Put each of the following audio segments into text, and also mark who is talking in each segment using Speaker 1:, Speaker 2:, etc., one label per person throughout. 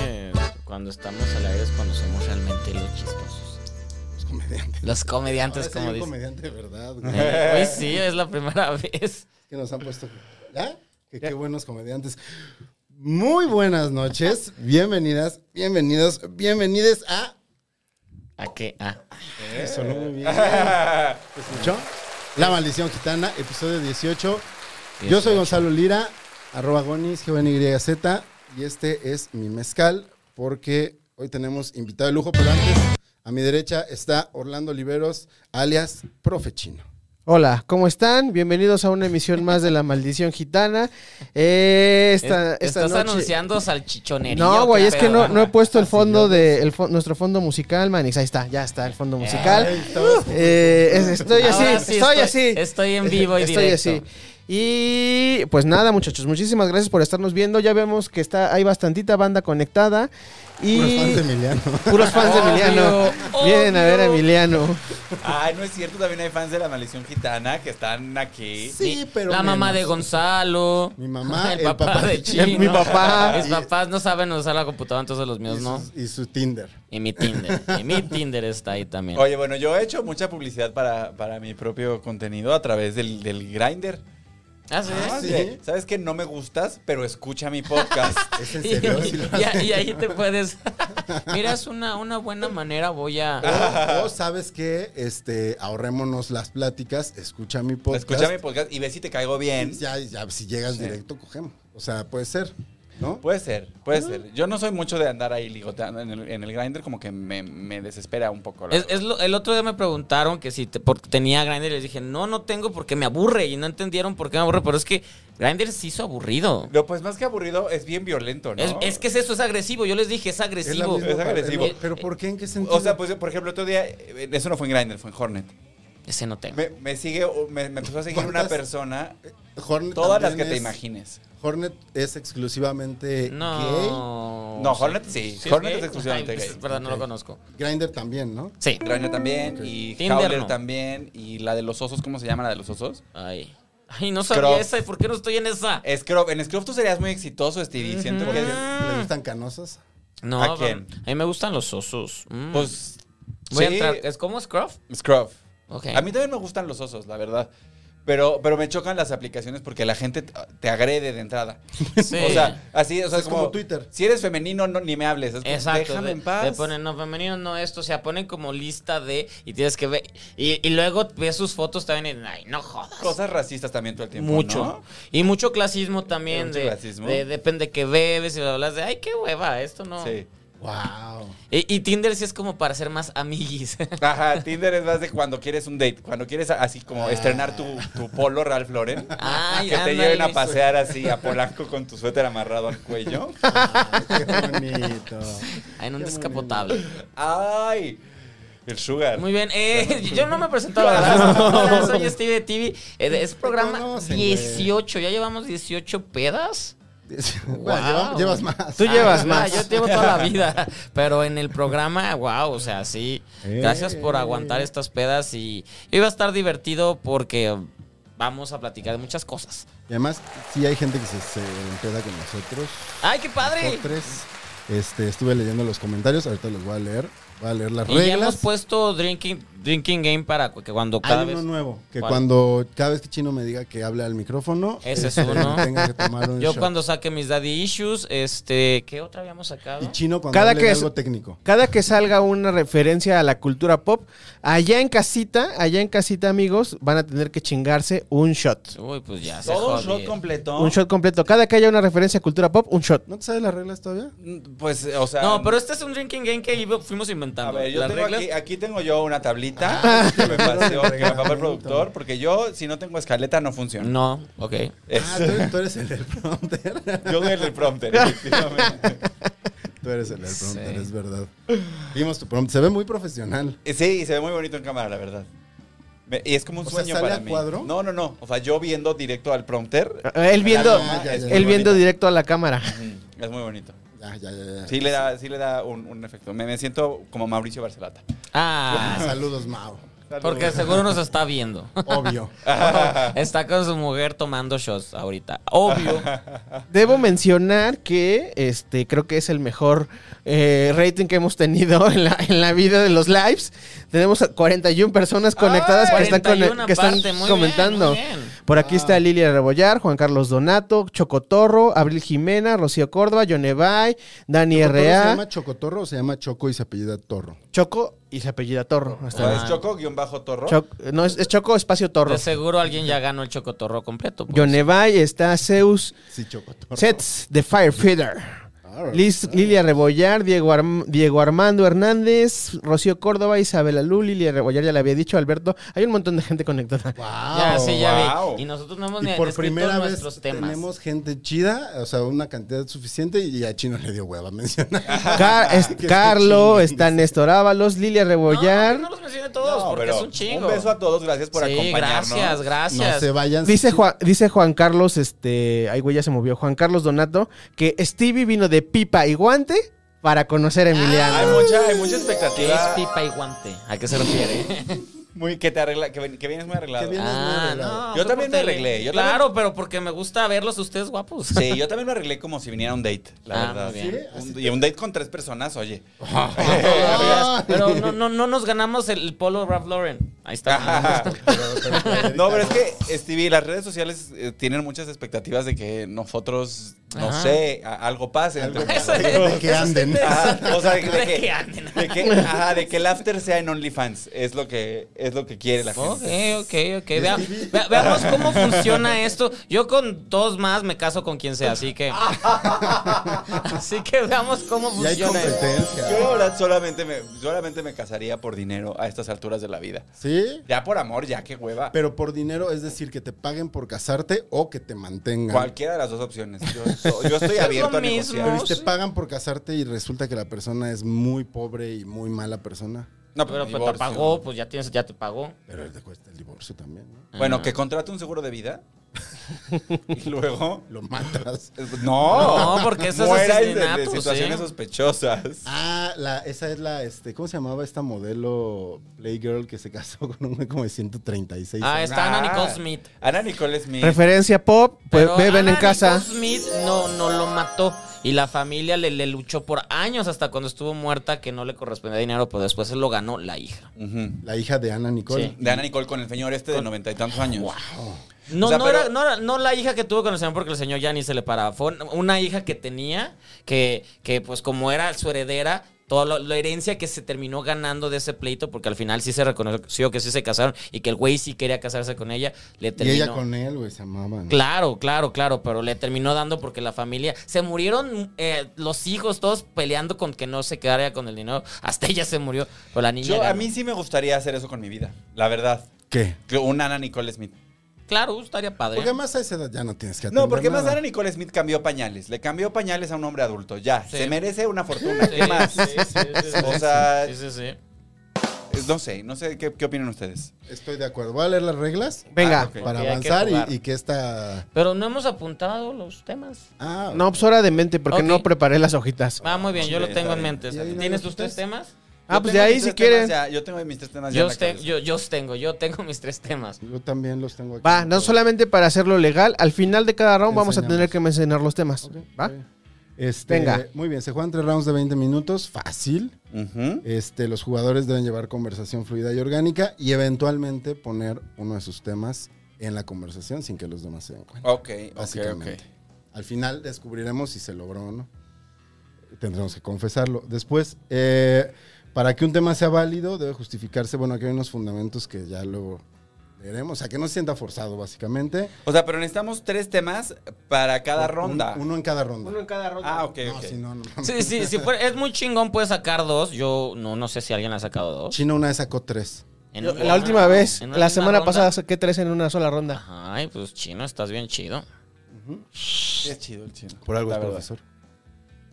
Speaker 1: Eh, cuando estamos al aire es cuando somos realmente los chistosos.
Speaker 2: comediantes.
Speaker 1: Los comediantes, como
Speaker 2: soy Pues un
Speaker 1: dicen.
Speaker 2: comediante de verdad, güey.
Speaker 1: Eh, Hoy sí, es la primera vez.
Speaker 2: Que nos han puesto. ¿Ya? Que qué buenos comediantes. Muy buenas noches. Bienvenidas, bienvenidos, bienvenides a.
Speaker 1: ¿A qué? Ah,
Speaker 2: Eso no muy bien. ¿Se escuchó? La Maldición Gitana, episodio 18. Yo soy
Speaker 1: 18.
Speaker 2: Gonzalo Lira, arroba gonis, GNYZ, y este es mi mezcal, porque hoy tenemos invitado de lujo, pero antes, a mi derecha está Orlando Oliveros, alias Profe Chino.
Speaker 3: Hola, ¿cómo están? Bienvenidos a una emisión más de La Maldición Gitana. Eh, esta,
Speaker 1: Es-
Speaker 3: esta
Speaker 1: estás
Speaker 3: noche-
Speaker 1: anunciando salchichonería.
Speaker 3: No,
Speaker 1: ¿o
Speaker 3: güey,
Speaker 1: qué
Speaker 3: es que
Speaker 1: pedo?
Speaker 3: no, no he puesto el fondo de el fo- nuestro fondo musical, Manix. Ahí está, ya está el fondo musical. Eh, es- estoy así,
Speaker 1: Ahora sí
Speaker 3: estoy así.
Speaker 1: Estoy en vivo y
Speaker 3: Estoy
Speaker 1: directo.
Speaker 3: así. Y pues nada, muchachos, muchísimas gracias por estarnos viendo. Ya vemos que está hay bastantita banda conectada y
Speaker 2: Puros fans de Emiliano.
Speaker 3: puros fans de Emiliano.
Speaker 1: Obvio,
Speaker 3: Vienen a ver a
Speaker 1: obvio.
Speaker 3: Emiliano.
Speaker 4: Ay, no es cierto, también hay fans de la maldición gitana que están aquí.
Speaker 2: Sí, pero.
Speaker 1: La mamá de
Speaker 2: menos.
Speaker 1: Gonzalo.
Speaker 2: Mi mamá,
Speaker 1: el
Speaker 2: el
Speaker 1: papá,
Speaker 2: papá
Speaker 1: de
Speaker 2: de-
Speaker 1: Chino.
Speaker 3: mi papá.
Speaker 1: Mis
Speaker 2: Y-
Speaker 1: papás no saben usar la computadora, entonces los míos
Speaker 2: y
Speaker 1: no.
Speaker 2: su- Y su Tinder.
Speaker 1: Y mi Tinder. Y mi Tinder está ahí también.
Speaker 4: Oye, bueno, yo he hecho mucha publicidad para, para mi propio contenido a través del, del Grinder.
Speaker 1: Ah, sí.
Speaker 2: Ah,
Speaker 4: Así
Speaker 2: ¿sí?
Speaker 4: de, ¿Sabes que no me gustas, pero escucha mi podcast?
Speaker 2: ¿Es en
Speaker 1: Y,
Speaker 2: serio? ¿Sí lo
Speaker 1: y-
Speaker 2: hacen?
Speaker 1: y ahí te puedes. Mira, es una, una buena manera. Voy a.
Speaker 2: O, o sabes que este, ahorrémonos las pláticas, escucha mi podcast.
Speaker 4: Escucha mi podcast y ve si te caigo bien.
Speaker 2: Ya, ya, si llegas directo, cogemos. O sea, puede ser, ¿no?
Speaker 4: Puede ser, puede ser. Yo no soy mucho de andar ahí ligoteando en el, en el Grinder, como que me, me desespera un poco. la
Speaker 1: Es, es lo- el otro día me preguntaron que si te- porque tenía Grindr y les dije, no, no tengo porque me aburre. Y no entendieron por qué me aburre, pero es que Grindr se hizo aburrido.
Speaker 4: No, pues más que aburrido, es bien violento, ¿no?
Speaker 1: Es, es que es eso, es agresivo. Yo les dije, es
Speaker 2: Es la
Speaker 1: agresivo.
Speaker 2: misma
Speaker 4: Es
Speaker 2: pa-
Speaker 4: agresivo.
Speaker 2: Pero, pero ¿por qué? ¿En qué sentido?
Speaker 4: O sea, pues por ejemplo, otro día, eh, eso no fue en Grinder, fue en Hornet.
Speaker 1: Ese no tengo.
Speaker 4: Me, me sigue, me, me empezó a seguir una
Speaker 2: ¿Cuántas?
Speaker 4: persona,
Speaker 2: Hornet
Speaker 4: todas las
Speaker 2: también
Speaker 4: que te
Speaker 2: es-
Speaker 4: imagines.
Speaker 2: Hornet es exclusivamente
Speaker 1: No.
Speaker 4: No, Hornet sí.
Speaker 1: es
Speaker 4: Hornet
Speaker 1: gay?
Speaker 4: es exclusivamente
Speaker 1: Ay, pues,
Speaker 4: gay.
Speaker 1: Es verdad, no lo
Speaker 2: Ok.
Speaker 1: conozco.
Speaker 2: gay. Grinder también, ¿no?
Speaker 1: Sí.
Speaker 4: Draina también, y
Speaker 1: Tinder
Speaker 4: Howler
Speaker 1: no.
Speaker 4: también, y la de los osos, ¿cómo se llama la de los osos?
Speaker 1: Ay. Ay, no sabía
Speaker 4: Croft.
Speaker 1: esa. ¿y ¿Por qué no estoy en esa?
Speaker 4: Scruff, en Scruff tú serías muy exitoso, Stevie. Siento que.
Speaker 1: Ujú.
Speaker 2: ¿Le gustan canosas?
Speaker 1: No,
Speaker 4: ¿A quién?
Speaker 1: A mí me gustan los osos. Mm.
Speaker 4: Pues.
Speaker 1: Voy a
Speaker 4: sí,
Speaker 1: entrar. ¿Es como Scruff?
Speaker 4: Scruff.
Speaker 1: Ok.
Speaker 4: A mí también me gustan los osos, la verdad. Pero, pero me chocan las aplicaciones porque la gente te te agrede de entrada.
Speaker 1: Sí.
Speaker 4: O sea, así, o sea,
Speaker 2: Es como Twitter.
Speaker 4: Si eres femenino, no, ni me hables. Es como,
Speaker 1: Exacto.
Speaker 4: Déjame
Speaker 1: de-
Speaker 4: en paz.
Speaker 1: Le ponen, no, femenino, no esto. O sea, ponen como lista de. Y tienes que ver. Y, y luego ves sus fotos también. Y, ay, no jodas.
Speaker 4: Cosas racistas también todo el tiempo.
Speaker 1: mucho.
Speaker 4: ¿no?
Speaker 1: Y mucho clasismo también.
Speaker 4: Mucho
Speaker 1: de,
Speaker 4: clasismo.
Speaker 1: de- depende que bebes y hablas de. Ay, qué hueva, esto no.
Speaker 4: Sí.
Speaker 2: ¡Wow!
Speaker 1: Y, y Tinder sí es como para ser más amiguis.
Speaker 4: Ajá, Tinder es más de cuando quieres un date, cuando quieres así como estrenar tu, tu polo Ralph Lauren.
Speaker 1: Ah. Ay,
Speaker 4: que te
Speaker 1: ándale.
Speaker 4: lleven a pasear así a Polanco con tu suéter amarrado al cuello.
Speaker 2: ¡Qué bonito!
Speaker 1: En un
Speaker 2: Qué
Speaker 1: descapotable.
Speaker 4: ¡Ay! El sugar.
Speaker 1: Muy bien. eh, yo no me he presentado, la verdad. Hola, soy Steve de TV. Eh, es programa
Speaker 2: conocen, güey.
Speaker 1: 18. Ya llevamos 18 pedas.
Speaker 2: Bueno, lleva-
Speaker 1: Wow.
Speaker 2: llevas más.
Speaker 3: Tú
Speaker 1: Ah,
Speaker 3: llevas
Speaker 1: ¿verdad?
Speaker 3: más.
Speaker 1: Yo llevo toda la vida. Pero en el programa, wow, o sea, sí.
Speaker 2: Eh.
Speaker 1: Gracias por aguantar estas pedas y iba a estar divertido porque vamos a platicar de muchas cosas.
Speaker 2: Y además, sí hay gente que se, se empeda con nosotros.
Speaker 1: ¡Ay, qué padre!
Speaker 2: Nosotros. Este, estuve leyendo los comentarios, ahorita los voy a leer. Voy a leer las
Speaker 1: Y ya hemos
Speaker 2: reglas.
Speaker 1: puesto drinking, drinking game para que cuando cada
Speaker 2: Hay
Speaker 1: vez.
Speaker 2: uno nuevo, que
Speaker 1: ¿Cuál?
Speaker 2: cuando cada vez que Chino me diga que hable al micrófono,
Speaker 1: Ese es
Speaker 2: este,
Speaker 1: uno.
Speaker 2: tenga que tomar un
Speaker 1: Yo
Speaker 2: shot.
Speaker 1: cuando saque mis daddy issues, este, ¿qué otra habíamos sacado?
Speaker 2: y Chino cuando
Speaker 3: Cada
Speaker 2: hable
Speaker 3: que
Speaker 2: de
Speaker 3: es-
Speaker 2: algo técnico.
Speaker 3: Cada que salga una referencia a la cultura pop, allá en casita, allá en casita, amigos, van a tener que chingarse un shot.
Speaker 1: Uy, pues ya se
Speaker 4: Todo un
Speaker 1: jodió.
Speaker 4: shot completo.
Speaker 3: Un shot completo. Cada que haya una referencia a cultura pop, un shot.
Speaker 2: ¿No te sabes las reglas todavía?
Speaker 4: Pues, o sea.
Speaker 1: No, pero este es un drinking game que iba- fuimos
Speaker 4: A
Speaker 1: inventando.
Speaker 4: ver, yo
Speaker 1: Las
Speaker 4: tengo
Speaker 1: reglas. Ah.
Speaker 4: aquí, aquí tengo yo una tablita que me pasó, que me pasó el productor, porque yo, si no tengo escaleta, no funciona.
Speaker 1: No, ok.
Speaker 4: Es-
Speaker 2: Ah, tú, tú eres el del prompter.
Speaker 4: yo soy el del prompter, efectivamente.
Speaker 2: Tú Tú eres el del prompter, es verdad. Vimos tu prompter. Se ve muy profesional.
Speaker 4: Eh, Sí, se ve muy bonito en cámara, la verdad. Me- y es como un
Speaker 2: O sea,
Speaker 4: sueño
Speaker 2: ¿sale
Speaker 4: para
Speaker 2: a
Speaker 4: mí.
Speaker 2: cuadro?
Speaker 4: No, no, no. O sea, yo viendo directo al prompter.
Speaker 3: Eh, Él viendo,
Speaker 2: Ah, ya, ya, ya.
Speaker 3: él viendo
Speaker 4: directo.
Speaker 3: directo a la cámara.
Speaker 4: mm, Es muy bonito.
Speaker 2: Ya, ya, ya. ya.
Speaker 4: Sí le da, sí le da un, un efecto. Me, me siento como Mauricio Barcelata.
Speaker 1: Ah,
Speaker 2: Saludos, Mao.
Speaker 1: porque seguro nos está viendo.
Speaker 2: Obvio.
Speaker 1: Está con su mujer tomando shots ahorita. Obvio.
Speaker 3: Debo mencionar que este creo que es el mejor eh, rating que hemos tenido en la, en la vida de los lives. Tenemos a 41 personas conectadas que están, con-
Speaker 1: 41
Speaker 3: que están
Speaker 1: aparte, muy bien,
Speaker 3: comentando.
Speaker 1: muy bien.
Speaker 3: Por aquí está Lilia Rebollar, Juan Carlos Donato, Chocotorro, Abril Jimena, Rocío Córdoba, Yonevay, Dani
Speaker 2: ¿Chocotorro ¿Se
Speaker 3: R.A.
Speaker 2: llama Chocotorro o se llama Choco y se apellida Torro?
Speaker 3: Choco y se apellida Torro. Hasta
Speaker 4: ¿O
Speaker 3: ahí.
Speaker 4: es
Speaker 1: Ah.
Speaker 4: Choco-Torro?
Speaker 3: Choc- no, es, es Choco espacio Torro.
Speaker 1: De seguro alguien ya ganó el chocotorro completo. pues.
Speaker 3: Yonevay está Zeus.
Speaker 2: Sí, Chocotorro.
Speaker 3: Sets de Firefighter.
Speaker 2: Alright.
Speaker 3: Liz- Lilia Rebollar, Diego, Arm- Diego Armando Hernández, Rocío Córdoba, Isabela Lu, Lilia Rebollar, ya le había dicho, Alberto. Hay un montón de gente conectada.
Speaker 2: Wow.
Speaker 1: Ya, sí, ya
Speaker 4: wow.
Speaker 1: vi. Y nosotros no hemos
Speaker 2: Y
Speaker 1: ni
Speaker 2: por
Speaker 1: descrito
Speaker 2: primera vez
Speaker 1: nuestros temas.
Speaker 2: tenemos gente chida, o sea, una cantidad suficiente y a Chino le dio hueva mencionar.
Speaker 3: Car- es-
Speaker 2: Que se
Speaker 3: Carlo,
Speaker 2: chinguen.
Speaker 3: está Néstor Ábalos, Lilia
Speaker 1: No,
Speaker 3: Rebollar.
Speaker 1: que no los mencione todos,
Speaker 4: No,
Speaker 1: porque
Speaker 4: pero
Speaker 1: es un chingo.
Speaker 4: Un beso a todos, gracias por
Speaker 1: sí,
Speaker 4: acompañarnos.
Speaker 1: Gracias, gracias.
Speaker 2: No se vayan.
Speaker 3: Dice
Speaker 2: Sí,
Speaker 3: Juan, dice Juan Carlos, este, ay güey, ya se movió, Juan Carlos Donato, que Stevie vino de pipa y guante para conocer a Emiliano.
Speaker 4: Hay Ah, mucha, hay mucha
Speaker 1: ¿Qué es
Speaker 4: expectativa.
Speaker 1: pipa y guante? ¿A qué se refiere?
Speaker 4: Muy, que te arregla, que, ven- que vienes muy arreglado.
Speaker 2: Que vienes-
Speaker 1: ah, no.
Speaker 4: Yo
Speaker 1: fue
Speaker 4: también
Speaker 1: por
Speaker 4: me
Speaker 1: tele.
Speaker 4: arreglé, yo
Speaker 1: claro, pero porque me gusta verlos ustedes guapos.
Speaker 4: Sí, yo también me arreglé como si viniera a un date, la
Speaker 1: Ah,
Speaker 4: verdad.
Speaker 1: muy bien.
Speaker 4: Un- y un date con tres personas, oye.
Speaker 1: No, pero no, no, no nos ganamos el polo Ralph Lauren. Ahí está.
Speaker 4: No, pero es que, Stevie, las redes sociales eh, tienen muchas expectativas de que nosotros, no
Speaker 1: Ajá.
Speaker 4: sé, a- algo pase. Entonces,
Speaker 1: Eso es-
Speaker 2: De que
Speaker 1: eso es-
Speaker 2: anden.
Speaker 4: Ajá, Ah, o sea, de,
Speaker 1: De
Speaker 4: que,
Speaker 1: que anden.
Speaker 4: de que- ajá, de que el after sea en OnlyFans. Es lo que, es lo que quiere la
Speaker 1: Ok,
Speaker 4: gente.
Speaker 1: ok, ok. Vea- vea- veamos cómo funciona esto. Yo con dos más me caso con quien sea, así que. así que veamos cómo
Speaker 2: Y hay
Speaker 1: funciona esto.
Speaker 4: Yo, la
Speaker 2: competencia.
Speaker 4: verdad, solamente me, solamente me casaría por dinero a estas alturas de la vida.
Speaker 2: Sí,
Speaker 4: Ya por amor, ya, qué hueva.
Speaker 2: pero por dinero, es decir, que te paguen por casarte o que te mantengan.
Speaker 4: Cualquiera de las dos opciones. Yo, so- yo estoy
Speaker 1: Es
Speaker 4: abierto
Speaker 1: lo
Speaker 4: a negociar.
Speaker 2: Pero
Speaker 1: mismo.
Speaker 2: si te pagan por casarte y resulta que la persona es muy pobre y muy mala persona,
Speaker 4: No,
Speaker 1: Pero pues
Speaker 4: pues,
Speaker 1: te
Speaker 4: divorcio.
Speaker 1: pagó, pues ya tienes, ya te pagó.
Speaker 2: pero te cuesta el divorcio también, ¿no?
Speaker 4: Bueno, que contrate un seguro de vida. y luego.
Speaker 2: Lo matas.
Speaker 4: No,
Speaker 1: No, porque eso es
Speaker 4: Muera de- de,
Speaker 1: asesinato,
Speaker 4: situaciones
Speaker 1: sí.
Speaker 4: sospechosas.
Speaker 2: Ah, la, esa es la, este, ¿cómo se llamaba esta modelo Playgirl que se casó con un güey como de 136
Speaker 1: Ah,
Speaker 2: años?
Speaker 1: está Ana
Speaker 4: Ah,
Speaker 1: Nicole Smith.
Speaker 4: Ana Nicole Smith.
Speaker 3: Referencia pop, pues,
Speaker 1: Pero
Speaker 3: beben en
Speaker 4: ah,
Speaker 1: Ana
Speaker 3: casa.
Speaker 1: Nicole Smith no, no lo mató. Y la familia le, le luchó por años hasta cuando estuvo muerta que no le correspondía dinero, pero después se lo ganó la hija.
Speaker 4: Ujú.
Speaker 2: La hija de Ana Nicole.
Speaker 4: De Ana Nicole con el señor este de noventa y tantos años.
Speaker 1: No,
Speaker 4: O sea,
Speaker 1: no,
Speaker 4: pero-
Speaker 1: era, no era- no la hija que tuvo con el señor porque el señor ya ni se le paraba. Fue una hija que tenía que, que pues como era su heredera, toda la, la herencia que se terminó ganando de ese pleito, porque al final sí se reconoció que sí se casaron y que el güey sí quería casarse con ella, le
Speaker 2: Y
Speaker 1: terminó.
Speaker 2: ella con él, güey, se amaban.
Speaker 1: Claro, claro, claro, pero le terminó dando porque la familia se murieron eh, los hijos todos peleando con que no se quedara con el dinero. Hasta ella se murió, pero la niña.
Speaker 4: Yo, a
Speaker 1: ganó.
Speaker 4: mí sí me gustaría hacer eso con mi vida, la verdad.
Speaker 2: ¿Qué?
Speaker 4: Que Una Ana Nicole Smith.
Speaker 1: claro, estaría padre.
Speaker 2: Porque más a esa edad ya no tienes que atender
Speaker 4: No, porque más
Speaker 2: nada.
Speaker 4: Ana Nicole Smith cambió pañales. Le cambió pañales a un hombre adulto. Ya,
Speaker 1: Sí.
Speaker 4: se merece una fortuna.
Speaker 1: Sí,
Speaker 4: ¿Qué más?
Speaker 1: sí, sí, sí, sí,
Speaker 4: O sea,
Speaker 1: sí, sí, sí.
Speaker 4: no sé, no sé qué, qué opinan ustedes.
Speaker 2: Estoy de acuerdo. Voy a leer las reglas
Speaker 3: Venga.
Speaker 4: Ah, ok.
Speaker 2: para
Speaker 1: hay que
Speaker 2: avanzar y-
Speaker 1: jugar.
Speaker 2: y, que esta...
Speaker 1: Pero no hemos apuntado los temas.
Speaker 2: Ah,
Speaker 3: No, pues hora de mente, porque
Speaker 1: Ok.
Speaker 3: no preparé las hojitas.
Speaker 1: Va muy bien, yo
Speaker 4: Sí,
Speaker 1: lo tengo
Speaker 4: está
Speaker 1: en
Speaker 4: bien.
Speaker 1: mente.
Speaker 2: Y ahí
Speaker 1: ¿Tienes
Speaker 2: van
Speaker 1: tus
Speaker 2: los
Speaker 1: tres
Speaker 2: tres.
Speaker 1: temas?
Speaker 3: Ah,
Speaker 4: Yo
Speaker 3: pues de
Speaker 4: tengo
Speaker 3: ahí
Speaker 4: mis
Speaker 3: si
Speaker 4: tres temas
Speaker 3: quieren.
Speaker 4: ya, yo tengo mis tres temas Ah, ya.
Speaker 1: Yo,
Speaker 4: en la
Speaker 1: os te-
Speaker 4: cabeza.
Speaker 1: yo, yo os tengo, yo tengo mis tres temas.
Speaker 2: yo también los tengo aquí.
Speaker 3: Va, no solamente para hacerlo legal, al final de cada round vamos a
Speaker 2: Enseñamos.
Speaker 3: tener que mencionar los temas.
Speaker 2: Ok,
Speaker 3: ¿Va?
Speaker 2: ok. Este,
Speaker 3: Venga.
Speaker 2: Muy bien, se juegan tres rounds de 20 minutos, fácil.
Speaker 4: Ujú.
Speaker 2: Este, los jugadores deben llevar conversación fluida y orgánica y eventualmente poner uno de sus temas en la conversación sin que los demás se den cuenta.
Speaker 4: Ok, ok,
Speaker 2: Básicamente.
Speaker 4: ok.
Speaker 2: Al final descubriremos si se logró o no. Tendremos que confesarlo. Después, eh, para que un tema sea válido, debe justificarse. Bueno, aquí hay unos fundamentos que ya luego veremos. O sea, que no se sienta forzado, básicamente.
Speaker 4: O sea, pero necesitamos tres temas para cada
Speaker 2: Un-
Speaker 4: ronda.
Speaker 2: uno en cada ronda.
Speaker 3: cada
Speaker 4: Ah, ok,
Speaker 2: no,
Speaker 4: ok.
Speaker 2: si no, no mames.
Speaker 1: Sí, sí, si fuera- es muy chingón, puedes sacar dos. Yo no, no sé si alguien ha sacado dos.
Speaker 2: Chino una vez sacó tres.
Speaker 1: En
Speaker 3: Yo-
Speaker 1: un-
Speaker 3: la última vez,
Speaker 1: en una
Speaker 3: la
Speaker 1: misma
Speaker 3: semana
Speaker 1: ronda.
Speaker 3: pasada saqué tres en una sola ronda.
Speaker 1: Ay, pues chino, estás bien chido.
Speaker 4: Qué chido el chino.
Speaker 2: Por algo
Speaker 4: La
Speaker 2: es
Speaker 4: verdad.
Speaker 2: profesor.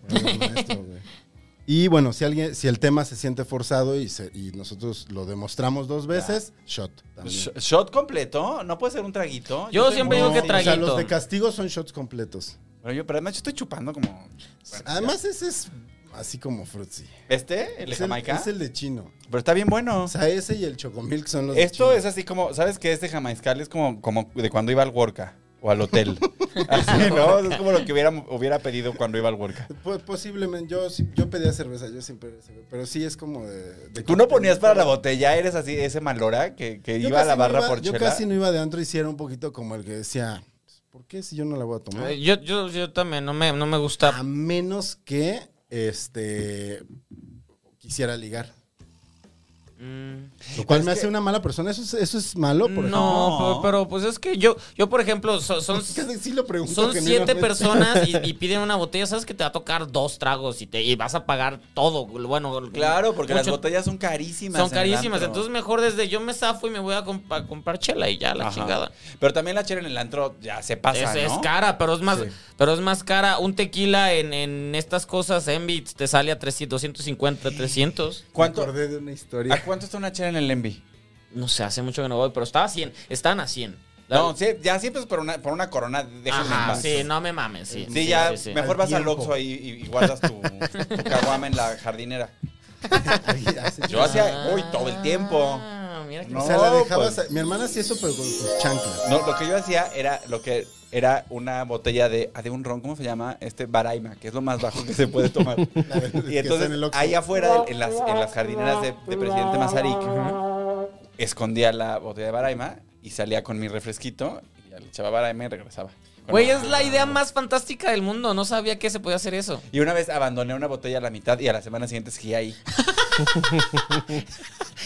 Speaker 2: Por algo es maestro, güey. Y bueno, si alguien, si el tema se siente forzado y, se- y nosotros lo demostramos dos veces, shot también.
Speaker 4: Sh- ¿Shot completo? ¿No puede ser un traguito?
Speaker 1: Yo siempre digo
Speaker 4: tengo-
Speaker 1: que
Speaker 2: No,
Speaker 1: traguito.
Speaker 2: O sea, los de castigo son shots completos.
Speaker 4: Bueno, yo, pero además yo estoy chupando como... bueno,
Speaker 2: Además, ese es así como frutzi.
Speaker 4: ya. ¿Este? ¿El de
Speaker 2: es, el,
Speaker 4: Jamaica?
Speaker 2: es el de chino.
Speaker 4: Pero está bien bueno.
Speaker 2: O sea, ese y el chocomilk son los de
Speaker 4: Esto
Speaker 2: chino.
Speaker 4: es así como, ¿sabes qué? Este jamaiscal es como, como de cuando iba al Worka o al hotel. así, ¿no? O sea, es como lo que hubiera, hubiera pedido cuando iba al Worka.
Speaker 2: Po- Posiblemente, yo, sí- yo pedía cerveza, yo siempre pedía cerveza, pero sí es como de... de-
Speaker 4: Tú no ponías para la botella, eres así, ese malora que, que
Speaker 2: Yo
Speaker 4: iba a
Speaker 2: casi
Speaker 4: la
Speaker 2: no
Speaker 4: barra
Speaker 2: iba-
Speaker 4: por
Speaker 2: Yo
Speaker 4: chela.
Speaker 2: casi no iba de antro y sí era un poquito como el que decía, "Pues, ¿por qué si yo no la voy a tomar?
Speaker 1: Eh, Yo, yo, yo también, no me, no me gusta.
Speaker 2: A
Speaker 3: Ah,
Speaker 2: menos que, este, quisiera ligar.
Speaker 1: Mm.
Speaker 2: Lo cual me hace una mala persona, eso es, eso es malo, por ejemplo.
Speaker 1: No, pero, pero, pues es que yo, yo por ejemplo, so- son,
Speaker 2: Es que sí lo pregunto
Speaker 1: son
Speaker 2: genuinamente.
Speaker 1: siete personas y, y piden una botella, sabes que te va a tocar dos tragos y te y vas a pagar todo. Bueno,
Speaker 4: Claro, porque las
Speaker 1: mucho-
Speaker 4: botellas son carísimas.
Speaker 1: son
Speaker 4: en el
Speaker 1: carísimas.
Speaker 4: antro.
Speaker 1: Entonces mejor desde yo me zafo y me voy a comp- a comprar chela y ya la
Speaker 4: Ajá.
Speaker 1: chingada.
Speaker 4: Pero también la chela en el antro ya se pasa,
Speaker 1: es, es
Speaker 4: ¿no?
Speaker 1: cara, pero es más, pero es más cara. Un tequila en, en estas cosas, Envy, te sale a 300, 250, 300.
Speaker 2: ¿Cuánto?
Speaker 4: ¿Cuánto,
Speaker 2: de una historia.
Speaker 4: ¿A cuánto está una chela en el Envy?
Speaker 1: No sé, hace mucho que no voy, pero estaba a 100. Estaban a 100.
Speaker 4: No, sí, ya siempre es por una, por una corona, déjenme en
Speaker 1: Ajá,
Speaker 4: paz.
Speaker 1: sí, no me mames. Sí,
Speaker 4: Sí, ya
Speaker 1: sí, sí.
Speaker 4: mejor
Speaker 2: Al
Speaker 4: vas al
Speaker 2: tiempo.
Speaker 4: Oxxo ahí y, y guardas tu, tu caguama en la jardinera.
Speaker 1: Ah,
Speaker 4: Yo hacía, uy, todo el tiempo.
Speaker 1: mira que-
Speaker 4: No,
Speaker 2: o sea, la dejabas...
Speaker 4: pues.
Speaker 2: Mi hermana sí eso, pero con sus chanclas.
Speaker 4: No, lo que yo hacía era lo que era una botella de, ah, de un ron, ¿cómo se llama? Este Baraima, que es lo más bajo que se puede tomar. y
Speaker 2: que está
Speaker 4: entonces
Speaker 2: en el Oxxo.
Speaker 4: ahí afuera, en las, en las jardineras de, de Presidente Mazarik, escondía la botella de Baraima y salía con mi refresquito y ya le echaba Baraima y regresaba.
Speaker 1: Güey, es la idea más fantástica del mundo. No sabía que se podía hacer eso.
Speaker 4: Y una vez abandoné una botella a la mitad y a la semana siguiente seguí ahí.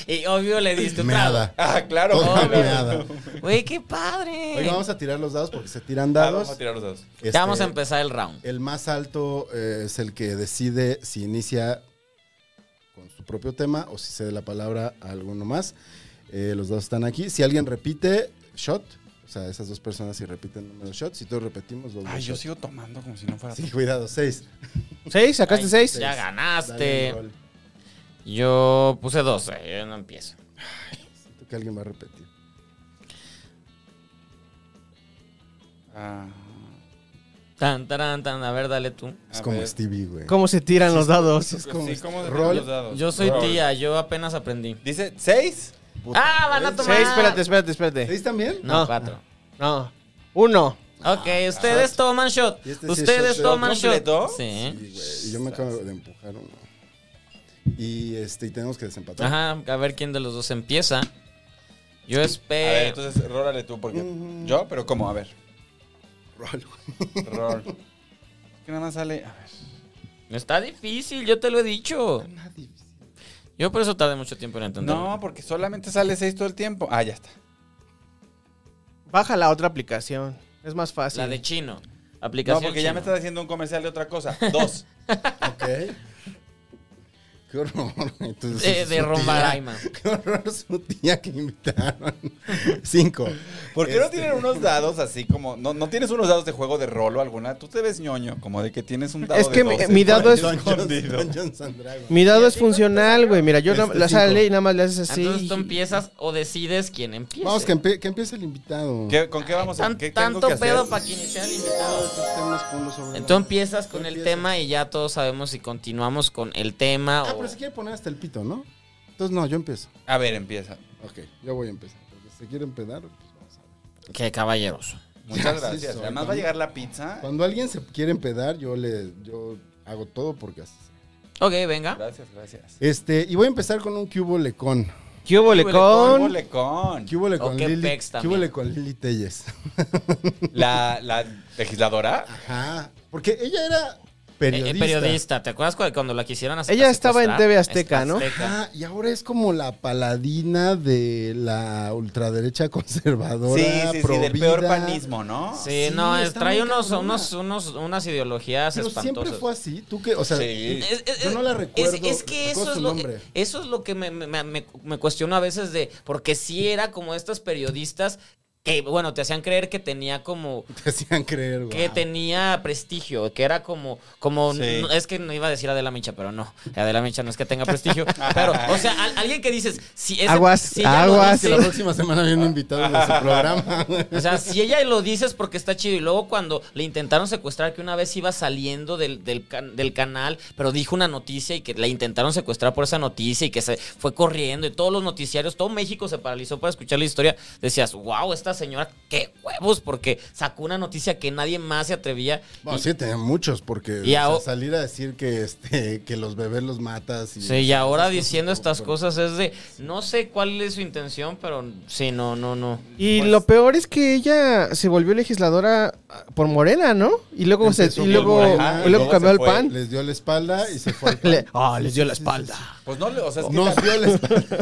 Speaker 1: Y obvio le diste un
Speaker 2: Meada.
Speaker 1: trago.
Speaker 4: Ah, claro.
Speaker 2: Toda
Speaker 4: claro.
Speaker 2: meada.
Speaker 1: Güey, qué padre.
Speaker 2: Oiga, vamos a tirar los dados porque se tiran
Speaker 4: Ah, vamos
Speaker 2: dados.
Speaker 4: a tirar los dados.
Speaker 2: Este,
Speaker 1: Ya vamos a empezar el round.
Speaker 2: El más alto eh, es el que decide si inicia con su propio tema o si cede la palabra a alguno más. Eh, los dados están aquí. Si alguien repite, shot. O sea, esas dos personas si repiten número de shot. Si todos repetimos, dos
Speaker 4: Ay,
Speaker 2: de
Speaker 4: yo
Speaker 2: shot.
Speaker 4: sigo tomando como si no fuera.
Speaker 2: Sí, cuidado, seis.
Speaker 3: ¿Seis? ¿Sacaste
Speaker 1: Ay,
Speaker 3: seis?
Speaker 1: Ya
Speaker 2: Dale el
Speaker 1: ganaste.
Speaker 2: rol.
Speaker 1: Yo puse 12. Yo no empiezo.
Speaker 2: Siento que alguien va a repetir.
Speaker 4: Ah,
Speaker 1: Tan, tan, tan. A ver, dale tú.
Speaker 2: Es
Speaker 4: A
Speaker 2: como
Speaker 4: ver.
Speaker 2: Stevie, güey.
Speaker 3: ¿Cómo se tiran los dados?
Speaker 2: Es como este
Speaker 4: sí, ¿cómo se tiran
Speaker 2: rol.
Speaker 4: los dados?
Speaker 1: Yo soy
Speaker 4: Rol.
Speaker 1: tía. Yo apenas aprendí.
Speaker 4: Dice, ¿seis?
Speaker 2: Puta.
Speaker 1: Ah, van a tomar.
Speaker 3: Seis, espérate, espérate, espérate.
Speaker 2: ¿Seis también?
Speaker 1: No,
Speaker 3: No.
Speaker 1: cuatro.
Speaker 3: No. Uno.
Speaker 1: Ok, ustedes toman shot.
Speaker 2: Ah, Y este sí es
Speaker 1: Ustedes
Speaker 2: shot,
Speaker 1: toman
Speaker 4: ¿shot
Speaker 1: shot.
Speaker 4: completo?
Speaker 2: Sí,
Speaker 1: Sí.
Speaker 2: güey. Y yo me acabo de empujar uno. Y, este, y tenemos que desempatar.
Speaker 1: Ajá, a ver quién de los dos empieza. Yo
Speaker 4: A ver,
Speaker 1: espero.
Speaker 4: entonces, rólale tú, porque yo, pero ¿cómo? A ver.
Speaker 2: Rol, güey.
Speaker 4: Rol. Es que nada más sale. A ver.
Speaker 1: Está difícil, yo te lo he dicho. Yo por eso tardé mucho tiempo en entenderlo.
Speaker 4: No, porque solamente sale seis todo el tiempo. Ah, ya está.
Speaker 3: Baja la otra aplicación. Es más fácil.
Speaker 1: La de chino.
Speaker 4: No,
Speaker 1: Aplicación.
Speaker 4: porque ya
Speaker 1: chino.
Speaker 4: me estás haciendo un comercial de otra cosa. Dos.
Speaker 2: Ok. Qué horror. Entonces,
Speaker 1: De,
Speaker 2: su
Speaker 1: de
Speaker 2: tía-
Speaker 1: Rombaraima.
Speaker 2: Qué horror su tía que invitaron. Cinco.
Speaker 4: ¿Por qué no
Speaker 2: Este,
Speaker 4: tienen unos dados así como.? No, no tienes unos dados de juego de rol o alguna. Tú te ves ñoño, como de que tienes un dado
Speaker 3: Es
Speaker 4: de
Speaker 3: que mi- mi
Speaker 4: 12 por ahí
Speaker 3: dado es-
Speaker 2: Dungeons,
Speaker 4: escondido.
Speaker 2: Dungeons and Dragons.
Speaker 3: Mi dado es funcional, güey. Mira, yo no-
Speaker 2: Este
Speaker 3: la
Speaker 2: cinco.
Speaker 3: sale y nada más le haces así.
Speaker 1: Ah, Entonces tú empiezas o decides quién empieza.
Speaker 2: Vamos, que, empie- que empiece el invitado.
Speaker 4: ¿Qué- ¿Con qué vamos a.?
Speaker 1: Tan-
Speaker 4: ¿Qué tengo
Speaker 1: tanto
Speaker 4: que hacer?
Speaker 1: pedo para que iniciar el invitado.
Speaker 2: Estos temas ponlos sobre la
Speaker 1: Entonces
Speaker 2: mesa.
Speaker 1: empiezas con
Speaker 2: Tú
Speaker 1: el
Speaker 2: empiezas.
Speaker 1: tema y ya todos sabemos si continuamos con el tema
Speaker 2: Ah,
Speaker 1: o.
Speaker 2: pero se quiere poner hasta el pito, ¿no? Entonces, no, yo empiezo.
Speaker 4: A ver, empieza.
Speaker 2: Ok, yo voy a empezar. Porque si se quiere empedar, pues vamos a ver.
Speaker 1: Qué caballeros.
Speaker 4: Muchas
Speaker 2: Sí,
Speaker 4: gracias.
Speaker 2: soy,
Speaker 4: Además
Speaker 2: ¿no?
Speaker 4: va a llegar la pizza.
Speaker 2: Cuando alguien se quiere empedar, yo le yo hago todo porque así. se-
Speaker 1: Ok, venga.
Speaker 4: Gracias, gracias.
Speaker 2: Este, y voy a empezar con un cubo lecón.
Speaker 3: ¿Qué hubo,
Speaker 4: Un
Speaker 3: Lecón?
Speaker 4: bolecón.
Speaker 2: ¿Qué hubo le con
Speaker 1: qué
Speaker 2: Lili?
Speaker 1: pex
Speaker 2: ¿Qué
Speaker 1: también.
Speaker 2: hubo le con Lili Telles?
Speaker 4: La, la legisladora.
Speaker 2: Ajá. Porque ella era
Speaker 1: Eh, eh,
Speaker 2: periodista.
Speaker 1: Periodista. ¿te acuerdas cu- cuando la quisieron hacer? pues, ah,
Speaker 3: Ella estaba en TV Azteca, ¿no?
Speaker 2: Ajá, y ahora es como la paladina de la ultraderecha conservadora.
Speaker 4: Sí, sí, sí, del
Speaker 2: provida.
Speaker 4: peor panismo, ¿no?
Speaker 1: Sí,
Speaker 2: Sí,
Speaker 1: no, es-
Speaker 2: está
Speaker 1: trae
Speaker 2: muy
Speaker 1: unos,
Speaker 2: cabrona.
Speaker 1: unos, unos, unas ideologías
Speaker 2: Pero siempre
Speaker 1: espantosas.
Speaker 2: fue así. ¿Tú qué? O sea,
Speaker 4: Sí.
Speaker 1: Es- es-
Speaker 2: Yo no la
Speaker 1: es-
Speaker 2: recuerdo,
Speaker 1: Es, que
Speaker 2: recuerdo
Speaker 1: eso es,
Speaker 2: su
Speaker 1: lo,
Speaker 2: nombre.
Speaker 1: eso es lo que me, me, me- me cuestiono a veces de. Porque sí era como estas periodistas que, bueno, te hacían creer que tenía como...
Speaker 2: Te hacían creer, güey.
Speaker 1: Que tenía prestigio, que era como, como
Speaker 4: Sí.
Speaker 1: n- es que no iba a decir Adela Micha, pero no, Adela Micha no es que tenga prestigio, pero, o sea, al- alguien que dices, si ese-
Speaker 3: Aguas,
Speaker 1: si ella lo
Speaker 3: aguas.
Speaker 2: Que
Speaker 1: dice-
Speaker 2: la próxima semana viene un invitado de su programa.
Speaker 1: o sea, si ella lo dices porque está chido. Y luego cuando le intentaron secuestrar, que una vez iba saliendo del, del, can- del canal, pero dijo una noticia y que la intentaron secuestrar por esa noticia y que se fue corriendo y todos los noticiarios, todo México se paralizó para escuchar la historia. Decías, wow, esta señora, qué huevos, porque sacó una noticia que nadie más se atrevía.
Speaker 2: Bueno,
Speaker 1: Y-
Speaker 2: sí, tenían muchos, porque
Speaker 1: Y
Speaker 2: o sea,
Speaker 1: ahora-
Speaker 2: salir a decir que este que los bebés los matas. Y,
Speaker 1: Sí, y ahora
Speaker 2: esas cosas
Speaker 1: diciendo
Speaker 2: como-
Speaker 1: estas
Speaker 2: pero-
Speaker 1: cosas es de, no sé cuál es su intención, pero sí, no, no, no.
Speaker 3: Y lo peor es que ella se volvió legisladora ah, por Morena, ¿no? Y luego, se,
Speaker 2: Empezó
Speaker 3: y
Speaker 2: por
Speaker 3: luego,
Speaker 4: Morena,
Speaker 3: y luego
Speaker 4: y luego
Speaker 3: cambió
Speaker 4: se
Speaker 3: al
Speaker 4: fue.
Speaker 3: PAN.
Speaker 2: Les dio la espalda y se fue. al
Speaker 3: Le-
Speaker 2: pan.
Speaker 3: Ah,
Speaker 2: Sí,
Speaker 3: les
Speaker 2: sí,
Speaker 3: dio la
Speaker 2: sí, sí,
Speaker 3: espalda.
Speaker 2: sí.
Speaker 4: Pues no, le- o sea, es que
Speaker 2: Nos
Speaker 4: también-
Speaker 2: dio la espalda.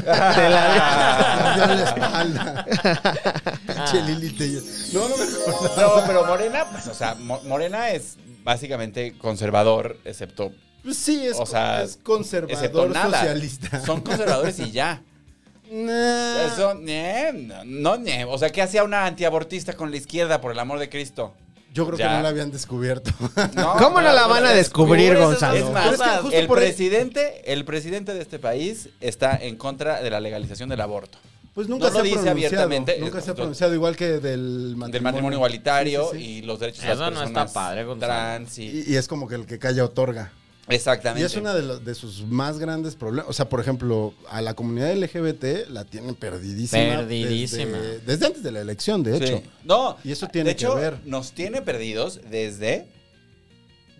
Speaker 2: Nos dio la espalda.
Speaker 4: Ah.
Speaker 2: Pinche Lili Tellez. No, no me acuerdo.
Speaker 4: No, pero Morena, pues, o sea, Mo- Morena es básicamente conservador, excepto,
Speaker 2: Pues Sí, es,
Speaker 4: o sea,
Speaker 2: es
Speaker 4: excepto
Speaker 2: conservador
Speaker 4: nada.
Speaker 2: socialista. Ah.
Speaker 4: Son conservadores y ya.
Speaker 2: Nah.
Speaker 4: Eso, ñe, no, no, ñe. O sea, ¿qué hacía una antiabortista con la izquierda, por el amor de Cristo?
Speaker 2: Yo creo que
Speaker 4: Ya.
Speaker 2: no la habían descubierto.
Speaker 4: No,
Speaker 3: ¿Cómo no la van a descubrir,
Speaker 1: descubres
Speaker 3: Gonzalo?
Speaker 4: Es más,
Speaker 2: Pero es que justo
Speaker 4: el
Speaker 2: por e- ahí-
Speaker 4: presidente, el presidente de este país está en contra de la legalización del aborto.
Speaker 2: Pues nunca
Speaker 4: No
Speaker 2: se
Speaker 4: lo
Speaker 2: ha
Speaker 4: dice
Speaker 2: pronunciado.
Speaker 4: abiertamente.
Speaker 2: Nunca se ha
Speaker 4: Esto-
Speaker 2: pronunciado igual que del matrimonio.
Speaker 4: Del matrimonio igualitario
Speaker 2: Sí, sí, sí.
Speaker 4: y los derechos
Speaker 1: Eso
Speaker 4: de las
Speaker 1: no
Speaker 4: personas
Speaker 1: está padre, Gonzalo.
Speaker 4: trans y-
Speaker 2: Y, y es como que el que calla otorga.
Speaker 4: exactamente.
Speaker 2: Y es uno de, los- de sus más grandes problemas. O sea, por ejemplo, a la comunidad LGBT la tienen perdidísima.
Speaker 1: Perdidísima.
Speaker 2: Desde, desde antes de la elección, de hecho.
Speaker 4: Sí. No.
Speaker 2: Y eso tiene
Speaker 4: de hecho,
Speaker 2: que ver.
Speaker 4: Nos tiene perdidos desde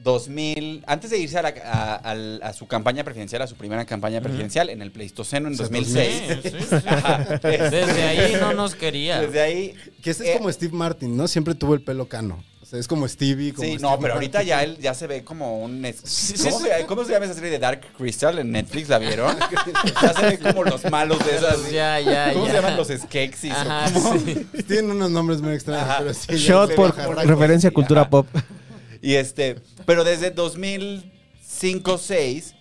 Speaker 4: 2000, antes de irse a, la- a- al- a su campaña presidencial, a su primera campaña presidencial en el Pleistoceno en
Speaker 2: O sea,
Speaker 4: 2006.
Speaker 1: Sí, sí, sí. Desde ahí no nos quería.
Speaker 4: este, Desde ahí.
Speaker 2: Que ese
Speaker 4: eh,
Speaker 2: es como Steve Martin, ¿no? Siempre tuvo el pelo cano. O sea, es como Stevie. Como
Speaker 4: Sí,
Speaker 2: Steve
Speaker 4: no,
Speaker 2: Martin.
Speaker 4: pero ahorita ya él ya se ve como un. es-
Speaker 1: Sí, sí,
Speaker 4: ¿Cómo, se, cómo se llama esa serie de Dark Crystal en Netflix? ¿La vieron? ya se ve como los malos de esas.
Speaker 1: Ya, ya,
Speaker 4: ¿Cómo
Speaker 1: ya.
Speaker 4: se llaman los Skeksis? o
Speaker 1: Ajá,
Speaker 4: cómo?
Speaker 1: sí.
Speaker 2: Tienen unos nombres muy extraños,
Speaker 4: Ajá.
Speaker 2: pero sí. ya
Speaker 3: Shot
Speaker 2: se
Speaker 3: por
Speaker 2: baja rango.
Speaker 3: referencia a cultura
Speaker 4: Ajá.
Speaker 3: pop.
Speaker 4: Y este, pero desde 2005 6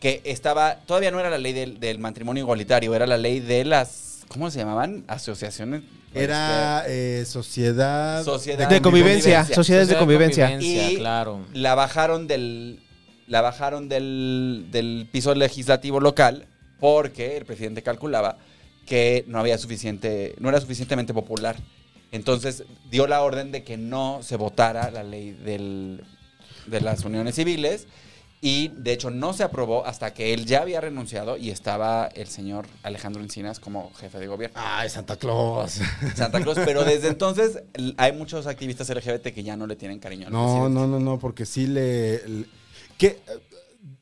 Speaker 4: que estaba, todavía no era la ley del, del matrimonio igualitario, era la ley de las, ¿cómo se llamaban? Asociaciones.
Speaker 2: Era eh, sociedad.
Speaker 4: Este, sociedad
Speaker 3: De convivencia, sociedades de
Speaker 1: Sociedad
Speaker 3: convivencia.
Speaker 4: Y-
Speaker 1: claro.
Speaker 4: La bajaron del, la bajaron del, del piso legislativo local porque el presidente calculaba que no había suficiente, no era suficientemente popular. Entonces dio la orden de que no se votara la ley del- de las uniones civiles y de hecho no se aprobó hasta que él ya había renunciado y estaba el señor Alejandro Encinas como jefe de gobierno.
Speaker 2: Ay, Santa Claus.
Speaker 4: Santa Claus, pero desde entonces l- hay muchos activistas LGBT que ya no le tienen cariño. al
Speaker 2: No,
Speaker 4: presidente.
Speaker 2: no, no, no, porque sí le. le- que,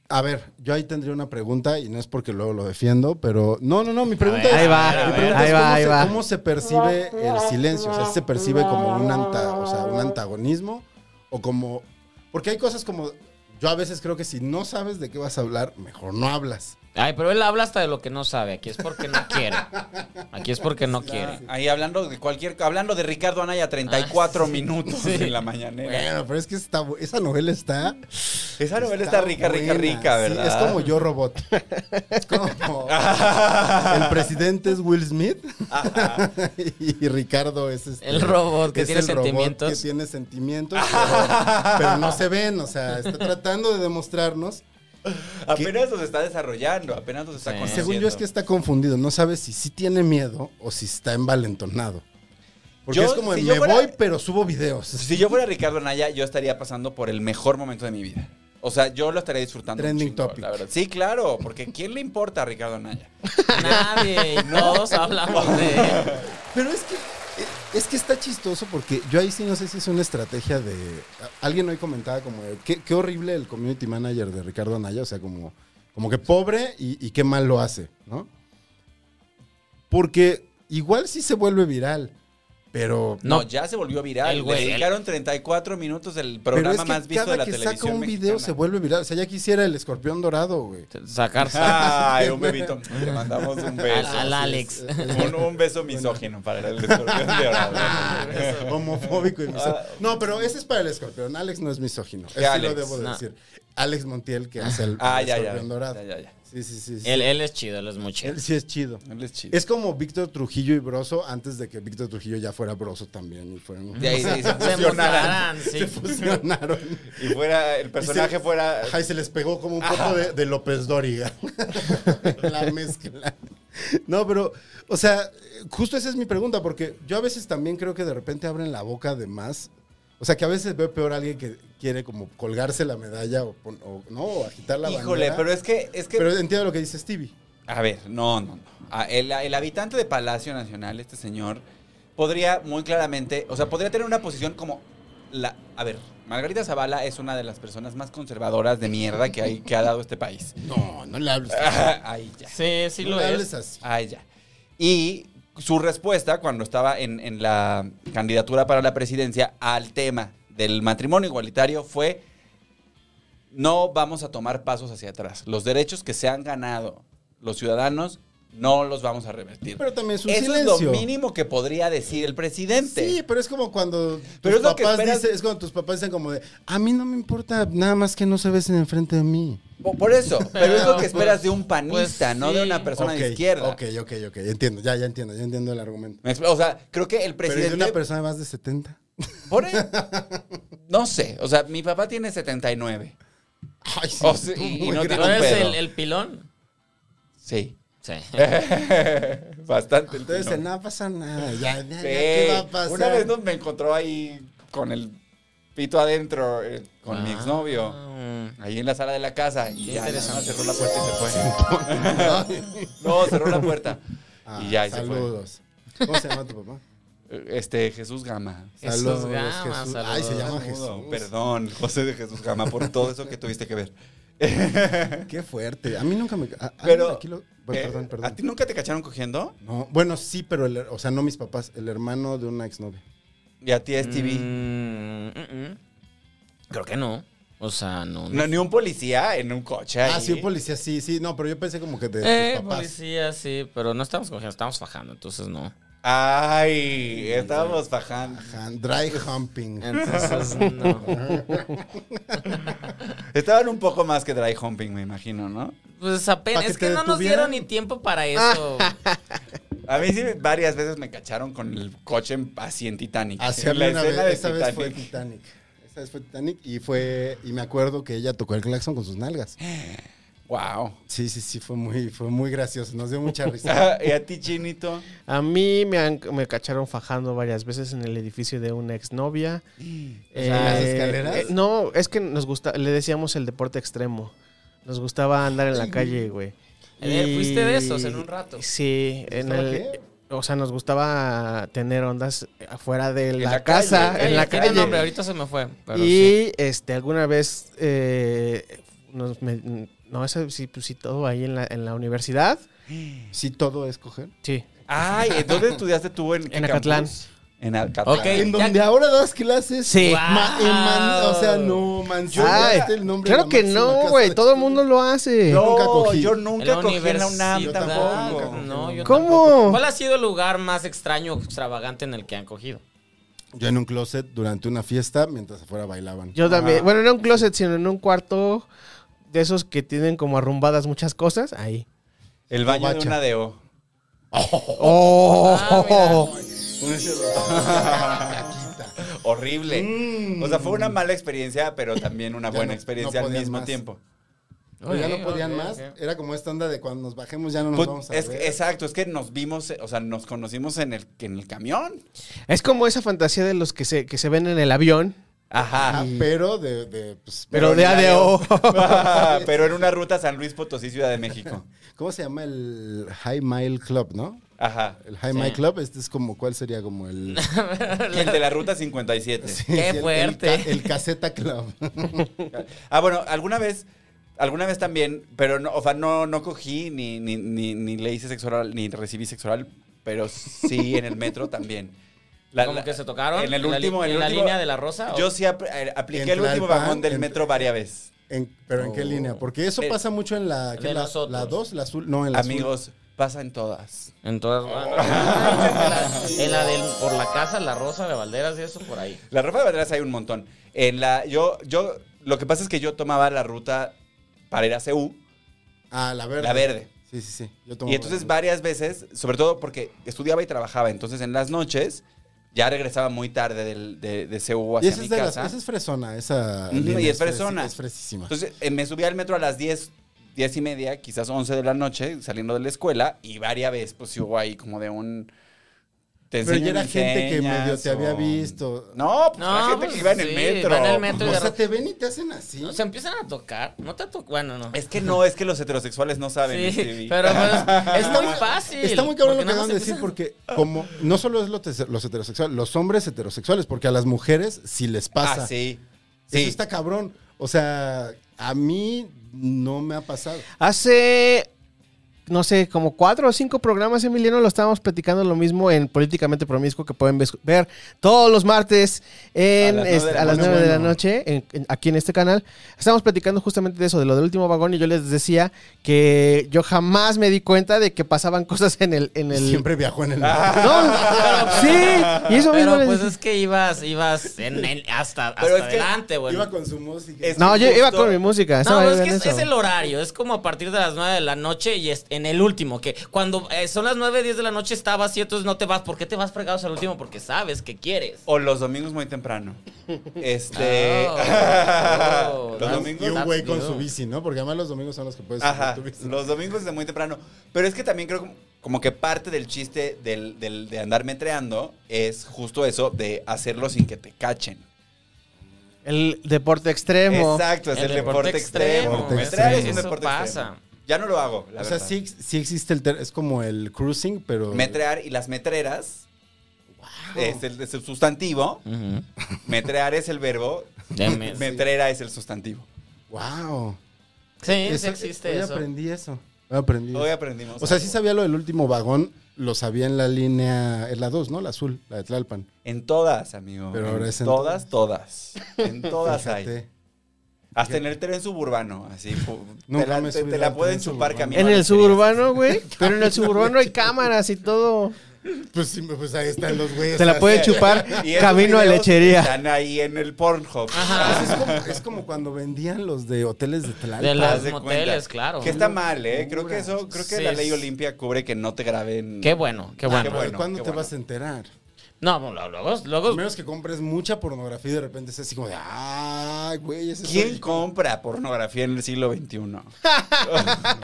Speaker 2: a ver, yo ahí tendría una pregunta y no es porque luego lo defiendo, pero. No, no, no, mi pregunta
Speaker 3: ver,
Speaker 2: es.
Speaker 3: ahí va,
Speaker 2: mi
Speaker 3: a ver,
Speaker 2: pregunta
Speaker 3: ahí
Speaker 2: es
Speaker 3: va,
Speaker 2: cómo
Speaker 3: ahí
Speaker 2: se-
Speaker 3: va.
Speaker 2: ¿Cómo se percibe el silencio? O sea, ¿se percibe como un, anta- o sea, un antagonismo? O como. Porque hay cosas como. Yo a veces creo que si no sabes de qué vas a hablar, mejor no hablas.
Speaker 1: Ay, pero él habla hasta de lo que no sabe. Aquí es porque no quiere. Aquí es porque no
Speaker 2: Ah,
Speaker 1: quiere.
Speaker 4: Ahí hablando de cualquier hablando de Ricardo Anaya 34 minutos en la mañanera.
Speaker 2: Bueno, pero es que está, bu- esa novela está.
Speaker 4: Esa novela está, rica,
Speaker 2: buena.
Speaker 4: rica, rica,
Speaker 2: Sí,
Speaker 4: ¿verdad?
Speaker 2: es como yo robot. Es como. El presidente es Will Smith y Ricardo es este-
Speaker 1: El robot que
Speaker 2: es
Speaker 1: tiene
Speaker 2: el robot
Speaker 1: sentimientos.
Speaker 2: que tiene sentimientos, pero, pero no se ven, o sea, está tratando de demostrarnos.
Speaker 4: apenas nos está desarrollando, apenas nos está
Speaker 1: Sí.
Speaker 4: conociendo.
Speaker 2: Según yo es que está confundido, no sabe si sí tiene miedo o si está envalentonado. Porque
Speaker 4: Yo,
Speaker 2: es como,
Speaker 4: si
Speaker 2: el,
Speaker 4: yo
Speaker 2: me
Speaker 4: fuera-
Speaker 2: voy, pero subo videos.
Speaker 4: si yo fuera Ricardo Anaya, yo estaría pasando por el mejor momento de mi vida. O sea, yo lo estaría disfrutando. un
Speaker 2: Trending
Speaker 4: chingo,
Speaker 2: topic.
Speaker 4: la verdad. Sí, claro, porque ¿quién le importa a Ricardo Anaya?
Speaker 1: Nadie. Todos hablamos de él.
Speaker 2: Pero es que es que está chistoso porque yo ahí sí no sé si es una estrategia de. Alguien hoy comentaba como de, qué, qué horrible el community manager de Ricardo Anaya, o sea, como, como que pobre y, y qué mal lo hace, ¿no? Porque igual sí se vuelve viral, pero.
Speaker 4: No,
Speaker 1: No.
Speaker 4: ya se volvió viral.
Speaker 1: El
Speaker 4: El
Speaker 1: güey,
Speaker 4: güey,
Speaker 1: el-
Speaker 4: dedicaron 34 minutos del
Speaker 2: Pero
Speaker 4: programa
Speaker 2: es que
Speaker 4: más visto
Speaker 2: cada
Speaker 4: de la
Speaker 2: que
Speaker 4: televisión
Speaker 2: saca un
Speaker 4: mexicana.
Speaker 2: video se vuelve viral. O sea, ya quisiera el escorpión dorado, güey.
Speaker 1: Sacarse
Speaker 4: Ay, un bebito. Le mandamos un beso.
Speaker 1: al, al Alex.
Speaker 4: Un, un beso misógino para el escorpión de oro.
Speaker 2: Ah, Homofóbico y misógino. No, pero ese es para el escorpión. Alex no es misógino. Eso sí
Speaker 4: Ah. Alex?
Speaker 2: lo debo de
Speaker 1: No.
Speaker 2: decir. Alex Montiel, que hace el,
Speaker 4: Ah,
Speaker 2: el
Speaker 4: ya, ya.
Speaker 2: escorpión dorado.
Speaker 4: Ya, ya, ya.
Speaker 2: Sí, sí, sí. sí.
Speaker 1: Él, él es chido, él es muy chido.
Speaker 2: Él sí es chido.
Speaker 4: Él es chido.
Speaker 2: Es como Víctor Trujillo y Broso antes de que Víctor Trujillo ya fuera Broso también y fueron.
Speaker 4: De ahí, de ahí se
Speaker 1: Se
Speaker 4: fusionaran.
Speaker 1: emocionarán, sí.
Speaker 2: Se fusionaron.
Speaker 4: Y fuera, el personaje
Speaker 2: Y se-
Speaker 4: fuera.
Speaker 2: Ajá, y se les pegó como un poco de, de López Dóriga. la mezcla. No, pero, o sea, justo esa es mi pregunta, porque yo a veces también creo que de repente abren la boca de más. O sea, que a veces veo peor a alguien que quiere como colgarse la medalla o, pon- o- no, o agitar la
Speaker 4: Híjole,
Speaker 2: bandera.
Speaker 4: pero es que, es que.
Speaker 2: Pero entiendo lo que dice Stevie.
Speaker 4: A ver, no, no, no. Ah, El, el habitante de Palacio Nacional, este señor, podría muy claramente, o sea, podría tener una posición como la. A ver, Margarita Zavala es una de las personas más conservadoras de mierda que, hay, que ha dado este país.
Speaker 2: No, no le hables.
Speaker 4: Ahí ya.
Speaker 1: Sí, sí lo
Speaker 2: no le
Speaker 1: es.
Speaker 2: hables así.
Speaker 4: Ahí ya. Y su respuesta cuando estaba en, en la candidatura para la presidencia al tema del matrimonio igualitario fue no vamos a tomar pasos hacia atrás. Los derechos que se han ganado los ciudadanos no los vamos a revertir.
Speaker 2: Pero también es un
Speaker 4: Eso
Speaker 2: silencio.
Speaker 4: es lo mínimo que podría decir el presidente.
Speaker 2: Sí, pero es como cuando
Speaker 4: Pero
Speaker 2: tus
Speaker 4: es lo que
Speaker 2: papás
Speaker 4: esperas-
Speaker 2: dicen, es cuando tus papás dicen como de, a mí no me importa nada más que no se besen enfrente de mí.
Speaker 4: Po- Por eso, pero es lo que
Speaker 1: Pero,
Speaker 4: esperas de un
Speaker 1: pues,
Speaker 4: panista,
Speaker 1: pues,
Speaker 4: no de
Speaker 1: sí.
Speaker 4: una persona
Speaker 2: Ok,
Speaker 4: de izquierda.
Speaker 2: Ok, ok, ok, entiendo, ya, ya entiendo, ya entiendo el argumento.
Speaker 4: Me expl- O sea, creo que el
Speaker 2: Pero es
Speaker 4: presidente...
Speaker 2: de una persona más de 70.
Speaker 4: Por eso- No sé, o sea, mi papá tiene 79.
Speaker 2: Ay, sí,
Speaker 4: O sea,
Speaker 2: tú
Speaker 4: y- y
Speaker 2: muy
Speaker 4: Oh, no
Speaker 2: grande.
Speaker 4: tiene
Speaker 1: ¿No
Speaker 4: un
Speaker 1: eres
Speaker 4: pedo.
Speaker 1: el, el pilón?
Speaker 4: Sí.
Speaker 1: Sí.
Speaker 4: Bastante. el
Speaker 2: Entonces,
Speaker 4: tino.
Speaker 2: nada pasa nada, ya, ya, ya,
Speaker 4: Sí.
Speaker 2: ¿qué va a pasar?
Speaker 4: Una vez nos, me encontró ahí con el pito adentro, eh, con mi exnovio.
Speaker 1: Ah.
Speaker 4: Ahí en la sala de la casa. Y ya, nada más cerró la puerta y se fue. no, cerró la puerta.
Speaker 2: Ah,
Speaker 4: y ya, y se fue.
Speaker 2: saludos. ¿Cómo se llama tu papá?
Speaker 4: Eh, Este, Jesús Gama.
Speaker 1: Jesús
Speaker 2: Saludos,
Speaker 1: Gama,
Speaker 2: Jesús.
Speaker 1: saludos.
Speaker 2: Ay, se llama
Speaker 4: Saludo,
Speaker 2: Ah, Jesús.
Speaker 4: Perdón, José de Jesús Gama, por todo eso que tuviste que ver.
Speaker 2: Qué fuerte. A mí nunca me... a- a-
Speaker 4: Pero,
Speaker 2: aquí lo- bueno,
Speaker 4: eh,
Speaker 2: perdón, perdón.
Speaker 4: ¿A ti nunca te cacharon cogiendo?
Speaker 2: No, bueno, sí, pero, el- o sea, no mis papás, el hermano de una exnovia.
Speaker 4: Y a ti, Stevie.
Speaker 1: Mm, mm, mm. Creo que no. O sea, no. Eh,
Speaker 4: No, ni un policía en un coche.
Speaker 2: Ah,
Speaker 4: ahí.
Speaker 2: sí, un policía, sí, sí. No, pero yo pensé como que de
Speaker 1: Eh,
Speaker 2: tus papás.
Speaker 1: policía, sí, pero no estamos cogiendo, estamos fajando, entonces no.
Speaker 4: Ay, estábamos bajando.
Speaker 2: Ajá, Dry humping.
Speaker 1: Entonces no.
Speaker 4: Estaban un poco más que dry humping, me imagino, ¿no?
Speaker 1: Pues
Speaker 2: Pa'
Speaker 1: apenas,
Speaker 2: que
Speaker 1: es que
Speaker 2: te
Speaker 1: no nos
Speaker 2: detuvieran.
Speaker 1: dieron ni tiempo para eso.
Speaker 4: A mí sí varias veces me cacharon con el coche en- así en Titanic.
Speaker 2: Así
Speaker 4: En la
Speaker 2: hablé una vez,
Speaker 4: escena de
Speaker 2: esa vez fue
Speaker 4: Titanic.
Speaker 2: Titanic. Esa vez fue Titanic y fue, y me acuerdo que ella tocó el claxon con sus nalgas.
Speaker 4: Wow.
Speaker 2: Sí, sí, sí, fue muy, fue muy gracioso, nos dio mucha risa.
Speaker 4: Ah, ¿Y a ti, Chinito?
Speaker 3: A mí me, han- me cacharon fajando varias veces en el edificio de una exnovia. Eh,
Speaker 2: ¿las escaleras?
Speaker 3: eh, no, es que nos gusta, le decíamos el deporte extremo. Nos gustaba andar en la calle, güey.
Speaker 1: Eh,
Speaker 3: Y-
Speaker 1: fuiste de esos en un rato.
Speaker 3: Sí, en
Speaker 2: gustaba
Speaker 3: el-
Speaker 2: qué?
Speaker 3: o sea, nos gustaba tener ondas afuera de la,
Speaker 4: la calle,
Speaker 3: casa,
Speaker 4: en
Speaker 3: en la
Speaker 1: Tiene
Speaker 3: calle.
Speaker 1: nombre, ahorita se me fue. Pero
Speaker 3: y
Speaker 1: sí.
Speaker 3: este alguna vez eh, nos me- no eso sí pues sí todo ahí en la, en la universidad.
Speaker 2: Sí, todo es coger.
Speaker 3: Sí.
Speaker 4: Ay, ¿en ¿dónde estudiaste tú? ¿En, qué
Speaker 3: En Acatlán.
Speaker 4: campus? En Acatlán.
Speaker 1: Ok.
Speaker 2: En
Speaker 1: Ya-
Speaker 2: donde ahora das clases.
Speaker 3: Sí.
Speaker 2: ma- en man- o sea, no, mansión.
Speaker 3: Ay,
Speaker 2: este es el nombre de
Speaker 3: claro
Speaker 2: la
Speaker 3: que
Speaker 2: máxima
Speaker 3: no,
Speaker 2: casa
Speaker 3: güey,
Speaker 2: de
Speaker 3: todo el
Speaker 2: estudio.
Speaker 3: mundo lo hace.
Speaker 4: No,
Speaker 2: nunca cogí.
Speaker 4: yo
Speaker 1: En
Speaker 4: nunca cogí en la UNAM
Speaker 1: universidad,
Speaker 4: tampoco.
Speaker 1: No, yo
Speaker 3: ¿Cómo?
Speaker 1: tampoco. ¿Cuál ha sido el lugar más extraño o extravagante en el que han cogido?
Speaker 2: Yo en un closet durante una fiesta mientras afuera bailaban.
Speaker 3: Yo también,
Speaker 4: Ajá.
Speaker 3: bueno, no en un closet, sino en un cuarto de esos que tienen como arrumbadas muchas cosas, ahí.
Speaker 4: El baño de
Speaker 2: Covacha.
Speaker 4: una DO.
Speaker 3: Oh.
Speaker 4: Horrible.
Speaker 2: Mm.
Speaker 4: O sea, fue una mala experiencia, pero también una
Speaker 2: Ya
Speaker 4: buena
Speaker 2: no-
Speaker 4: experiencia
Speaker 2: no
Speaker 4: al
Speaker 2: podían
Speaker 4: mismo
Speaker 2: más.
Speaker 4: tiempo.
Speaker 2: Pero ya no podían
Speaker 1: Ok, ok,
Speaker 2: más.
Speaker 1: ok.
Speaker 2: Era como esta onda de cuando nos bajemos ya no nos
Speaker 4: Pues,
Speaker 2: vamos a
Speaker 4: es que-
Speaker 2: ver.
Speaker 4: exacto, es que nos vimos, eh, o sea, nos conocimos en el, en el camión.
Speaker 3: Es como esa fantasía de los que se que se ven en el avión,
Speaker 2: Ah,
Speaker 4: Ajá.
Speaker 2: pero de, de, pues,
Speaker 3: pero, de ADO.
Speaker 4: pero en una ruta San Luis Potosí, Ciudad de México.
Speaker 2: ¿Cómo se llama el High Mile Club, no?
Speaker 4: Ajá.
Speaker 2: El High Mile Club, este es como, ¿cuál sería como el...
Speaker 4: El de la ruta 57.
Speaker 2: el- el
Speaker 1: fuerte.
Speaker 2: ca- El, Caseta Club.
Speaker 4: Ah, bueno, alguna vez, alguna vez también, pero no, o sea, no, no cogí ni, ni, ni, ni le hice sexo oral, ni recibí sexo oral, pero sí en el metro también. La-
Speaker 1: ¿Cómo
Speaker 4: la-
Speaker 1: que se tocaron?
Speaker 4: En el
Speaker 1: ¿En la li-
Speaker 4: último,
Speaker 1: en la
Speaker 4: último-
Speaker 1: línea de la rosa, o?
Speaker 4: Yo sí apl- eh, apliqué
Speaker 2: En
Speaker 4: el último
Speaker 2: Tlalpan,
Speaker 4: vagón del
Speaker 2: en-
Speaker 4: metro varias veces.
Speaker 2: En- ¿Pero en qué
Speaker 1: Oh.
Speaker 2: línea? Porque eso
Speaker 4: Eh,
Speaker 2: pasa mucho en la... ¿qué
Speaker 1: de
Speaker 2: es la,
Speaker 1: nosotros.
Speaker 2: la 2, la azul, no, en la azul.
Speaker 4: Amigos, pasa en todas.
Speaker 1: En
Speaker 2: Oh.
Speaker 1: todas- Ah, en la, en la del- por la casa, la rosa de Valderas y eso por ahí.
Speaker 4: La ropa de Valderas hay un montón. En la, yo, yo, lo que pasa es que yo tomaba la ruta para ir a CU,
Speaker 2: Ah, la verde.
Speaker 4: La verde.
Speaker 2: Sí, sí, sí. Yo tomo
Speaker 4: Y entonces
Speaker 2: verde.
Speaker 4: varias veces, sobre todo porque estudiaba y trabajaba, entonces en las noches ya regresaba muy tarde del- de, de CU
Speaker 2: Y
Speaker 4: hacia
Speaker 2: esa
Speaker 4: mi
Speaker 2: es, de las-
Speaker 4: casa.
Speaker 2: esa es fresona, esa.
Speaker 4: Ujú,
Speaker 2: línea
Speaker 4: y es
Speaker 2: fresi-
Speaker 4: fresona.
Speaker 2: Es fresísima.
Speaker 4: Entonces eh, me subía al metro a las 10, 10 y media, quizás 11 de la noche, saliendo de la escuela, y varias veces pues sí hubo ahí como de un... te
Speaker 2: Pero ya
Speaker 4: enseño,
Speaker 2: era
Speaker 4: me
Speaker 2: gente que
Speaker 4: enseñas,
Speaker 2: medio te había
Speaker 4: o-
Speaker 2: visto.
Speaker 4: No, pues
Speaker 1: No,
Speaker 4: la gente
Speaker 1: pues,
Speaker 4: que iba en
Speaker 1: sí,
Speaker 4: el metro.
Speaker 1: va en el metro.
Speaker 2: O sea, te ven y te hacen así.
Speaker 1: No, se empiezan a tocar. No te tocan. Bueno, no.
Speaker 4: Es que no, es que los heterosexuales no saben. este,
Speaker 1: sí,
Speaker 4: Stevie.
Speaker 1: pero pues, es
Speaker 2: Está
Speaker 1: muy
Speaker 2: muy-
Speaker 1: fácil.
Speaker 2: Está muy cabrón
Speaker 1: porque
Speaker 2: lo
Speaker 1: nada
Speaker 2: que
Speaker 1: más
Speaker 2: acaban de decir
Speaker 1: empiezan-
Speaker 2: porque como no solo es lo tes- los heterosexuales, los hombres heterosexuales, porque a las mujeres sí les pasa.
Speaker 4: Ah, sí.
Speaker 2: Eso
Speaker 4: Sí.
Speaker 2: está cabrón. O sea, a mí no me ha pasado.
Speaker 3: Hace, no sé, como cuatro o cinco programas, Emiliano, lo estábamos platicando lo mismo en Políticamente Promiscuo, que pueden ves- ver todos los martes en,
Speaker 4: A las nueve de
Speaker 3: este,
Speaker 4: la
Speaker 3: a las
Speaker 4: noche.
Speaker 3: nueve de la
Speaker 4: Bueno.
Speaker 3: noche, en- en- aquí en este canal. Estábamos platicando justamente de eso, de lo del último vagón, y yo les decía que yo jamás me di cuenta de que pasaban cosas en el... En el
Speaker 2: Siempre viajo en el...
Speaker 4: Ah.
Speaker 3: No, sí, y eso mismo...
Speaker 1: Pero
Speaker 3: les
Speaker 1: pues
Speaker 3: dije.
Speaker 1: es que ibas, ibas en, en- hasta, hasta
Speaker 4: Pero es que
Speaker 1: adelante, güey.
Speaker 2: Iba con su música.
Speaker 4: Es-
Speaker 3: No, yo iba
Speaker 4: justo-
Speaker 3: con mi música.
Speaker 1: No,
Speaker 3: estaba
Speaker 1: pero es
Speaker 3: yo
Speaker 1: que
Speaker 3: en
Speaker 1: es,
Speaker 3: eso.
Speaker 1: es el horario, es como a partir de las 9 de la noche y es en el último, que cuando eh, son las 9, 10 de la noche está vacío, entonces no te vas. ¿Por qué te vas fregados al último? Porque sabes que quieres.
Speaker 4: O los domingos muy temprano. Este.
Speaker 1: Oh.
Speaker 4: los
Speaker 2: Ah,
Speaker 4: domingos.
Speaker 2: y un güey con
Speaker 1: no.
Speaker 2: su bici, ¿no? Porque además los domingos son los que puedes
Speaker 4: Ajá.
Speaker 2: subir tu bici.
Speaker 4: Los domingos de muy temprano. Pero es que también creo como- como que parte del chiste del, del- de andar metreando es justo eso de hacerlo sin que te cachen.
Speaker 3: El deporte extremo.
Speaker 4: Exacto, es el, deporte, extremo.
Speaker 2: Deporte
Speaker 4: Metrear es
Speaker 2: extremo.
Speaker 4: un
Speaker 1: Eso
Speaker 4: deporte
Speaker 1: pasa.
Speaker 4: extremo. Ya no lo hago. La
Speaker 2: O sea,
Speaker 4: verdad.
Speaker 2: sí, ex- sí existe el... ter- Es como el cruising, pero...
Speaker 4: Metrear y las metreras. Es el, es el sustantivo.
Speaker 1: Ujú.
Speaker 4: Metrear es el verbo.
Speaker 1: Ya me-
Speaker 4: Metrera es el sustantivo.
Speaker 2: ¡Wow!
Speaker 1: Sí, sí
Speaker 2: Eso-
Speaker 1: existe
Speaker 2: hoy
Speaker 1: eso.
Speaker 2: aprendí eso. Hoy aprendí
Speaker 4: Hoy
Speaker 2: eso.
Speaker 4: aprendimos.
Speaker 2: O sea,
Speaker 4: algo.
Speaker 2: sí sabía lo del último vagón, lo sabía en la línea, en la 2, ¿no? La azul, la de Tlalpan.
Speaker 4: En todas, amigo.
Speaker 2: Pero
Speaker 4: en
Speaker 2: ahora es en
Speaker 4: todas, todas. En todas hay.
Speaker 2: Fíjate.
Speaker 4: Hasta en el tren suburbano, así. pu-
Speaker 2: Nunca
Speaker 4: te la,
Speaker 2: me he
Speaker 4: te- te
Speaker 2: subido
Speaker 4: la
Speaker 2: al
Speaker 4: pueden
Speaker 2: tren
Speaker 4: chupar
Speaker 2: suburbano.
Speaker 4: caminando.
Speaker 3: En el suburbano, güey. Pero en el suburbano hay cámaras y todo.
Speaker 2: Pues sí, pues ahí están los güeyes.
Speaker 3: Te la
Speaker 2: así.
Speaker 3: pueden chupar
Speaker 4: Y esos
Speaker 3: camino a
Speaker 4: videos
Speaker 3: lechería.
Speaker 4: Están ahí en el Pornhub.
Speaker 2: Pues es, como, es como cuando vendían los de hoteles de Tlalpan.
Speaker 1: De
Speaker 4: Haz
Speaker 1: las-
Speaker 4: de
Speaker 1: moteles, claro.
Speaker 4: Que está mal, ¿eh? Creo que
Speaker 2: Locura.
Speaker 4: eso, creo que
Speaker 1: Sí,
Speaker 4: la ley
Speaker 1: es-
Speaker 4: Olimpia cubre que no te graben.
Speaker 1: Qué bueno, qué bueno.
Speaker 4: qué bueno.
Speaker 2: ¿Cuándo
Speaker 4: qué
Speaker 2: te
Speaker 4: bueno.
Speaker 2: vas a enterar?
Speaker 1: No, bueno, luego,
Speaker 2: A
Speaker 1: luego
Speaker 2: menos que compres mucha pornografía y de repente es así como de, ay, güey, ese
Speaker 4: ¿Quién
Speaker 2: soy-
Speaker 4: compra pornografía en el siglo XXI?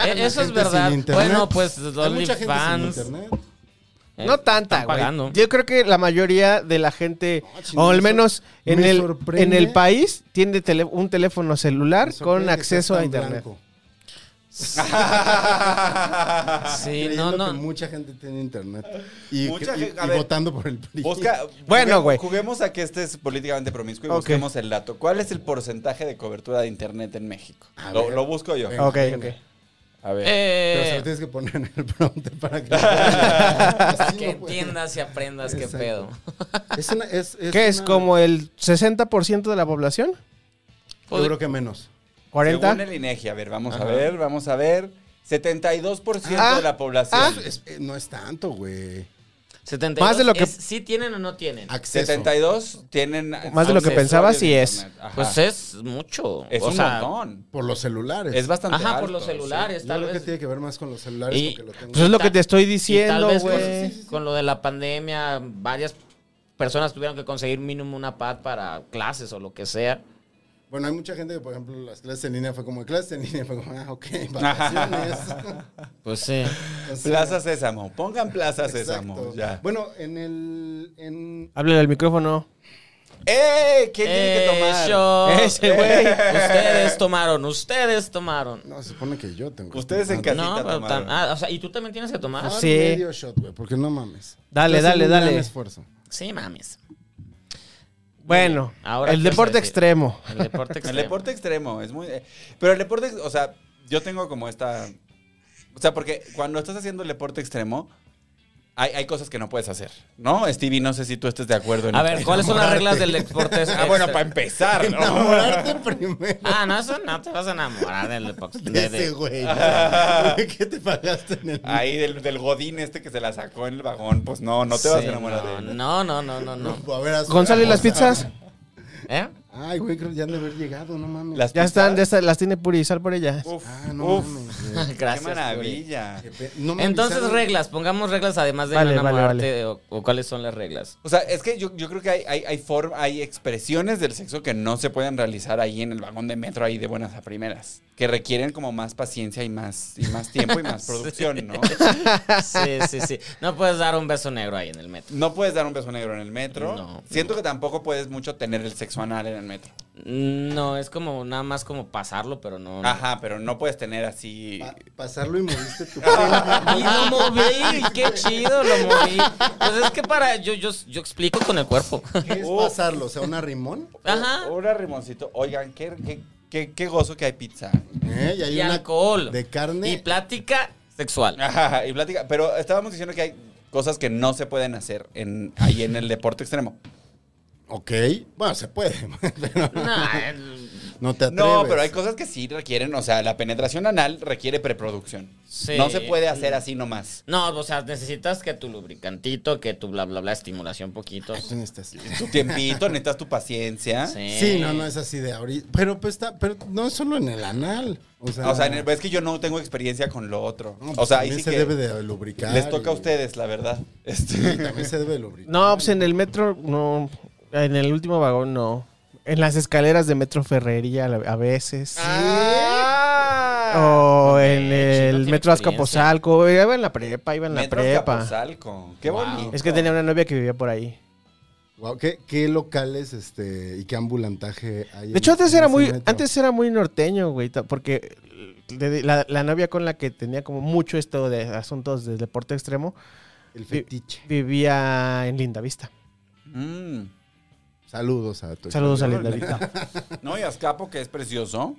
Speaker 1: Eh, Eso es
Speaker 2: gente sin
Speaker 1: verdad.
Speaker 2: internet.
Speaker 1: Bueno, pues los
Speaker 2: Hay mucha gente sin
Speaker 1: OnlyFans.
Speaker 2: internet.
Speaker 1: eh,
Speaker 3: No tanta,
Speaker 1: están
Speaker 3: güey.
Speaker 1: pagando.
Speaker 3: Yo creo que la mayoría de la gente,
Speaker 2: No, chingón,
Speaker 3: o al
Speaker 2: eso
Speaker 3: menos en
Speaker 2: me
Speaker 3: el,
Speaker 2: sorprende.
Speaker 3: en el país, tiene tele- un teléfono celular
Speaker 2: Me
Speaker 3: con
Speaker 2: sorprende que
Speaker 3: acceso a
Speaker 2: seas tan
Speaker 3: internet.
Speaker 2: blanco,
Speaker 4: Ah,
Speaker 1: Sí, no,
Speaker 2: creyendo que
Speaker 1: no.
Speaker 2: Mucha gente tiene internet. Y,
Speaker 4: Mucha
Speaker 2: y-
Speaker 4: gente- a
Speaker 2: y
Speaker 4: ver,
Speaker 2: votando por el PRI.
Speaker 4: Busca,
Speaker 3: Bueno,
Speaker 4: juguemos-
Speaker 3: güey.
Speaker 4: Juguemos a que este es políticamente promiscuo y
Speaker 3: Ok.
Speaker 4: busquemos el dato. ¿Cuál es el porcentaje de cobertura de internet en México?
Speaker 2: A
Speaker 4: Lo,
Speaker 2: ver.
Speaker 4: lo busco yo.
Speaker 2: Venga.
Speaker 3: Ok, ok.
Speaker 4: A
Speaker 2: Pero se
Speaker 4: ver.
Speaker 1: Eh,
Speaker 2: lo tienes que poner en el prompter para que, Así
Speaker 1: que
Speaker 2: no puede.
Speaker 1: entiendas y aprendas qué
Speaker 2: Exacto.
Speaker 1: pedo.
Speaker 2: Es una, es, es
Speaker 3: ¿Qué es
Speaker 2: una-
Speaker 3: como el 60% de la población?
Speaker 2: Yo creo que menos.
Speaker 4: Según
Speaker 3: 40.
Speaker 4: el INEGI, a ver, vamos
Speaker 1: Ajá.
Speaker 4: a ver, vamos a ver. 72%
Speaker 3: Ah,
Speaker 4: de la población.
Speaker 2: Es- es- eh, no es tanto, güey.
Speaker 1: 72
Speaker 3: Más de lo que-
Speaker 1: es si tienen o no tienen.
Speaker 2: Acceso.
Speaker 4: 72 tienen
Speaker 3: Más de lo que
Speaker 4: acceso
Speaker 3: pensaba,
Speaker 4: al
Speaker 3: sí es.
Speaker 4: internet. Ajá.
Speaker 1: Pues es mucho.
Speaker 4: Es
Speaker 1: o
Speaker 4: un
Speaker 1: sea,
Speaker 4: montón.
Speaker 2: Por los
Speaker 3: pues,
Speaker 2: celulares.
Speaker 4: Es bastante
Speaker 1: Ajá, por
Speaker 4: alto,
Speaker 1: los celulares,
Speaker 2: Yo
Speaker 1: tal
Speaker 2: creo que
Speaker 1: vez.
Speaker 2: tiene que ver más con los celulares
Speaker 1: Y-
Speaker 2: porque lo tengo.
Speaker 3: Pues es lo que
Speaker 1: tal-
Speaker 3: te estoy
Speaker 1: Y tal
Speaker 3: diciendo,
Speaker 1: vez con,
Speaker 3: güey.
Speaker 1: con lo de la pandemia, varias personas tuvieron que conseguir mínimo una pad para clases o lo que sea.
Speaker 2: Bueno, hay mucha gente que, por ejemplo, las clases en línea fue como clases en línea, fue como, ah, ok, vacaciones.
Speaker 1: Pues sí.
Speaker 2: O sea,
Speaker 4: Sí. Plaza Sésamo. Pongan Plaza Sésamo.
Speaker 2: exacto.
Speaker 4: Ya.
Speaker 2: Bueno, en el. En...
Speaker 3: Háblale al micrófono.
Speaker 4: ¡Eh! ¿Quién tiene que tomar?
Speaker 1: Eso.
Speaker 3: Ese güey.
Speaker 1: Ustedes tomaron, ustedes tomaron.
Speaker 2: No, se supone que yo tengo. que
Speaker 4: Ustedes en
Speaker 2: tomar
Speaker 4: casita
Speaker 1: No, pero
Speaker 4: tomaron.
Speaker 1: tan- ah, o sea, y tú también tienes que tomar.
Speaker 2: tomar
Speaker 3: Sí.
Speaker 2: medio shot, güey, porque no mames.
Speaker 3: Dale,
Speaker 2: Estoy
Speaker 3: dale,
Speaker 2: haciendo un gran
Speaker 3: dale.
Speaker 2: esfuerzo.
Speaker 1: Sí, mames.
Speaker 3: Bueno,
Speaker 1: ahora
Speaker 3: el
Speaker 1: qué vas a
Speaker 3: deporte
Speaker 1: decir.
Speaker 3: extremo.
Speaker 1: El deporte extremo.
Speaker 4: El deporte extremo es muy. eh, pero el deporte, o sea, yo tengo como esta. O sea, porque cuando estás haciendo el deporte extremo, hay, hay cosas que no puedes hacer, ¿no? Stevie, no sé si tú estés de acuerdo en
Speaker 1: A
Speaker 4: esto.
Speaker 1: ver, este? ¿cuáles son las reglas del deporte extremo?
Speaker 4: Ah, bueno, para empezar, ¿no?
Speaker 2: Enamorarte primero.
Speaker 1: Ah, no, eso no te vas a enamorar del deporte.
Speaker 2: De
Speaker 1: de- de-
Speaker 2: ese güey. ¿Qué te pagaste en el
Speaker 4: Ahí del, del Godín este que se la sacó en el vagón, pues no, no te vas
Speaker 1: Sí,
Speaker 4: a enamorar de él.
Speaker 1: No, no, no, no, no.
Speaker 2: A ver, a su-
Speaker 3: Gonzalo y las
Speaker 2: vamos a-
Speaker 3: pizzas.
Speaker 1: ¿Eh?
Speaker 2: Ay, güey, creo que ya han de haber llegado, no mames.
Speaker 4: Las
Speaker 3: Ya están, ya
Speaker 4: pistas-
Speaker 3: está- las tiene Puri, sal por ellas.
Speaker 4: Uf,
Speaker 2: Ah, no
Speaker 4: uf.
Speaker 2: mames, güey.
Speaker 4: Qué
Speaker 1: Gracias. Yuri.
Speaker 4: maravilla.
Speaker 2: Qué pe- no me
Speaker 1: Entonces,
Speaker 2: avisaron.
Speaker 1: reglas. Pongamos reglas además de
Speaker 3: Vale,
Speaker 1: no
Speaker 3: vale,
Speaker 1: enamorarte O, o cuáles son las reglas.
Speaker 4: O sea, es que yo, yo creo que hay, hay, hay, form- hay expresiones del sexo que no se pueden realizar ahí en el vagón de metro, ahí de buenas a primeras, que requieren como más paciencia y más, y más tiempo y más producción, ¿no?
Speaker 1: Sí, sí, sí. No puedes dar un beso negro ahí en el metro.
Speaker 4: No puedes dar un beso negro en el metro.
Speaker 1: No,
Speaker 4: Siento que tampoco puedes mucho tener el sexo anal en el metro.
Speaker 1: No, es como nada más como pasarlo, pero no. no.
Speaker 4: Ajá, pero no puedes tener así...
Speaker 2: Pa- pasarlo y moviste tu pene.
Speaker 4: Ah,
Speaker 1: Y lo moví, qué chido, lo moví. Pues es que para, yo, yo, yo explico con el cuerpo.
Speaker 2: ¿Qué es
Speaker 4: Oh.
Speaker 2: pasarlo? ¿O sea, una rimón?
Speaker 1: Ajá.
Speaker 4: Ahora, Rimoncito, oigan, qué, qué, qué, qué gozo que hay pizza.
Speaker 2: ¿Eh? Y hay
Speaker 1: Y
Speaker 2: una
Speaker 1: alcohol.
Speaker 2: de carne. Ah.
Speaker 1: Y plática sexual.
Speaker 4: Ajá, y plática. Pero estábamos diciendo que hay cosas que no se pueden hacer en, ahí en el deporte extremo.
Speaker 2: ok. Bueno, se puede, pero
Speaker 1: Nah, el-
Speaker 2: no te atreves.
Speaker 4: No, pero hay cosas que sí requieren, o sea, la penetración anal requiere preproducción.
Speaker 1: Sí.
Speaker 4: No se puede hacer así nomás.
Speaker 1: no, o sea, necesitas que tu lubricantito, que tu bla, bla, bla, estimulación poquito.
Speaker 2: Tú necesitas-
Speaker 4: Tu tiempito, necesitas tu paciencia.
Speaker 2: Sí, no, no es así de ahorita. Pero pues está, pero no es solo en el anal. O sea,
Speaker 4: O sea, en el- es que yo no tengo experiencia con lo otro.
Speaker 2: no, pues,
Speaker 4: o sea, ahí
Speaker 2: también
Speaker 4: sí
Speaker 2: se
Speaker 4: que
Speaker 2: debe de lubricar.
Speaker 4: les toca a
Speaker 2: y-
Speaker 4: ustedes, la verdad.
Speaker 2: y
Speaker 4: Este,
Speaker 2: también se debe de lubricar.
Speaker 3: No, pues en el metro, no. En el último vagón, no. En las escaleras de Metro Ferrería a la- a veces. o
Speaker 1: Ah. ok,
Speaker 3: en el
Speaker 1: sí, no tiene
Speaker 3: Metro
Speaker 1: experiencia.
Speaker 3: Azcapotzalco. Iba en la prepa, iba en la
Speaker 4: Metro
Speaker 3: prepa.
Speaker 4: Azcapotzalco. Qué
Speaker 1: Wow.
Speaker 4: bonito.
Speaker 3: Es que tenía una novia que vivía por ahí.
Speaker 2: Guau, ¿qué, qué locales este y qué ambulantaje hay? en-
Speaker 3: De hecho, antes
Speaker 2: en
Speaker 3: era
Speaker 2: ese
Speaker 3: muy,
Speaker 2: metro?
Speaker 3: antes era muy norteño, güey, ta- porque de- la, la novia con la que tenía como mucho esto de asuntos de deporte extremo
Speaker 2: El fetiche.
Speaker 3: vivía en Lindavista.
Speaker 4: Mm.
Speaker 2: Saludos a todos.
Speaker 3: Saludos a Lindavista.
Speaker 4: No, y Azcapo, que es precioso.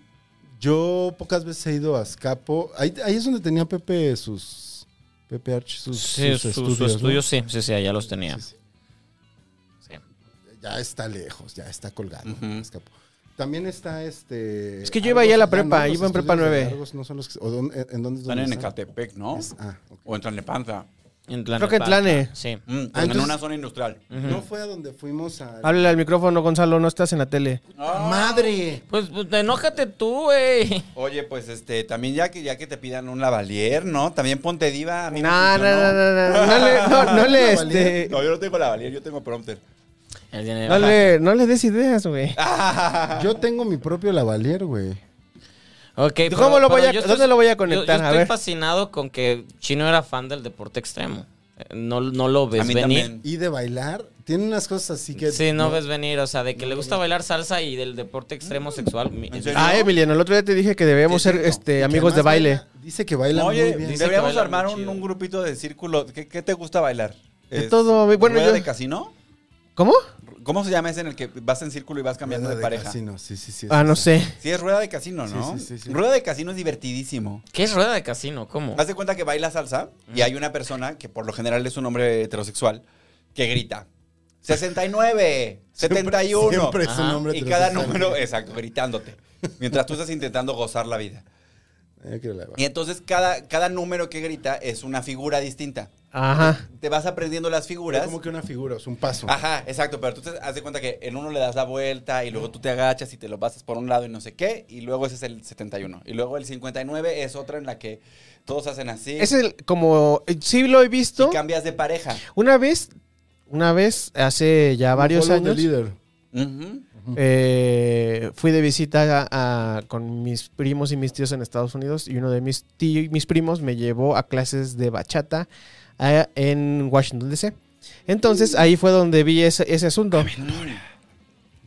Speaker 2: Yo pocas veces he ido a Azcapo. Ahí, ahí es donde tenía Pepe sus. Pepe Arch, sus,
Speaker 1: Sí, su,
Speaker 2: sus
Speaker 1: su
Speaker 2: estudios. ¿no?
Speaker 1: estudio sí, sí, sí, allá los tenía.
Speaker 2: Sí, sí.
Speaker 1: Sí.
Speaker 2: Ya está lejos, ya está colgado.
Speaker 4: Ujú.
Speaker 2: Azcapo. También está este.
Speaker 3: Es que yo iba ahí a la
Speaker 2: Argos, ya
Speaker 3: prepa,
Speaker 2: los
Speaker 3: iba en prepa
Speaker 2: estudios de
Speaker 3: nueve.
Speaker 2: Argos no son los que- o dónde- ¿En dónde
Speaker 4: Están en
Speaker 2: dónde están?
Speaker 4: Ecatepec, ¿no?
Speaker 2: Es- ah, ok.
Speaker 4: O en Tlalnepantla.
Speaker 1: En Tlane,
Speaker 3: Creo que en
Speaker 1: Palpa.
Speaker 3: Tlane.
Speaker 1: Sí.
Speaker 4: Mm,
Speaker 2: Ah,
Speaker 4: en
Speaker 2: entonces-
Speaker 4: una zona industrial.
Speaker 2: No fue a donde fuimos a.
Speaker 3: Háblale al micrófono, Gonzalo, no estás en la tele.
Speaker 4: Ah.
Speaker 2: ¡Madre!
Speaker 1: Pues, pues enójate tú, güey.
Speaker 4: Oye, pues este, también ya que ya que te pidan un lavalier, ¿no? También ponte diva. A mí me
Speaker 3: No, no, no,
Speaker 4: funcionó.
Speaker 3: no, no, no le, no, no le, este,
Speaker 4: No, yo no tengo lavalier, yo tengo prompter.
Speaker 1: Él tiene-
Speaker 3: no le, no le des ideas, güey.
Speaker 2: Yo tengo mi propio lavalier, güey.
Speaker 1: Ok,
Speaker 3: ¿Cómo lo voy a-
Speaker 1: yo
Speaker 3: dónde lo voy a conectar?
Speaker 1: Yo, yo
Speaker 3: A
Speaker 1: estoy
Speaker 3: ver.
Speaker 1: fascinado con que Chino era fan del deporte extremo. Eh, No, no lo ves
Speaker 4: a mí
Speaker 1: venir.
Speaker 4: también.
Speaker 2: Y de bailar, tiene unas cosas así que.
Speaker 1: Sí, no, ves venir, o sea, de que le gusta bailar salsa y del deporte extremo sexual. mi-
Speaker 4: Mm. ¿En serio?
Speaker 3: Ah, Emiliano, el otro día te dije que debemos
Speaker 4: Sí,
Speaker 3: ser
Speaker 4: cierto.
Speaker 3: este,
Speaker 2: que
Speaker 3: amigos de
Speaker 2: además
Speaker 3: baile.
Speaker 2: baila- dice que baila
Speaker 4: Oye,
Speaker 2: muy bien.
Speaker 1: dice-
Speaker 4: deberíamos
Speaker 1: que baila
Speaker 4: armar
Speaker 1: muy
Speaker 4: un,
Speaker 1: chido.
Speaker 4: un grupito de círculo. ¿Qué, qué te gusta bailar?
Speaker 3: De
Speaker 4: Es-
Speaker 3: todo, bueno,
Speaker 4: ¿rueda
Speaker 3: yo-
Speaker 4: de casino?
Speaker 3: ¿Cómo?
Speaker 4: ¿Cómo se llama ese en el que vas en círculo y vas cambiando
Speaker 2: Rueda
Speaker 4: de, pareja?
Speaker 2: casino, Sí, sí, sí.
Speaker 3: Ah,
Speaker 2: es
Speaker 3: no
Speaker 2: esa.
Speaker 3: sé.
Speaker 4: Sí, es rueda de casino,
Speaker 2: Sí,
Speaker 4: ¿no?
Speaker 2: sí, sí, sí.
Speaker 4: Rueda de casino es divertidísimo.
Speaker 1: ¿Qué es rueda de casino? ¿Cómo?
Speaker 4: Haz de cuenta que baila salsa y hay una persona que por lo general es un hombre heterosexual que grita 69, 71
Speaker 2: Siempre es un
Speaker 1: Ajá.
Speaker 2: hombre
Speaker 4: y cada
Speaker 2: heterosexual.
Speaker 4: número, exacto, gritándote mientras tú estás intentando gozar la vida.
Speaker 2: Eh, que la-
Speaker 4: Y entonces cada, cada número que grita es una figura distinta.
Speaker 3: Ajá.
Speaker 4: Te vas aprendiendo las figuras.
Speaker 2: Como que una figura, es un paso.
Speaker 4: Ajá, exacto, pero tú te haz de cuenta que en uno le das la vuelta y luego tú te agachas y te lo pasas por un lado y no sé qué, y luego ese es el 71. Y luego el 59 es otra en la que todos hacen así.
Speaker 3: Es el, como, eh, sí lo he visto.
Speaker 4: Y cambias de pareja.
Speaker 3: Una vez, una vez, hace ya varios
Speaker 2: Follow the
Speaker 3: años,
Speaker 2: leader.
Speaker 4: Ujú.
Speaker 3: eh, fui de visita a- a- con mis primos y mis tíos en Estados Unidos y uno de mis, tíos, mis primos me llevó a clases de bachata a- en Washington, D.C. Entonces ahí fue donde vi ese, ese asunto.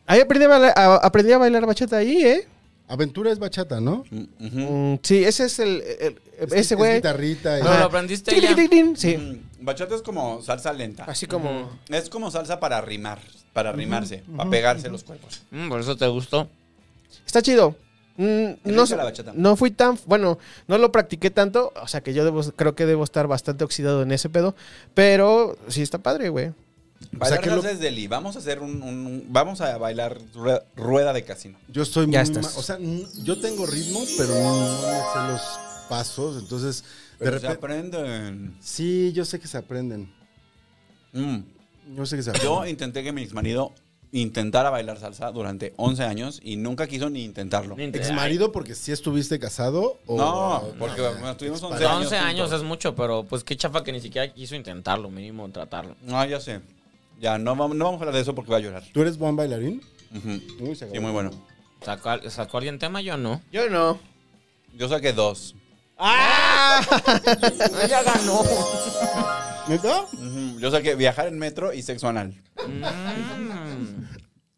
Speaker 3: Ahí aprendí a, bailar, a- aprendí a bailar bachata ahí, ¿eh?
Speaker 2: Aventura es bachata, ¿no?
Speaker 4: Ujú.
Speaker 3: Mm, sí, ese es el... el- el-
Speaker 2: Es-
Speaker 3: ese
Speaker 2: es
Speaker 3: güey...
Speaker 2: guitarrita. y-
Speaker 1: Pero lo
Speaker 3: Ajá.
Speaker 1: aprendiste ya.
Speaker 3: Tiquitiquitín, Sí,
Speaker 4: Mm, Bachata es como salsa lenta.
Speaker 3: así como...
Speaker 4: Es como salsa para rimar, para rimarse, para pegarse los cuerpos.
Speaker 1: Mm, por eso te gustó.
Speaker 3: Está chido. Mm,
Speaker 4: rica
Speaker 3: no, sé-
Speaker 4: la bachata.
Speaker 3: no fui tan, bueno, no lo practiqué tanto, o sea que yo debo, creo que debo estar bastante oxidado en ese pedo, pero sí está padre, güey.
Speaker 2: O sea,
Speaker 4: Bailar
Speaker 2: que lo-
Speaker 4: salsa es deli. Vamos a hacer un, un- un- Vamos a bailar rue- rueda de casino.
Speaker 2: Yo estoy muy
Speaker 3: Ya
Speaker 2: ma-
Speaker 3: estás.
Speaker 2: O sea, n- yo tengo ritmo, pero no, no me sé los pasos. Entonces, de
Speaker 4: Pero se
Speaker 2: repente.
Speaker 4: aprenden.
Speaker 2: Sí, yo sé que se aprenden.
Speaker 4: Mm.
Speaker 2: Yo sé que se
Speaker 4: Yo
Speaker 2: aprenden.
Speaker 4: intenté que mi exmarido intentara bailar salsa durante 11 años y nunca quiso ni intentarlo.
Speaker 2: ¿Ex marido porque sí estuviste casado? O,
Speaker 4: No, porque bueno, tuvimos 11 años.
Speaker 1: 11 años
Speaker 4: juntos.
Speaker 1: es mucho, pero pues qué chafa que ni siquiera quiso intentarlo, mínimo tratarlo.
Speaker 4: No, Ah, ya sé. Ya, no, vam- no vamos a hablar de eso porque va a llorar.
Speaker 2: ¿Tú eres buen bailarín?
Speaker 4: Ujú.
Speaker 2: Uy, se
Speaker 4: Sí,
Speaker 2: acabó.
Speaker 4: muy bueno.
Speaker 1: ¿Sacó, al- sacó alguien tema? Yo no.
Speaker 3: Yo no.
Speaker 4: Yo saqué dos.
Speaker 1: Ella ganó.
Speaker 2: ¿Neta?
Speaker 4: Ujú. Yo saqué viajar en metro y sexo anal.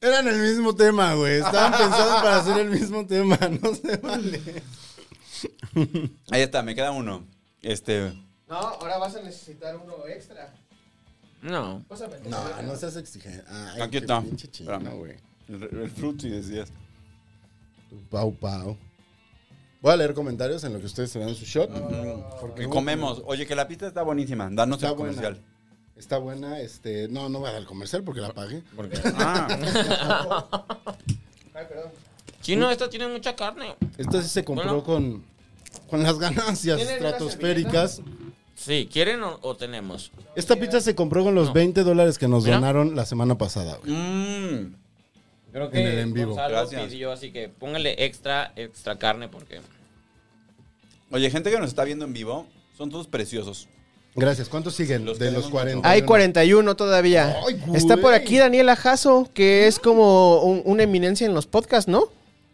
Speaker 2: Eran el mismo tema, güey. Estaban pensados para hacer el mismo tema. No se vale.
Speaker 4: Ahí está, me queda uno. Este.
Speaker 3: No, ahora vas a necesitar uno extra.
Speaker 1: No.
Speaker 3: Pásame.
Speaker 2: No, no seas exigente. Ay,
Speaker 4: Aquí
Speaker 2: qué
Speaker 4: está.
Speaker 2: pinche chino,
Speaker 4: Espérame.
Speaker 2: güey.
Speaker 4: El, el frutti decías.
Speaker 2: Tu Pau, pau. Voy a leer comentarios en lo que ustedes se dan su shot.
Speaker 4: Que comemos. Oye, que la pizza está buenísima. Danos
Speaker 2: Está
Speaker 4: el
Speaker 2: buena.
Speaker 4: comercial.
Speaker 2: Está buena, este. No, no voy a dar el comercial porque la pagué.
Speaker 4: Ah,
Speaker 1: Chino, esto tiene mucha carne.
Speaker 2: Esta sí se compró
Speaker 1: Bueno.
Speaker 2: con, con las ganancias
Speaker 3: ¿Tienen una
Speaker 2: estratosféricas.
Speaker 1: Sí, ¿quieren o, o tenemos?
Speaker 2: Esta
Speaker 4: eh.
Speaker 2: pizza se compró con los 20 dólares que nos
Speaker 1: Mira.
Speaker 2: donaron la semana pasada, güey.
Speaker 4: mm.
Speaker 1: Creo
Speaker 2: que En el en vivo. Gonzalo
Speaker 4: Gracias.
Speaker 1: pidió, así que póngale extra, extra carne porque...
Speaker 4: Oye, gente que nos está viendo en vivo, son todos preciosos.
Speaker 2: Gracias. ¿Cuántos siguen?
Speaker 4: Los
Speaker 2: de los
Speaker 4: queremos
Speaker 2: 40.
Speaker 3: Hay 41 todavía.
Speaker 2: Ay, güey.
Speaker 3: Está por aquí Daniela Jasso, que es como un- una eminencia en los podcasts, ¿no?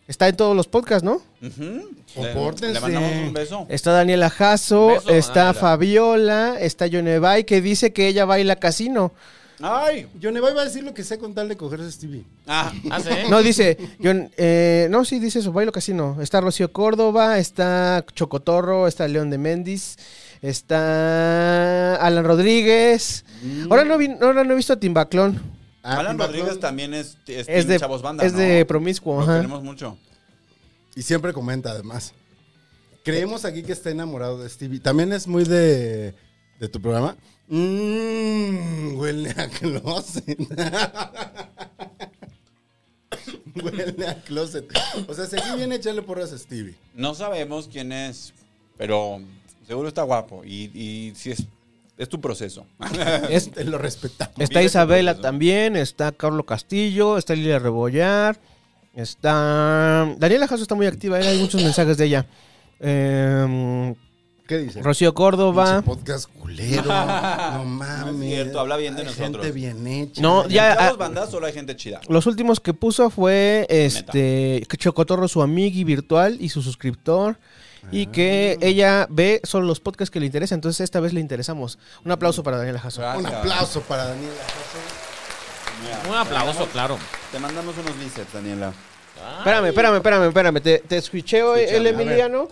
Speaker 3: Está en todos los podcasts, ¿no?
Speaker 4: Ujú.
Speaker 2: Compórtense.
Speaker 4: Le, le mandamos un beso.
Speaker 3: Está Daniela Jasso,
Speaker 1: Beso,
Speaker 3: está
Speaker 1: Daniela.
Speaker 3: Fabiola, está Yonevay, que dice que ella baila casino.
Speaker 4: ¡Ay!
Speaker 2: Yo no iba a decir lo que sea con tal de cogerse a Stevie.
Speaker 4: Ah,
Speaker 1: Ah, ¿sí?
Speaker 3: No, dice, Yon- eh, no, sí, dice eso, bailo casino. Está Rocío Córdoba, está Chocotorro, está León de Méndez, está Alan Rodríguez. Ahora, no vi- ahora no he visto a Timbaclón.
Speaker 2: Ah,
Speaker 4: Alan
Speaker 2: Tim
Speaker 4: Rodríguez
Speaker 2: Baclón.
Speaker 4: también es, es,
Speaker 3: Es
Speaker 4: team
Speaker 3: de,
Speaker 4: Chavos Banda,
Speaker 3: es
Speaker 4: ¿no?
Speaker 3: de promiscuo.
Speaker 4: Lo
Speaker 3: ajá.
Speaker 4: queremos mucho.
Speaker 2: Y siempre comenta, además. Creemos aquí que está enamorado de Stevie. También es muy de, de tu programa. Mmm, huele a closet. huele a closet. O sea, si aquí viene a echarle porras a Stevie.
Speaker 4: No sabemos quién es, pero seguro está guapo. Y, y si es, es tu proceso.
Speaker 3: Es-
Speaker 2: Te lo respetamos.
Speaker 3: está
Speaker 4: Vive
Speaker 3: Isabela
Speaker 4: tu proceso.
Speaker 3: también, está Carlos Castillo, está Lilia Rebollar, está... Daniela Jasso está muy activa, ¿eh? hay muchos mensajes de ella. Em,
Speaker 2: ¿Qué dice?
Speaker 3: Rocío
Speaker 2: Pinche
Speaker 3: Córdoba.
Speaker 2: podcast culero. No mames.
Speaker 4: No es cierto, habla bien de nosotros.
Speaker 2: Gente bien hecha.
Speaker 3: No, ya...
Speaker 4: en
Speaker 3: ah,
Speaker 4: Chavos Banda solo hay gente chida.
Speaker 3: Los últimos que puso fue este que Chocotorro, su amigui virtual y su suscriptor. Y que
Speaker 2: Ah.
Speaker 3: ella ve solo los podcasts que le interesan. Entonces esta vez le interesamos. Un aplauso para Daniela Jasso.
Speaker 2: Un aplauso para Daniela.
Speaker 4: Mira,
Speaker 1: Un aplauso,
Speaker 4: te mandamos-
Speaker 1: claro.
Speaker 4: Te mandamos unos bíceps, Daniela.
Speaker 3: Espérame, espérame, espérame, espérame. Te, te escucheo el
Speaker 4: Escúchame, a
Speaker 3: Emiliano.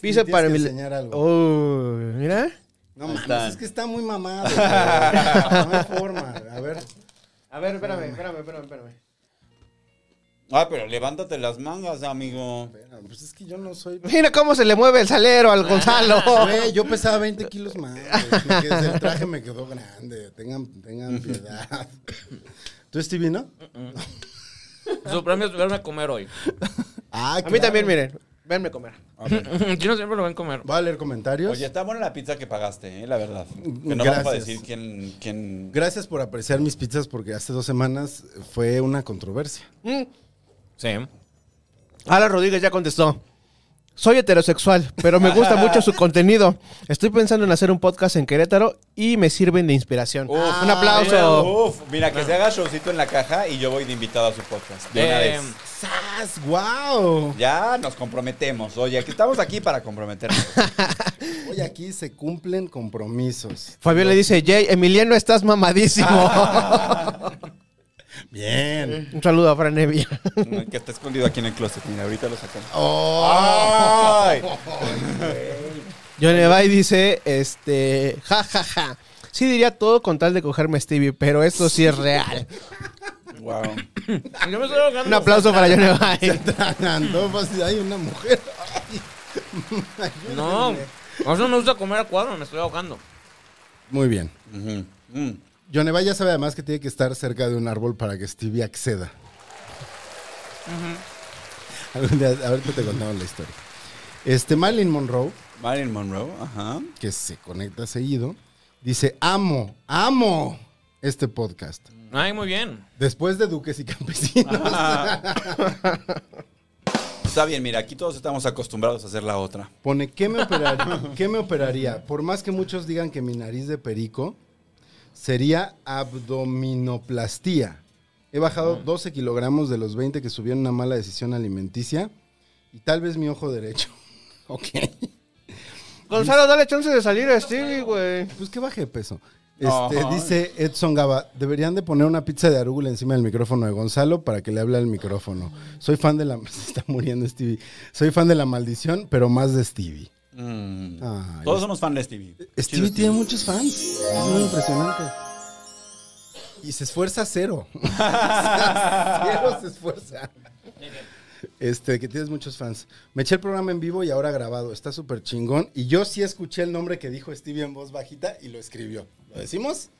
Speaker 3: Dice
Speaker 2: tienes
Speaker 3: para
Speaker 2: que
Speaker 3: Emili-
Speaker 2: enseñar algo.
Speaker 3: Oh, mira.
Speaker 2: No mames,
Speaker 4: están.
Speaker 2: Ah, pues es que está muy mamado. güey. No hay forma. A ver.
Speaker 3: A ver, espérame, espérame, espérame, espérame.
Speaker 4: Ah, pero levántate las mangas, amigo.
Speaker 2: Bueno, pues es que yo no soy.
Speaker 3: Mira cómo se le mueve el salero al Gonzalo.
Speaker 2: Ah. Güey, yo pesaba 20 kilos más. güey, que desde el traje me quedó grande. Tengan, tengan piedad. ¿Tú, Stevie, no?
Speaker 1: Su premio es verme comer hoy.
Speaker 2: Ah,
Speaker 3: A mí también, miren. Venme a comer.
Speaker 1: Chino siempre lo ven comer.
Speaker 2: Voy a leer comentarios.
Speaker 4: Oye, está buena la pizza que pagaste, eh, la verdad. Que no
Speaker 2: Gracias.
Speaker 4: vamos a decir quién... quién...
Speaker 2: Gracias por apreciar mis pizzas porque hace dos semanas fue una controversia.
Speaker 3: Mm.
Speaker 1: Sí.
Speaker 3: Ala Rodríguez ya contestó. Soy heterosexual, pero me gusta mucho su contenido. Estoy pensando en hacer un podcast en Querétaro y me sirven de inspiración.
Speaker 4: Uf,
Speaker 3: un aplauso.
Speaker 4: Ah, Mira, uf, mira, que se haga showcito en la caja y yo voy de invitado a su podcast. De una
Speaker 1: Eh,
Speaker 4: vez.
Speaker 2: ¡Sas! ¡Wow!
Speaker 4: Ya nos comprometemos. Oye, aquí estamos aquí para comprometernos.
Speaker 2: Hoy aquí se cumplen compromisos.
Speaker 3: Fabián le dice, Jay, Emiliano, estás mamadísimo.
Speaker 2: Bien.
Speaker 3: un saludo a Fran Evia.
Speaker 4: que está escondido aquí en el closet. Mira, ahorita lo sacamos.
Speaker 2: ¡Ay!
Speaker 3: John Evay dice, este, ja, ja, ja. Sí diría todo con tal de cogerme a Stevie, pero esto sí es real.
Speaker 4: Wow.
Speaker 1: Yo me estoy ahogando.
Speaker 3: Un aplauso para John Evay.
Speaker 2: Tratando fácil. pues, Hay una mujer. Ay.
Speaker 1: No. Por eso me gusta comer a cuadro, me estoy ahogando.
Speaker 2: Muy bien.
Speaker 4: Ujú. Mm.
Speaker 2: Yoneva ya sabe además que tiene que estar cerca de un árbol para que Stevie acceda. Algún día, ahorita te contamos la historia. Este, Marilyn Monroe,
Speaker 4: Marilyn Monroe, ajá.
Speaker 2: que se conecta seguido, dice, amo, amo este podcast.
Speaker 1: Ay, muy bien.
Speaker 2: Después de Duques y Campesinos.
Speaker 4: Ah. Está bien, mira, aquí todos estamos acostumbrados a hacer la otra.
Speaker 2: Pone, ¿qué me, operaría, ¿qué me operaría? Por más que muchos digan que mi nariz de perico sería abdominoplastía. He bajado 12 kilogramos de los 20 que subieron una mala decisión alimenticia y tal vez mi ojo derecho. ok.
Speaker 3: Gonzalo, dale chance de salir a Stevie, güey.
Speaker 2: Pues que baje de peso.
Speaker 4: No.
Speaker 2: Este, Dice Edson Gaba, deberían de poner una pizza de arúgula encima del micrófono de Gonzalo para que le hable al micrófono. Soy fan de la... Se está muriendo Stevie. Soy fan de la maldición, pero más de Stevie.
Speaker 4: Mm.
Speaker 2: Ay,
Speaker 4: Todos somos fans de Stevie.
Speaker 2: Stevie tiene muchos fans. Es muy impresionante. Y se esfuerza cero. cero se esfuerza. Este, que tienes muchos fans. Me eché el programa en vivo y ahora grabado. Está súper chingón. Y yo sí escuché el nombre que dijo Stevie en voz bajita y lo escribió. ¿Lo decimos?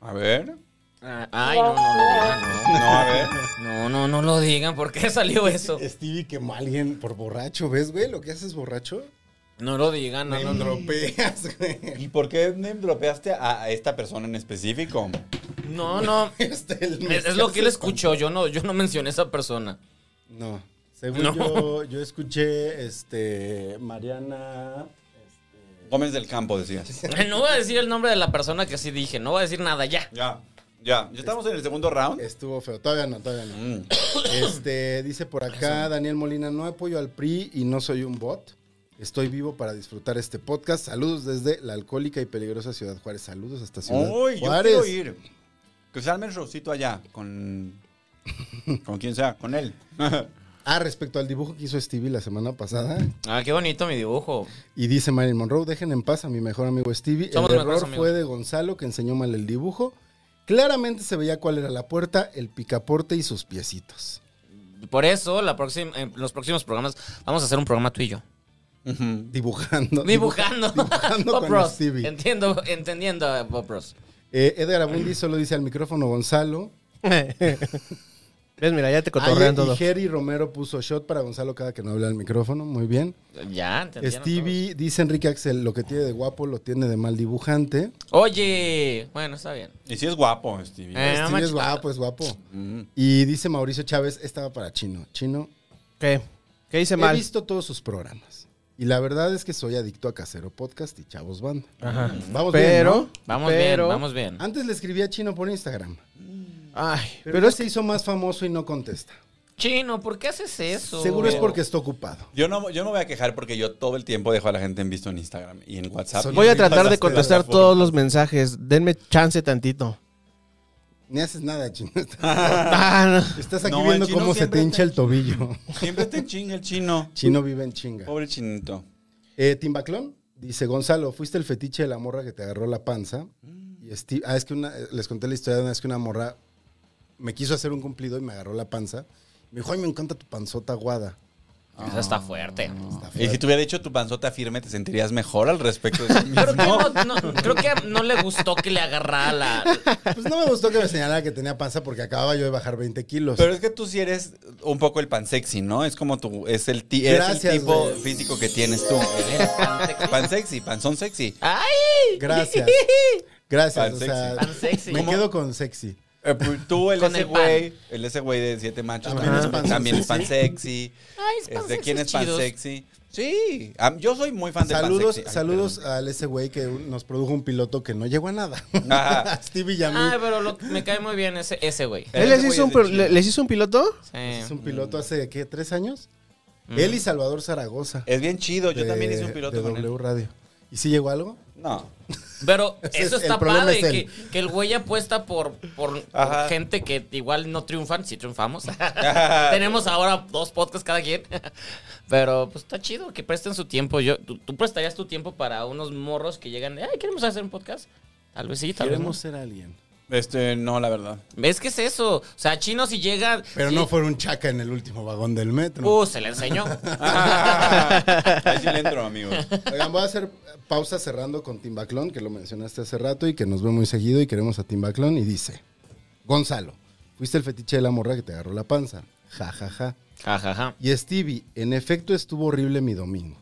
Speaker 4: A ver.
Speaker 1: Ah, Ay, no, no lo digan,
Speaker 4: No,
Speaker 1: no.
Speaker 4: a ver.
Speaker 1: No, no, no lo digan. ¿Por qué salió eso?
Speaker 2: Stevie quemó a alguien por borracho. ¿Ves, güey? Lo que haces borracho.
Speaker 1: No lo digan, no,
Speaker 2: Me
Speaker 1: no, no.
Speaker 2: tropeas, güey.
Speaker 4: ¿Y por qué name dropeaste a a esta persona en específico?
Speaker 1: No, no.
Speaker 2: Este, el
Speaker 1: Es, es lo que él escuchó. Yo no, yo no mencioné a esa persona.
Speaker 2: No. Según
Speaker 1: No.
Speaker 2: yo, yo escuché este Mariana.
Speaker 4: Gómez del Campo, decías.
Speaker 1: No voy a decir el nombre de la persona que sí dije. No voy a decir nada ya.
Speaker 4: Ya, ya. ¿Ya estamos en el segundo round?
Speaker 2: Estuvo feo. Todavía no, todavía no.
Speaker 4: Mm.
Speaker 2: Este, dice por acá Daniel Molina, no apoyo al PRI y no soy un bot. Estoy vivo para disfrutar este podcast. Saludos desde la alcohólica y peligrosa Ciudad Juárez. Saludos hasta Ciudad
Speaker 4: Uy, yo
Speaker 2: Juárez.
Speaker 4: quiero ir. Que se arme el showcito allá con... Con quien sea, con él.
Speaker 2: Ah, respecto al dibujo que hizo Stevie la semana pasada.
Speaker 1: Ah, qué bonito mi dibujo.
Speaker 2: Y dice Marilyn Monroe, dejen en paz a mi mejor amigo Stevie.
Speaker 1: Somos
Speaker 2: el
Speaker 1: mejores
Speaker 2: error
Speaker 1: amigos.
Speaker 2: fue de Gonzalo, que enseñó mal el dibujo. Claramente se veía cuál era la puerta, el picaporte y sus piecitos.
Speaker 1: Por eso, la próxima, en los próximos programas vamos a hacer un programa tú y yo.
Speaker 4: Ujú.
Speaker 2: Dibujando.
Speaker 1: Dibujando.
Speaker 2: Dibujando
Speaker 1: Bob
Speaker 2: con
Speaker 1: Ross.
Speaker 2: Stevie.
Speaker 1: Entiendo, entendiendo a Bob Ross.
Speaker 2: Eh, Edgar Abundi solo dice al micrófono Gonzalo.
Speaker 3: Ves, mira, ya te
Speaker 2: Ayer
Speaker 3: cotorrean todo.
Speaker 2: y Jerry Romero puso shot para Gonzalo cada que no habla al micrófono. Muy bien.
Speaker 1: Ya, entendieron
Speaker 2: Stevie dice Enrique Axel, lo que tiene de guapo lo tiene de mal dibujante.
Speaker 1: todo. Oye, bueno, está bien.
Speaker 4: Y sí es guapo,
Speaker 1: Eh,
Speaker 4: Stevie.
Speaker 1: no
Speaker 2: Stevie
Speaker 1: manches.
Speaker 2: es guapo, es guapo.
Speaker 4: Mm.
Speaker 2: Y dice Mauricio Chávez, estaba para Chino. Chino,
Speaker 3: ¿Qué? ¿Qué hice
Speaker 2: he
Speaker 3: mal?
Speaker 2: visto todos sus programas. Y la verdad es que soy adicto a Casero Podcast y Chavos Banda.
Speaker 3: Ajá.
Speaker 2: Vamos bien,
Speaker 3: Pero,
Speaker 1: Vamos
Speaker 3: pero,
Speaker 1: bien, vamos bien.
Speaker 2: ¿no? Antes le escribí a Chino por Instagram.
Speaker 3: Ay,
Speaker 2: Pero, él se hizo más famoso y no contesta.
Speaker 1: Chino, ¿por qué haces eso?
Speaker 2: Seguro es porque está ocupado.
Speaker 4: Yo no, yo no voy a quejar porque yo todo el tiempo dejo a la gente en visto en Instagram y en WhatsApp.
Speaker 2: Soy-
Speaker 3: voy a
Speaker 2: Ahorita
Speaker 3: tratar de
Speaker 2: las
Speaker 3: contestar
Speaker 4: plataformas.
Speaker 3: todos los mensajes. Denme chance tantito.
Speaker 2: Ni haces nada, Chino.
Speaker 3: Ah, no.
Speaker 2: Estás aquí
Speaker 4: No, el
Speaker 2: viendo
Speaker 4: Chino
Speaker 2: cómo se
Speaker 4: siempre
Speaker 2: te hincha
Speaker 4: está-
Speaker 2: el tobillo.
Speaker 4: Siempre te chinga el chino.
Speaker 2: Chino vive en chinga.
Speaker 4: Pobre chinito.
Speaker 2: Eh, Timbaclón dice: Gonzalo, fuiste el fetiche de la morra que te agarró la panza. Y Steve- ah, es que una, les conté la historia de una vez que una morra me quiso hacer un cumplido y me agarró la panza. Me dijo: Ay, me encanta tu panzota aguada.
Speaker 1: Ah, Eso está fuerte.
Speaker 2: Ah, Está
Speaker 4: Y si
Speaker 2: fuerte.
Speaker 4: te hubiera hecho tu panzota firme, ¿te sentirías mejor al respecto de ti
Speaker 1: Pero
Speaker 4: mismo?
Speaker 1: que no- no- creo que no le gustó que le agarrara la...
Speaker 2: Pues no me gustó que me señalara que tenía panza porque acababa yo de bajar 20 kilos.
Speaker 4: Pero es que tú sí eres un poco el pan sexy, ¿no? Es como tu, es el, ti- eres el
Speaker 2: Gracias,
Speaker 4: tipo
Speaker 2: güey.
Speaker 4: físico que tienes tú. Pan sexy, panzón sexy.
Speaker 1: ¡Ay!
Speaker 2: Gracias. Gracias.
Speaker 4: Pan
Speaker 2: o sea,
Speaker 4: sexy.
Speaker 1: Pan sexy.
Speaker 2: Me
Speaker 1: ¿Cómo?
Speaker 2: quedo con sexy.
Speaker 4: Eh, pues, tú, el
Speaker 1: Con
Speaker 4: ese
Speaker 1: el pan.
Speaker 4: güey, el ese güey de siete machos,
Speaker 2: También
Speaker 4: también,
Speaker 2: es pan
Speaker 4: también es
Speaker 2: sexy.
Speaker 4: pan sexy.
Speaker 1: Ay, es pan
Speaker 4: Este, ¿Quién es
Speaker 1: sexy
Speaker 4: pan
Speaker 1: chidos.
Speaker 4: sexy? Sí, am- yo soy muy fan de pan
Speaker 2: Saludos,
Speaker 4: sexy. Ay,
Speaker 2: saludos
Speaker 4: perdón.
Speaker 2: al ese güey que nos produjo un piloto que no llegó a nada.
Speaker 4: Ajá.
Speaker 2: A Stevie y a mí.
Speaker 1: Ay, pero lo- me cae muy bien ese, ese güey.
Speaker 4: Pero
Speaker 3: ¿Él les
Speaker 4: ese
Speaker 3: hizo, un,
Speaker 4: güey
Speaker 3: pro-
Speaker 4: es de
Speaker 3: le-
Speaker 4: Chile.
Speaker 3: les hizo un piloto?
Speaker 4: Eh,
Speaker 1: Sí.
Speaker 2: Es un piloto hace, ¿qué? ¿Tres años? Él y Salvador Zaragoza.
Speaker 4: Es bien chido, mm. Eh, yo
Speaker 2: de-
Speaker 4: también hice un piloto
Speaker 2: de
Speaker 4: con él.
Speaker 2: W Radio. ¿Y si llegó algo?
Speaker 4: No.
Speaker 1: Pero
Speaker 2: Ese
Speaker 1: eso
Speaker 2: es-
Speaker 1: está
Speaker 2: el problema
Speaker 1: padre,
Speaker 2: es él.
Speaker 1: que, que el güey apuesta por, por, por
Speaker 4: Ajá.
Speaker 1: gente que igual no triunfan, si triunfamos. Tenemos ahora dos podcasts cada quien. Pero pues está chido que presten su tiempo. Yo, tú, tú prestarías tu tiempo para unos morros que llegan de, ay, queremos hacer un podcast. Tal vez sí, tal vez no.
Speaker 2: Queremos ser alguien.
Speaker 4: Este, no, la verdad.
Speaker 1: ¿Ves que es eso? O sea, Chino si llega...
Speaker 2: Pero
Speaker 1: sí,
Speaker 2: no fue un chaca en el último vagón del metro.
Speaker 1: Uh, se le enseñó.
Speaker 4: Ahí sí le entro, amigo.
Speaker 2: Oigan, voy a hacer pausa cerrando con Timbaclón, que lo mencionaste hace rato y que nos ve muy seguido y queremos a Timbaclón. Y dice, Gonzalo, fuiste el fetiche de la morra que te agarró la panza. Ja, ja, ja.
Speaker 1: Ja, ja, ja.
Speaker 2: Y Stevie, en efecto estuvo horrible mi domingo.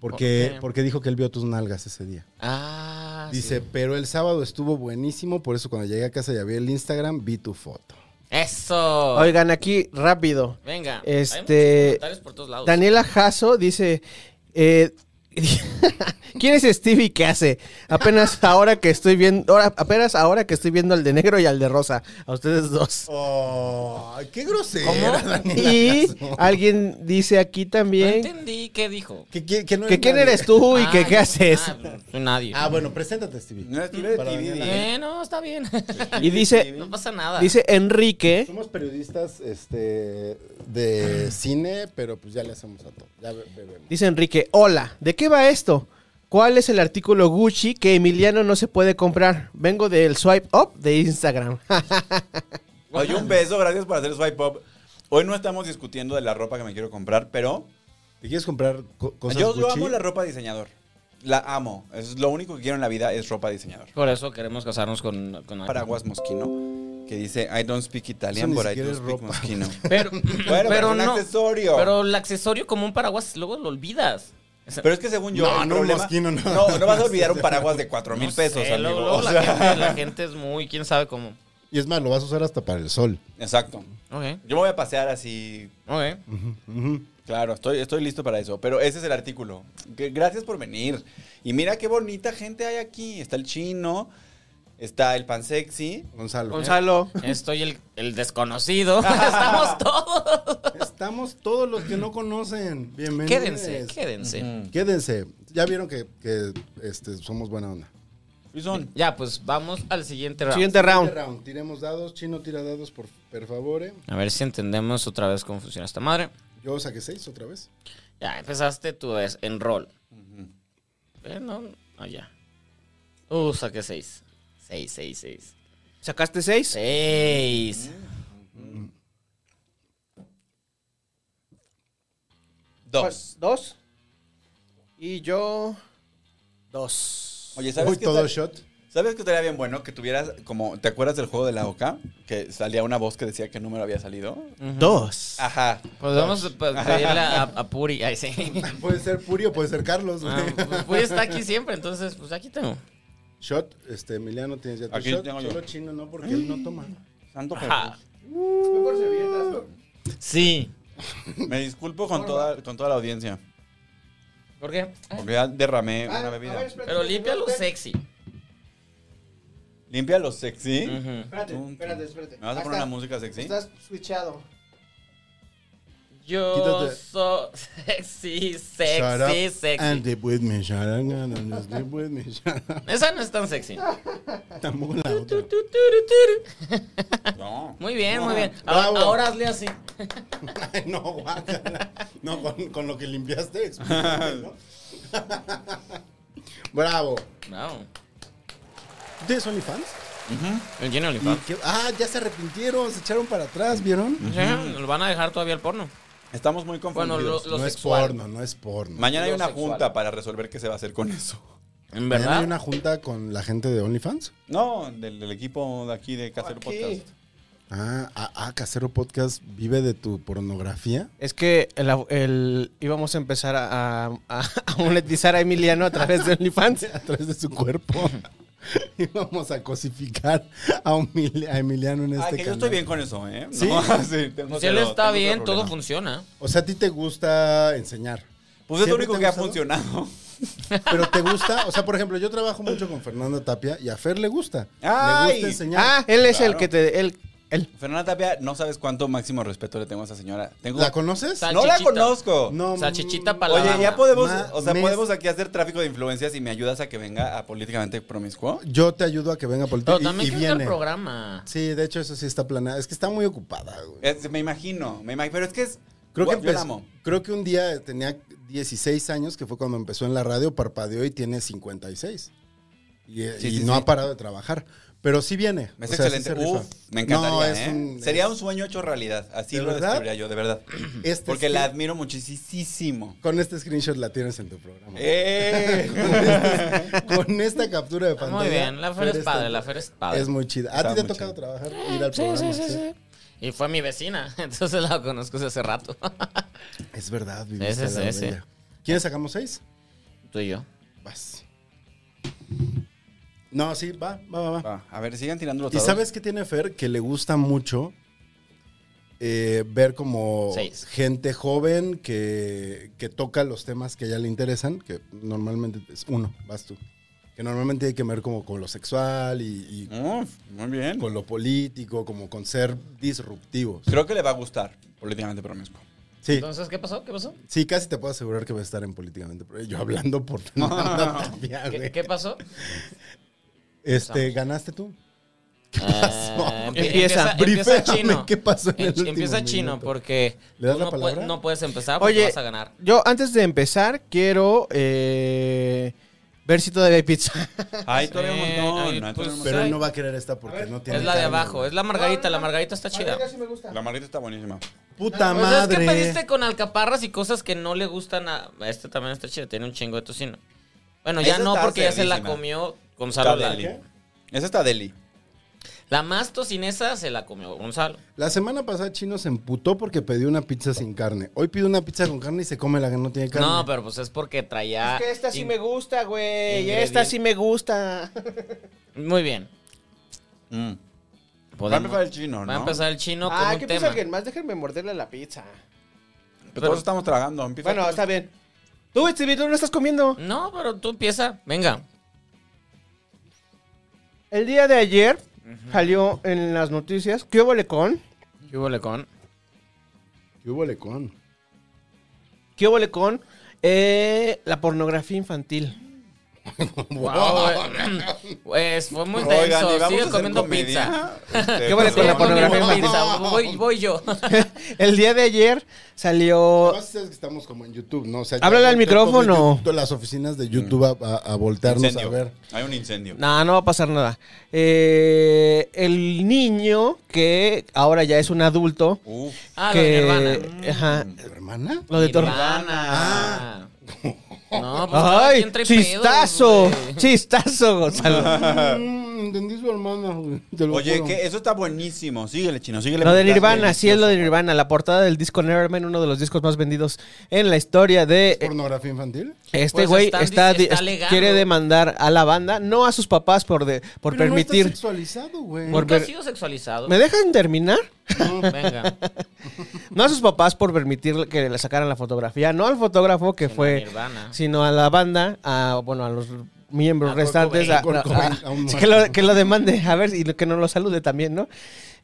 Speaker 2: Porque,
Speaker 1: Ok.
Speaker 2: porque dijo que él vio tus nalgas ese día.
Speaker 1: Ah,
Speaker 2: Dice, pero el sábado estuvo buenísimo, por eso cuando llegué a casa y abrí el Instagram, vi tu foto.
Speaker 1: Eso.
Speaker 3: Oigan, aquí rápido.
Speaker 1: Venga.
Speaker 3: este-
Speaker 1: hay muchos comentarios por todos lados.
Speaker 3: Daniela Jasso dice. eh, ¿Quién es Stevie que hace? Apenas ahora que estoy viendo, ahora, apenas ahora que estoy viendo al de negro y al de rosa, a ustedes dos.
Speaker 2: Oh, qué grosera,
Speaker 3: Y alguien dice aquí
Speaker 1: No
Speaker 3: también
Speaker 1: entendí qué dijo.
Speaker 2: ¿Qué, qué- no
Speaker 3: que
Speaker 2: es
Speaker 3: quién
Speaker 2: nadie?
Speaker 3: eres tú y que
Speaker 1: Ah,
Speaker 3: qué
Speaker 1: yo-
Speaker 3: haces.
Speaker 1: ah, no soy nadie.
Speaker 2: Ah, bueno, preséntate, Stevie.
Speaker 4: No es libre
Speaker 2: Para
Speaker 4: de ti,
Speaker 2: Daniela.
Speaker 4: Didi.
Speaker 1: Eh, no, está bien.
Speaker 3: Y dice,
Speaker 1: ah, no pasa nada.
Speaker 3: dice Enrique,
Speaker 2: Somos periodistas este, de cine, pero pues ya le hacemos a todo. Ya be- bebemos.
Speaker 3: dice Enrique, hola, ¿de qué va esto? ¿Cuál es el artículo Gucci que Emiliano no se puede comprar? Vengo del swipe up de Instagram.
Speaker 4: Oye, un beso, gracias por hacer swipe up. Hoy no estamos discutiendo de la ropa que me quiero comprar, pero
Speaker 2: ¿Te quieres comprar co- cosas
Speaker 4: yo, yo
Speaker 2: Gucci?
Speaker 4: amo la ropa de diseñador. La amo. Es lo único que quiero en la vida es ropa de diseñador.
Speaker 1: Por eso queremos casarnos con, con alguien.
Speaker 4: Paraguas Mosquino, que dice I don't speak
Speaker 2: Eso
Speaker 4: Italian,
Speaker 2: ni
Speaker 4: but I
Speaker 2: siquiera
Speaker 4: do
Speaker 2: es
Speaker 4: speak
Speaker 2: ropa.
Speaker 4: Mosquino.
Speaker 1: Pero,
Speaker 4: Bueno, pero
Speaker 1: pero
Speaker 4: es un
Speaker 1: no.
Speaker 4: accesorio.
Speaker 1: Pero el accesorio como un paraguas luego lo olvidas. O sea,
Speaker 4: Pero es que según yo,
Speaker 2: No,
Speaker 4: el
Speaker 2: no,
Speaker 4: problema-
Speaker 2: Mosquino, no.
Speaker 4: no, no vas a olvidar un paraguas de 4 mil
Speaker 1: no
Speaker 4: pesos,
Speaker 1: sé,
Speaker 4: amigo.
Speaker 1: luego- luego
Speaker 4: O
Speaker 1: la,
Speaker 4: sea,
Speaker 1: gente, la gente es muy, quién sabe cómo.
Speaker 2: Y es más, lo vas a usar hasta para el sol.
Speaker 4: Exacto.
Speaker 1: Ok,
Speaker 4: Yo me voy a pasear así.
Speaker 1: ok.
Speaker 4: Claro, estoy, estoy listo para eso. Pero ese es el artículo. Que- Gracias por venir. Y mira qué bonita gente hay aquí. Está el chino, está el pan sexy.
Speaker 2: Gonzalo.
Speaker 3: Gonzalo.
Speaker 1: Estoy el, el desconocido. Estamos todos.
Speaker 2: Estamos todos los que no conocen. Bienvenidos.
Speaker 1: Quédense, quédense.
Speaker 2: Quédense. Ya vieron que, que, este, somos buena onda.
Speaker 4: Y son.
Speaker 1: Ya, pues vamos al siguiente round.
Speaker 3: Siguiente round.
Speaker 2: Este Round. Tiremos dados. Chino tira dados, por, por favor.
Speaker 1: A ver si entendemos otra vez cómo funciona esta madre.
Speaker 2: Yo saqué seis otra vez.
Speaker 1: Ya, empezaste tú vez en rol. Eh, no, allá. Uh, saqué seis. Seis, seis, seis.
Speaker 3: ¿Sacaste seis?
Speaker 1: Seis.
Speaker 4: Dos.
Speaker 3: Dos. Y yo. Dos.
Speaker 4: Oye,
Speaker 2: Uy,
Speaker 4: ¿sabes qué?
Speaker 2: todo
Speaker 4: estaría-
Speaker 2: shot.
Speaker 4: ¿Sabes qué estaría bien bueno? Que tuvieras como. ¿Te acuerdas del juego de la OCA? Que salía una voz que decía qué número había salido.
Speaker 1: Mm.
Speaker 3: Dos.
Speaker 4: Ajá.
Speaker 1: Pues vamos a pe- pedirle a, a Puri. Ay, sí.
Speaker 2: Puede ser Puri o puede ser Carlos. güey.
Speaker 1: Ah, pues Puri está aquí siempre, entonces, pues aquí tengo.
Speaker 2: Shot, este, Emiliano, tienes ya tu
Speaker 4: Aquí
Speaker 2: shot.
Speaker 4: tengo yo.
Speaker 2: Solo chino, no, porque él no toma.
Speaker 4: Santo
Speaker 1: Ajá.
Speaker 3: por servilletas.
Speaker 1: Sí.
Speaker 4: Jesús. Me disculpo con toda, con toda la audiencia.
Speaker 1: ¿Por qué?
Speaker 4: Porque ya derramé
Speaker 3: Ah,
Speaker 4: una
Speaker 3: a
Speaker 4: bebida.
Speaker 3: ver, espérate,
Speaker 1: Pero
Speaker 3: espérate,
Speaker 1: límpialo
Speaker 3: espérate.
Speaker 1: sexy.
Speaker 4: Limpia lo sexy.
Speaker 1: Ujú.
Speaker 3: Espérate, espérate, espérate.
Speaker 4: ¿Me vas a
Speaker 3: Ahí
Speaker 4: poner una
Speaker 3: está.
Speaker 4: música sexy?
Speaker 3: Estás switchado.
Speaker 1: Yo
Speaker 2: Quítate.
Speaker 1: soy sexy,
Speaker 2: Shut up
Speaker 1: sexy,
Speaker 2: And
Speaker 1: sexy.
Speaker 2: sleep with me, shut up and sleep with me, shut up.
Speaker 1: Esa no es tan sexy.
Speaker 2: Tampoco la otra.
Speaker 1: Tu, tu, tu, tu, tu.
Speaker 4: No.
Speaker 1: Muy bien, muy bien. Ahora,
Speaker 2: Bravo.
Speaker 1: ahora hazle así.
Speaker 2: Ay, no, guácala. No, con, con lo que limpiaste, explícate, ¿no? Bravo.
Speaker 1: Bravo.
Speaker 2: ¿Tú ¿Tienes OnlyFans?
Speaker 1: El Gino
Speaker 2: ¿Y qué- Ah, ya se arrepintieron, se echaron para atrás, ¿vieron?
Speaker 1: Lo van a dejar todavía el porno.
Speaker 4: Estamos muy
Speaker 1: Bueno,
Speaker 4: confundidos.
Speaker 1: lo, lo
Speaker 2: no
Speaker 1: sexual.
Speaker 2: es porno, no es porno.
Speaker 4: Mañana hay
Speaker 1: lo
Speaker 4: una
Speaker 1: sexual.
Speaker 4: junta para resolver qué se va a hacer con eso.
Speaker 1: ¿En
Speaker 2: Mañana
Speaker 1: verdad?
Speaker 2: hay una junta con la gente de OnlyFans.
Speaker 4: No, del, del equipo de aquí de Casero
Speaker 3: Aquí.
Speaker 4: Podcast.
Speaker 2: Ah, ah, ah, Casero Podcast vive de tu pornografía.
Speaker 3: Es que el, el- íbamos a empezar a, a- a monetizar a Emiliano a través de OnlyFans.
Speaker 2: a través de su cuerpo. y vamos a cosificar a, Humil- a Emiliano en
Speaker 4: Ah,
Speaker 2: este
Speaker 4: que yo
Speaker 2: canal.
Speaker 4: estoy bien con eso, ¿eh?
Speaker 2: Sí.
Speaker 4: No, sí, tengo
Speaker 1: Si él
Speaker 4: cero-
Speaker 1: está
Speaker 4: tengo cero
Speaker 1: bien, todo
Speaker 4: problema.
Speaker 1: funciona.
Speaker 2: O sea, a ti te gusta enseñar.
Speaker 4: Pues es lo
Speaker 2: ¿Siempre
Speaker 4: único
Speaker 2: te
Speaker 4: que ha
Speaker 2: gustado?
Speaker 4: funcionado.
Speaker 2: Pero te gusta, o sea, por ejemplo, yo trabajo mucho con Fernanda Tapia y a Fer le gusta. Le
Speaker 4: ¡Ay!
Speaker 2: gusta enseñar.
Speaker 3: Ah, él es el
Speaker 4: Claro.
Speaker 3: que te. Él, él.
Speaker 4: Fernanda Tapia, no sabes cuánto máximo respeto le tengo a esa señora. Tengo...
Speaker 2: ¿La conoces?
Speaker 1: Sal-
Speaker 4: no la
Speaker 1: Salchichita.
Speaker 4: conozco.
Speaker 2: No. mm,
Speaker 1: Salchichita para la
Speaker 4: Oye,
Speaker 1: banda.
Speaker 4: ya podemos,
Speaker 2: Ma-
Speaker 4: o sea,
Speaker 2: mes-
Speaker 4: podemos aquí hacer tráfico de influencias y me ayudas a que venga a políticamente promiscuo.
Speaker 2: Yo te ayudo a que venga por
Speaker 1: Pero
Speaker 2: y,
Speaker 1: también
Speaker 2: y
Speaker 1: quiero el
Speaker 2: viene.
Speaker 1: programa.
Speaker 2: Sí, de hecho, eso sí está planeado. Es que está muy ocupada, güey.
Speaker 4: Es- me imagino, me imagino, pero es que es
Speaker 2: Creo que,
Speaker 4: Guau, Eh, yo la
Speaker 2: empezó-
Speaker 4: amo.
Speaker 2: creo que un día tenía 16 años, que fue cuando empezó en la radio, parpadeó y tiene 56. Y, eh,
Speaker 4: Sí,
Speaker 2: y
Speaker 4: sí,
Speaker 2: no
Speaker 4: sí.
Speaker 2: ha parado de trabajar. Pero sí viene.
Speaker 4: Es
Speaker 2: O sea, sí
Speaker 4: excelente.
Speaker 2: se rifa.
Speaker 4: Uf, me encantaría,
Speaker 2: No, es
Speaker 4: ¿eh?
Speaker 2: un-
Speaker 4: Sería
Speaker 2: es-
Speaker 4: un sueño hecho realidad. Así
Speaker 2: ¿De
Speaker 4: lo
Speaker 2: verdad?
Speaker 4: describiría yo, de verdad.
Speaker 2: este
Speaker 4: Porque la
Speaker 2: screen-
Speaker 4: admiro muchísimo.
Speaker 2: Con este screenshot la tienes en tu programa.
Speaker 4: ¡Eh!
Speaker 2: Con esta captura de
Speaker 1: Muy
Speaker 2: pantalla.
Speaker 1: bien, la Fer es
Speaker 2: está-
Speaker 1: padre, la Fer es padre.
Speaker 2: Es muy chida. A
Speaker 4: Está
Speaker 2: ti te ha
Speaker 4: muy
Speaker 2: tocado
Speaker 4: chida.
Speaker 2: trabajar, ir al programa. Sí,
Speaker 1: Y fue mi vecina, entonces la conozco desde hace rato.
Speaker 2: Es verdad, viviste
Speaker 1: Ese,
Speaker 2: la
Speaker 1: ese.
Speaker 2: bella. ¿Quiénes sacamos seis?
Speaker 1: Tú y yo.
Speaker 2: Vas. No, sí, va, va, va, va.
Speaker 4: Va, a ver, sigan tirando los
Speaker 2: ¿Y
Speaker 4: dados.
Speaker 2: sabes qué tiene Fer? Que le gusta mucho eh, ver como
Speaker 1: Seis.
Speaker 2: gente joven que, que toca los temas que a ella le interesan, que normalmente es uno, vas tú. Que normalmente hay que ver como con lo sexual y, y
Speaker 4: Uf, muy
Speaker 1: Mm.
Speaker 4: bien.
Speaker 2: con lo político, como con ser disruptivos.
Speaker 4: Creo que le va a gustar políticamente promiscuo.
Speaker 2: Sí,
Speaker 1: Entonces, ¿qué pasó? ¿Qué pasó?
Speaker 2: sí, casi te puedo asegurar que va a estar en políticamente. Pero yo hablando por Fernanda Tapia,
Speaker 1: ¿Qué,
Speaker 2: Ah, güey.
Speaker 1: qué pasó?
Speaker 2: Este, ¿ganaste tú?
Speaker 1: ¿Qué
Speaker 2: pasó?
Speaker 1: Eh, empieza,
Speaker 2: Briféame,
Speaker 1: empieza chino.
Speaker 2: ¿Qué pasó en el
Speaker 1: En-
Speaker 2: último
Speaker 1: empieza chino
Speaker 2: minuto?
Speaker 1: porque
Speaker 2: ¿Le das
Speaker 1: tú
Speaker 2: la
Speaker 1: no, pue-
Speaker 2: palabra?
Speaker 1: no puedes empezar Ah, porque
Speaker 3: Oye,
Speaker 1: vas a ganar.
Speaker 3: Yo antes de empezar quiero eh, ver si todavía hay pizza.
Speaker 4: Ay, todavía un
Speaker 1: ay,
Speaker 4: montón. ay, todavía un
Speaker 1: pues,
Speaker 2: Pero
Speaker 4: montón.
Speaker 2: él no va a querer esta porque no tiene.
Speaker 1: Es la de
Speaker 2: carne,
Speaker 1: abajo,
Speaker 2: güey.
Speaker 1: es la margarita, la margarita está chida.
Speaker 4: La margarita está buenísima.
Speaker 2: Puta
Speaker 1: Pues es
Speaker 2: madre.
Speaker 1: que pediste con alcaparras y cosas que no le gustan a. a Este también está chido, tiene un chingo de tocino. Bueno, ya
Speaker 4: Esa
Speaker 1: no,
Speaker 4: está
Speaker 1: porque ya se la
Speaker 4: cerdísima.
Speaker 1: comió
Speaker 4: Está
Speaker 1: Gonzalo
Speaker 4: deli.
Speaker 1: Lali.
Speaker 4: Esa está deli.
Speaker 1: La más tocinesa se la comió Gonzalo.
Speaker 2: La semana pasada Chino se emputó porque pidió una pizza sin carne. Hoy pide una pizza con carne y se come la que no tiene carne.
Speaker 1: No, pero pues es porque traía. in-
Speaker 3: gusta, güey.
Speaker 1: Ingrediente. esta sí
Speaker 3: me gusta.
Speaker 1: Muy bien.
Speaker 4: Mm. Va a
Speaker 1: Podemos-
Speaker 4: empezar el chino, ¿no?
Speaker 1: Va a empezar el chino con
Speaker 3: ah,
Speaker 1: un
Speaker 3: ¿qué
Speaker 1: tema.
Speaker 3: pasa que más? Déjenme morderle la pizza.
Speaker 4: Pero todos estamos tragando. Empieza
Speaker 3: Bueno,
Speaker 4: tú.
Speaker 3: está bien. Tú, Stevie, tú no estás comiendo.
Speaker 1: No, pero tú empieza. Venga.
Speaker 3: El día de ayer salió en las noticias que hubo lecón.
Speaker 1: ¿Qué hubo con?
Speaker 2: ¿Qué hubo lecón?
Speaker 3: ¿Qué hubo con eh, la pornografía infantil?
Speaker 1: Pues fue muy
Speaker 4: Oigan, ¿y
Speaker 1: intenso.
Speaker 4: vamos a
Speaker 1: Sigue
Speaker 4: hacer
Speaker 1: comiendo
Speaker 4: comedia?
Speaker 1: pizza.
Speaker 4: Este,
Speaker 3: ¿Qué vale
Speaker 4: pues,
Speaker 3: con la
Speaker 4: vamos a-
Speaker 3: pornografía?
Speaker 1: pizza. Voy, voy yo.
Speaker 3: El día de ayer salió.
Speaker 2: Además, sabes que estamos como en YouTube, ¿no? O sea,
Speaker 3: Háblale
Speaker 2: ya
Speaker 3: al
Speaker 2: volteó todo
Speaker 3: micrófono.
Speaker 2: YouTube, las oficinas de YouTube a, a- a voltearnos
Speaker 4: Incendio.
Speaker 2: a ver.
Speaker 4: Hay un incendio.
Speaker 3: No, no va a pasar nada. Eh, el niño que ahora ya es un adulto.
Speaker 4: Uf.
Speaker 1: Ah,
Speaker 3: que,
Speaker 1: lo de Nirvana.
Speaker 3: Ajá.
Speaker 2: ¿Tu hermana?
Speaker 3: Lo de Tor-
Speaker 1: Nirvana. No, pues cada
Speaker 3: ¡Ay!
Speaker 1: quien trae pedos,
Speaker 3: ¡Chistazo!
Speaker 1: güey.
Speaker 3: ¡Chistazo, Gonzalo!
Speaker 2: Mm, entendí su hermana, güey, te lo
Speaker 4: Oye,
Speaker 2: juro.
Speaker 4: que eso está buenísimo. Síguele, chino, síguele.
Speaker 3: Lo de
Speaker 4: porque está
Speaker 3: Nirvana, sí es lo de Nirvana. La portada del disco Nevermind, uno de los discos más vendidos en la historia de... eh,
Speaker 2: ¿Pornografía infantil?
Speaker 3: Este
Speaker 1: Pues
Speaker 3: güey
Speaker 1: están-
Speaker 3: está, di-
Speaker 1: está
Speaker 3: es-
Speaker 1: alegando.
Speaker 3: quiere demandar a la banda, no a sus papás por, de, por
Speaker 2: Pero no está
Speaker 3: permitir...
Speaker 2: sexualizado, güey.
Speaker 3: Por-
Speaker 1: Nunca ha
Speaker 3: ver-
Speaker 1: sido sexualizado.
Speaker 3: ¿Me dejan terminar?
Speaker 1: Venga.
Speaker 3: No a sus papás por permitir que le sacaran la fotografía, no al fotógrafo que
Speaker 1: Sino a
Speaker 3: fue,
Speaker 1: Nirvana.
Speaker 3: sino a la banda, a, bueno, a los miembros
Speaker 1: A eh, Kurt
Speaker 3: restantes, a-
Speaker 2: Cobain,
Speaker 3: a-
Speaker 2: Kurt Cobain,
Speaker 3: a-
Speaker 2: a un
Speaker 3: sí, que, lo, que lo demande, a ver, y lo- que no lo salude también, ¿no?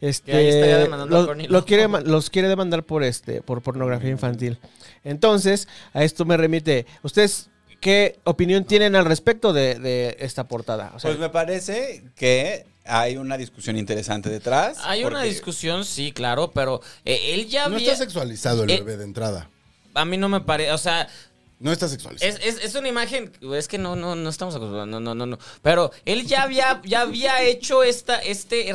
Speaker 3: Este,
Speaker 1: Que ahí estaría demandando a
Speaker 3: lo-
Speaker 1: Courtney
Speaker 3: lo
Speaker 1: Love.
Speaker 3: quiere ma- los quiere demandar por este, por pornografía infantil. Entonces, a esto me remite, ¿ustedes qué opinión tienen al respecto de, de esta portada? O sea,
Speaker 4: Pues me parece que hay una discusión interesante detrás.
Speaker 1: Hay una
Speaker 4: porque-
Speaker 1: discusión, sí, claro, pero eh, él ya
Speaker 2: No
Speaker 1: había-
Speaker 2: está sexualizado el
Speaker 1: Eh.
Speaker 2: bebé de entrada.
Speaker 1: A mí no me parece, o sea,
Speaker 2: No está sexualizado.
Speaker 1: es, es- es una imagen, es que no, no, no estamos acostumbrados, no, no, no, no. Pero él ya había, ya había hecho esta este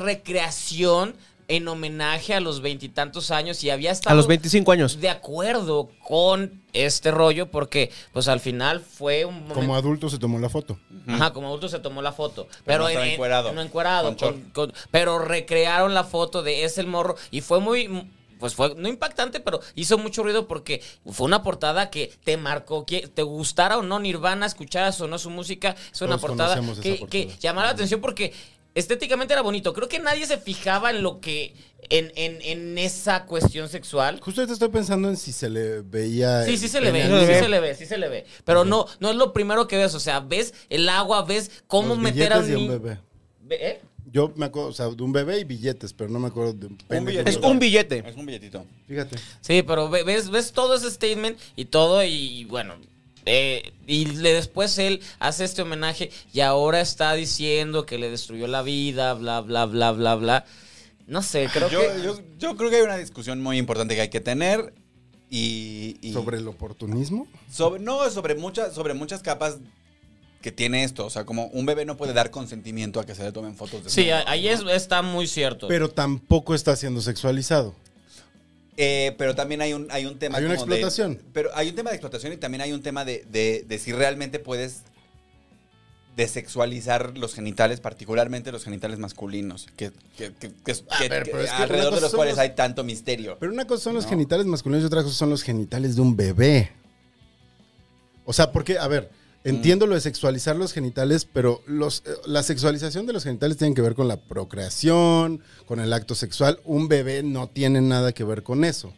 Speaker 1: recreación en homenaje a los veintitantos años y había estado...
Speaker 3: a los 25 años.
Speaker 1: de acuerdo con este rollo porque pues al final fue un momento
Speaker 2: Como adulto se tomó la foto.
Speaker 1: Ajá, como adulto se tomó la foto. Pero,
Speaker 4: no estaba
Speaker 1: en- en-
Speaker 4: encuerado.
Speaker 1: no encuerado,
Speaker 4: Con
Speaker 1: con- con- pero recrearon la foto de es el morro. Y fue muy. Pues fue no impactante, pero hizo mucho ruido porque fue una portada que te marcó, que te gustara o no Nirvana, escucharas o no su música. Es una
Speaker 2: Todos
Speaker 1: portada
Speaker 2: conocemos esa
Speaker 1: que,
Speaker 2: portada.
Speaker 1: que llamaba la atención porque estéticamente era bonito. Creo que nadie se fijaba en lo que. en, en- en esa cuestión sexual.
Speaker 2: Justo ahorita estoy pensando en si se le veía.
Speaker 1: Sí,
Speaker 2: el
Speaker 1: sí se le ve,
Speaker 2: pene
Speaker 1: sí
Speaker 2: al niño.
Speaker 1: se le ve, sí se le ve. Pero no, no es lo primero que ves, o sea, ves el agua, ves cómo
Speaker 2: Los
Speaker 1: meter a
Speaker 2: billetes
Speaker 1: un,
Speaker 2: de un
Speaker 1: niño-
Speaker 2: bebé.
Speaker 1: Ve- ¿eh?
Speaker 2: Yo me acuerdo, o sea, de un bebé y billetes, pero no me acuerdo de un pene.
Speaker 4: billete.
Speaker 3: Es un billete.
Speaker 4: Es un billetito.
Speaker 2: Fíjate.
Speaker 1: Sí, pero ve- ves, ves todo ese statement y todo y bueno. eh, y le- después él hace este homenaje y ahora está diciendo que le destruyó la vida, bla, bla, bla, bla, bla. No sé, creo
Speaker 4: yo, eh,
Speaker 1: que...
Speaker 4: yo- yo creo que hay una discusión muy importante que hay que tener. Y, y-
Speaker 2: ¿Sobre el oportunismo?
Speaker 4: sobre- no, sobre muchas, sobre muchas capas que tiene esto. O sea, como un bebé no puede dar consentimiento a que se le tomen fotos de
Speaker 1: Sí, a- ahí es- está muy cierto.
Speaker 2: Pero tampoco está siendo sexualizado.
Speaker 4: Eh, pero también hay un, hay un tema.
Speaker 2: Hay una
Speaker 4: como de-
Speaker 2: explotación.
Speaker 4: pero hay un tema de explotación y también hay un tema de, de- de si realmente puedes desexualizar los genitales, particularmente los genitales masculinos, que, que- que- que- que-
Speaker 2: ver, pero
Speaker 4: que
Speaker 2: es que una
Speaker 4: alrededor
Speaker 2: cosa
Speaker 4: de los
Speaker 2: son
Speaker 4: cuales
Speaker 2: los-
Speaker 4: hay tanto misterio.
Speaker 2: Pero una cosa son los
Speaker 4: No.
Speaker 2: genitales masculinos y otra cosa son los genitales de un bebé. O sea, porque, a ver,
Speaker 1: Mm.
Speaker 2: Entiendo lo de sexualizar los genitales, pero los, eh, la sexualización de los genitales tiene que ver con la procreación, con el acto sexual. Un bebé no tiene nada que ver con eso.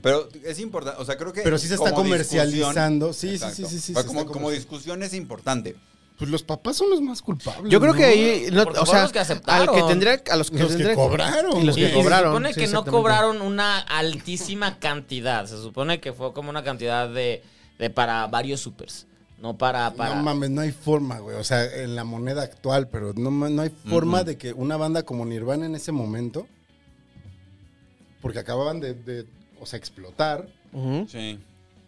Speaker 4: Pero es importante, o sea, creo que...
Speaker 2: Pero sí se está
Speaker 4: como discusión-
Speaker 2: comercializando. Sí, sí,
Speaker 4: Exacto.
Speaker 2: sí, sí, sí,
Speaker 4: Pero
Speaker 2: se
Speaker 4: como,
Speaker 2: está
Speaker 4: como
Speaker 2: comercializando.
Speaker 4: discusión es importante.
Speaker 2: Pues los papás son los más culpables.
Speaker 3: Yo creo
Speaker 2: ¿no?
Speaker 3: que ahí, no,
Speaker 1: Porque
Speaker 3: o
Speaker 1: fueron
Speaker 3: sea,
Speaker 1: los que
Speaker 3: al
Speaker 1: aceptaron.
Speaker 3: que tendría, a los que,
Speaker 2: Los que
Speaker 3: tendría-
Speaker 2: cobraron,
Speaker 3: y los
Speaker 1: Y
Speaker 3: que
Speaker 2: güey.
Speaker 3: cobraron.
Speaker 1: se supone
Speaker 3: sí,
Speaker 1: que no
Speaker 3: exactamente.
Speaker 1: cobraron una altísima cantidad. Se supone que fue como una cantidad de, de para varios supers. No para. para...
Speaker 2: No mames, no hay forma, güey. O sea, en la moneda actual, pero no, ma- no hay forma de que una banda como Nirvana en ese momento, porque acababan de, de, o sea, explotar,
Speaker 3: Ujú.
Speaker 4: Sí.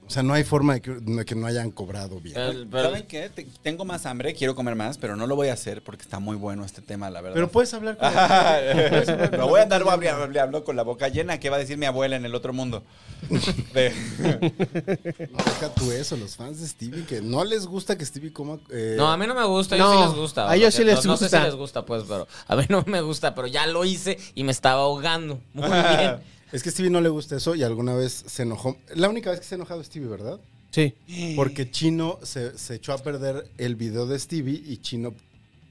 Speaker 2: o sea, no hay forma de que, de que no hayan cobrado bien. Pero,
Speaker 1: El- pero-
Speaker 4: ¿Saben qué? Te- tengo más hambre, quiero comer más, pero no lo voy a hacer porque está muy bueno este tema, la verdad.
Speaker 2: puedes hablar con
Speaker 4: Lo voy a andar voy a- le hablo con la boca llena que va a decir mi abuela en el otro mundo. De-
Speaker 2: Deja tú eso, los fans de Stevie, que no les gusta que Stevie coma... eh,
Speaker 1: No, a mí no me gusta, a ellos
Speaker 3: No,
Speaker 1: sí les gusta.
Speaker 3: a ellos sí
Speaker 1: No-
Speaker 3: les
Speaker 1: No sé
Speaker 3: gusta.
Speaker 1: si les gusta, pues, pero a mí no me gusta, pero ya lo hice y me estaba ahogando. Muy bien.
Speaker 2: Es que Stevie no le gusta eso y alguna vez se enojó. La única vez que se ha enojado Stevie, ¿verdad?
Speaker 3: Sí.
Speaker 2: Porque Chino se, se echó a perder el video de Stevie y Chino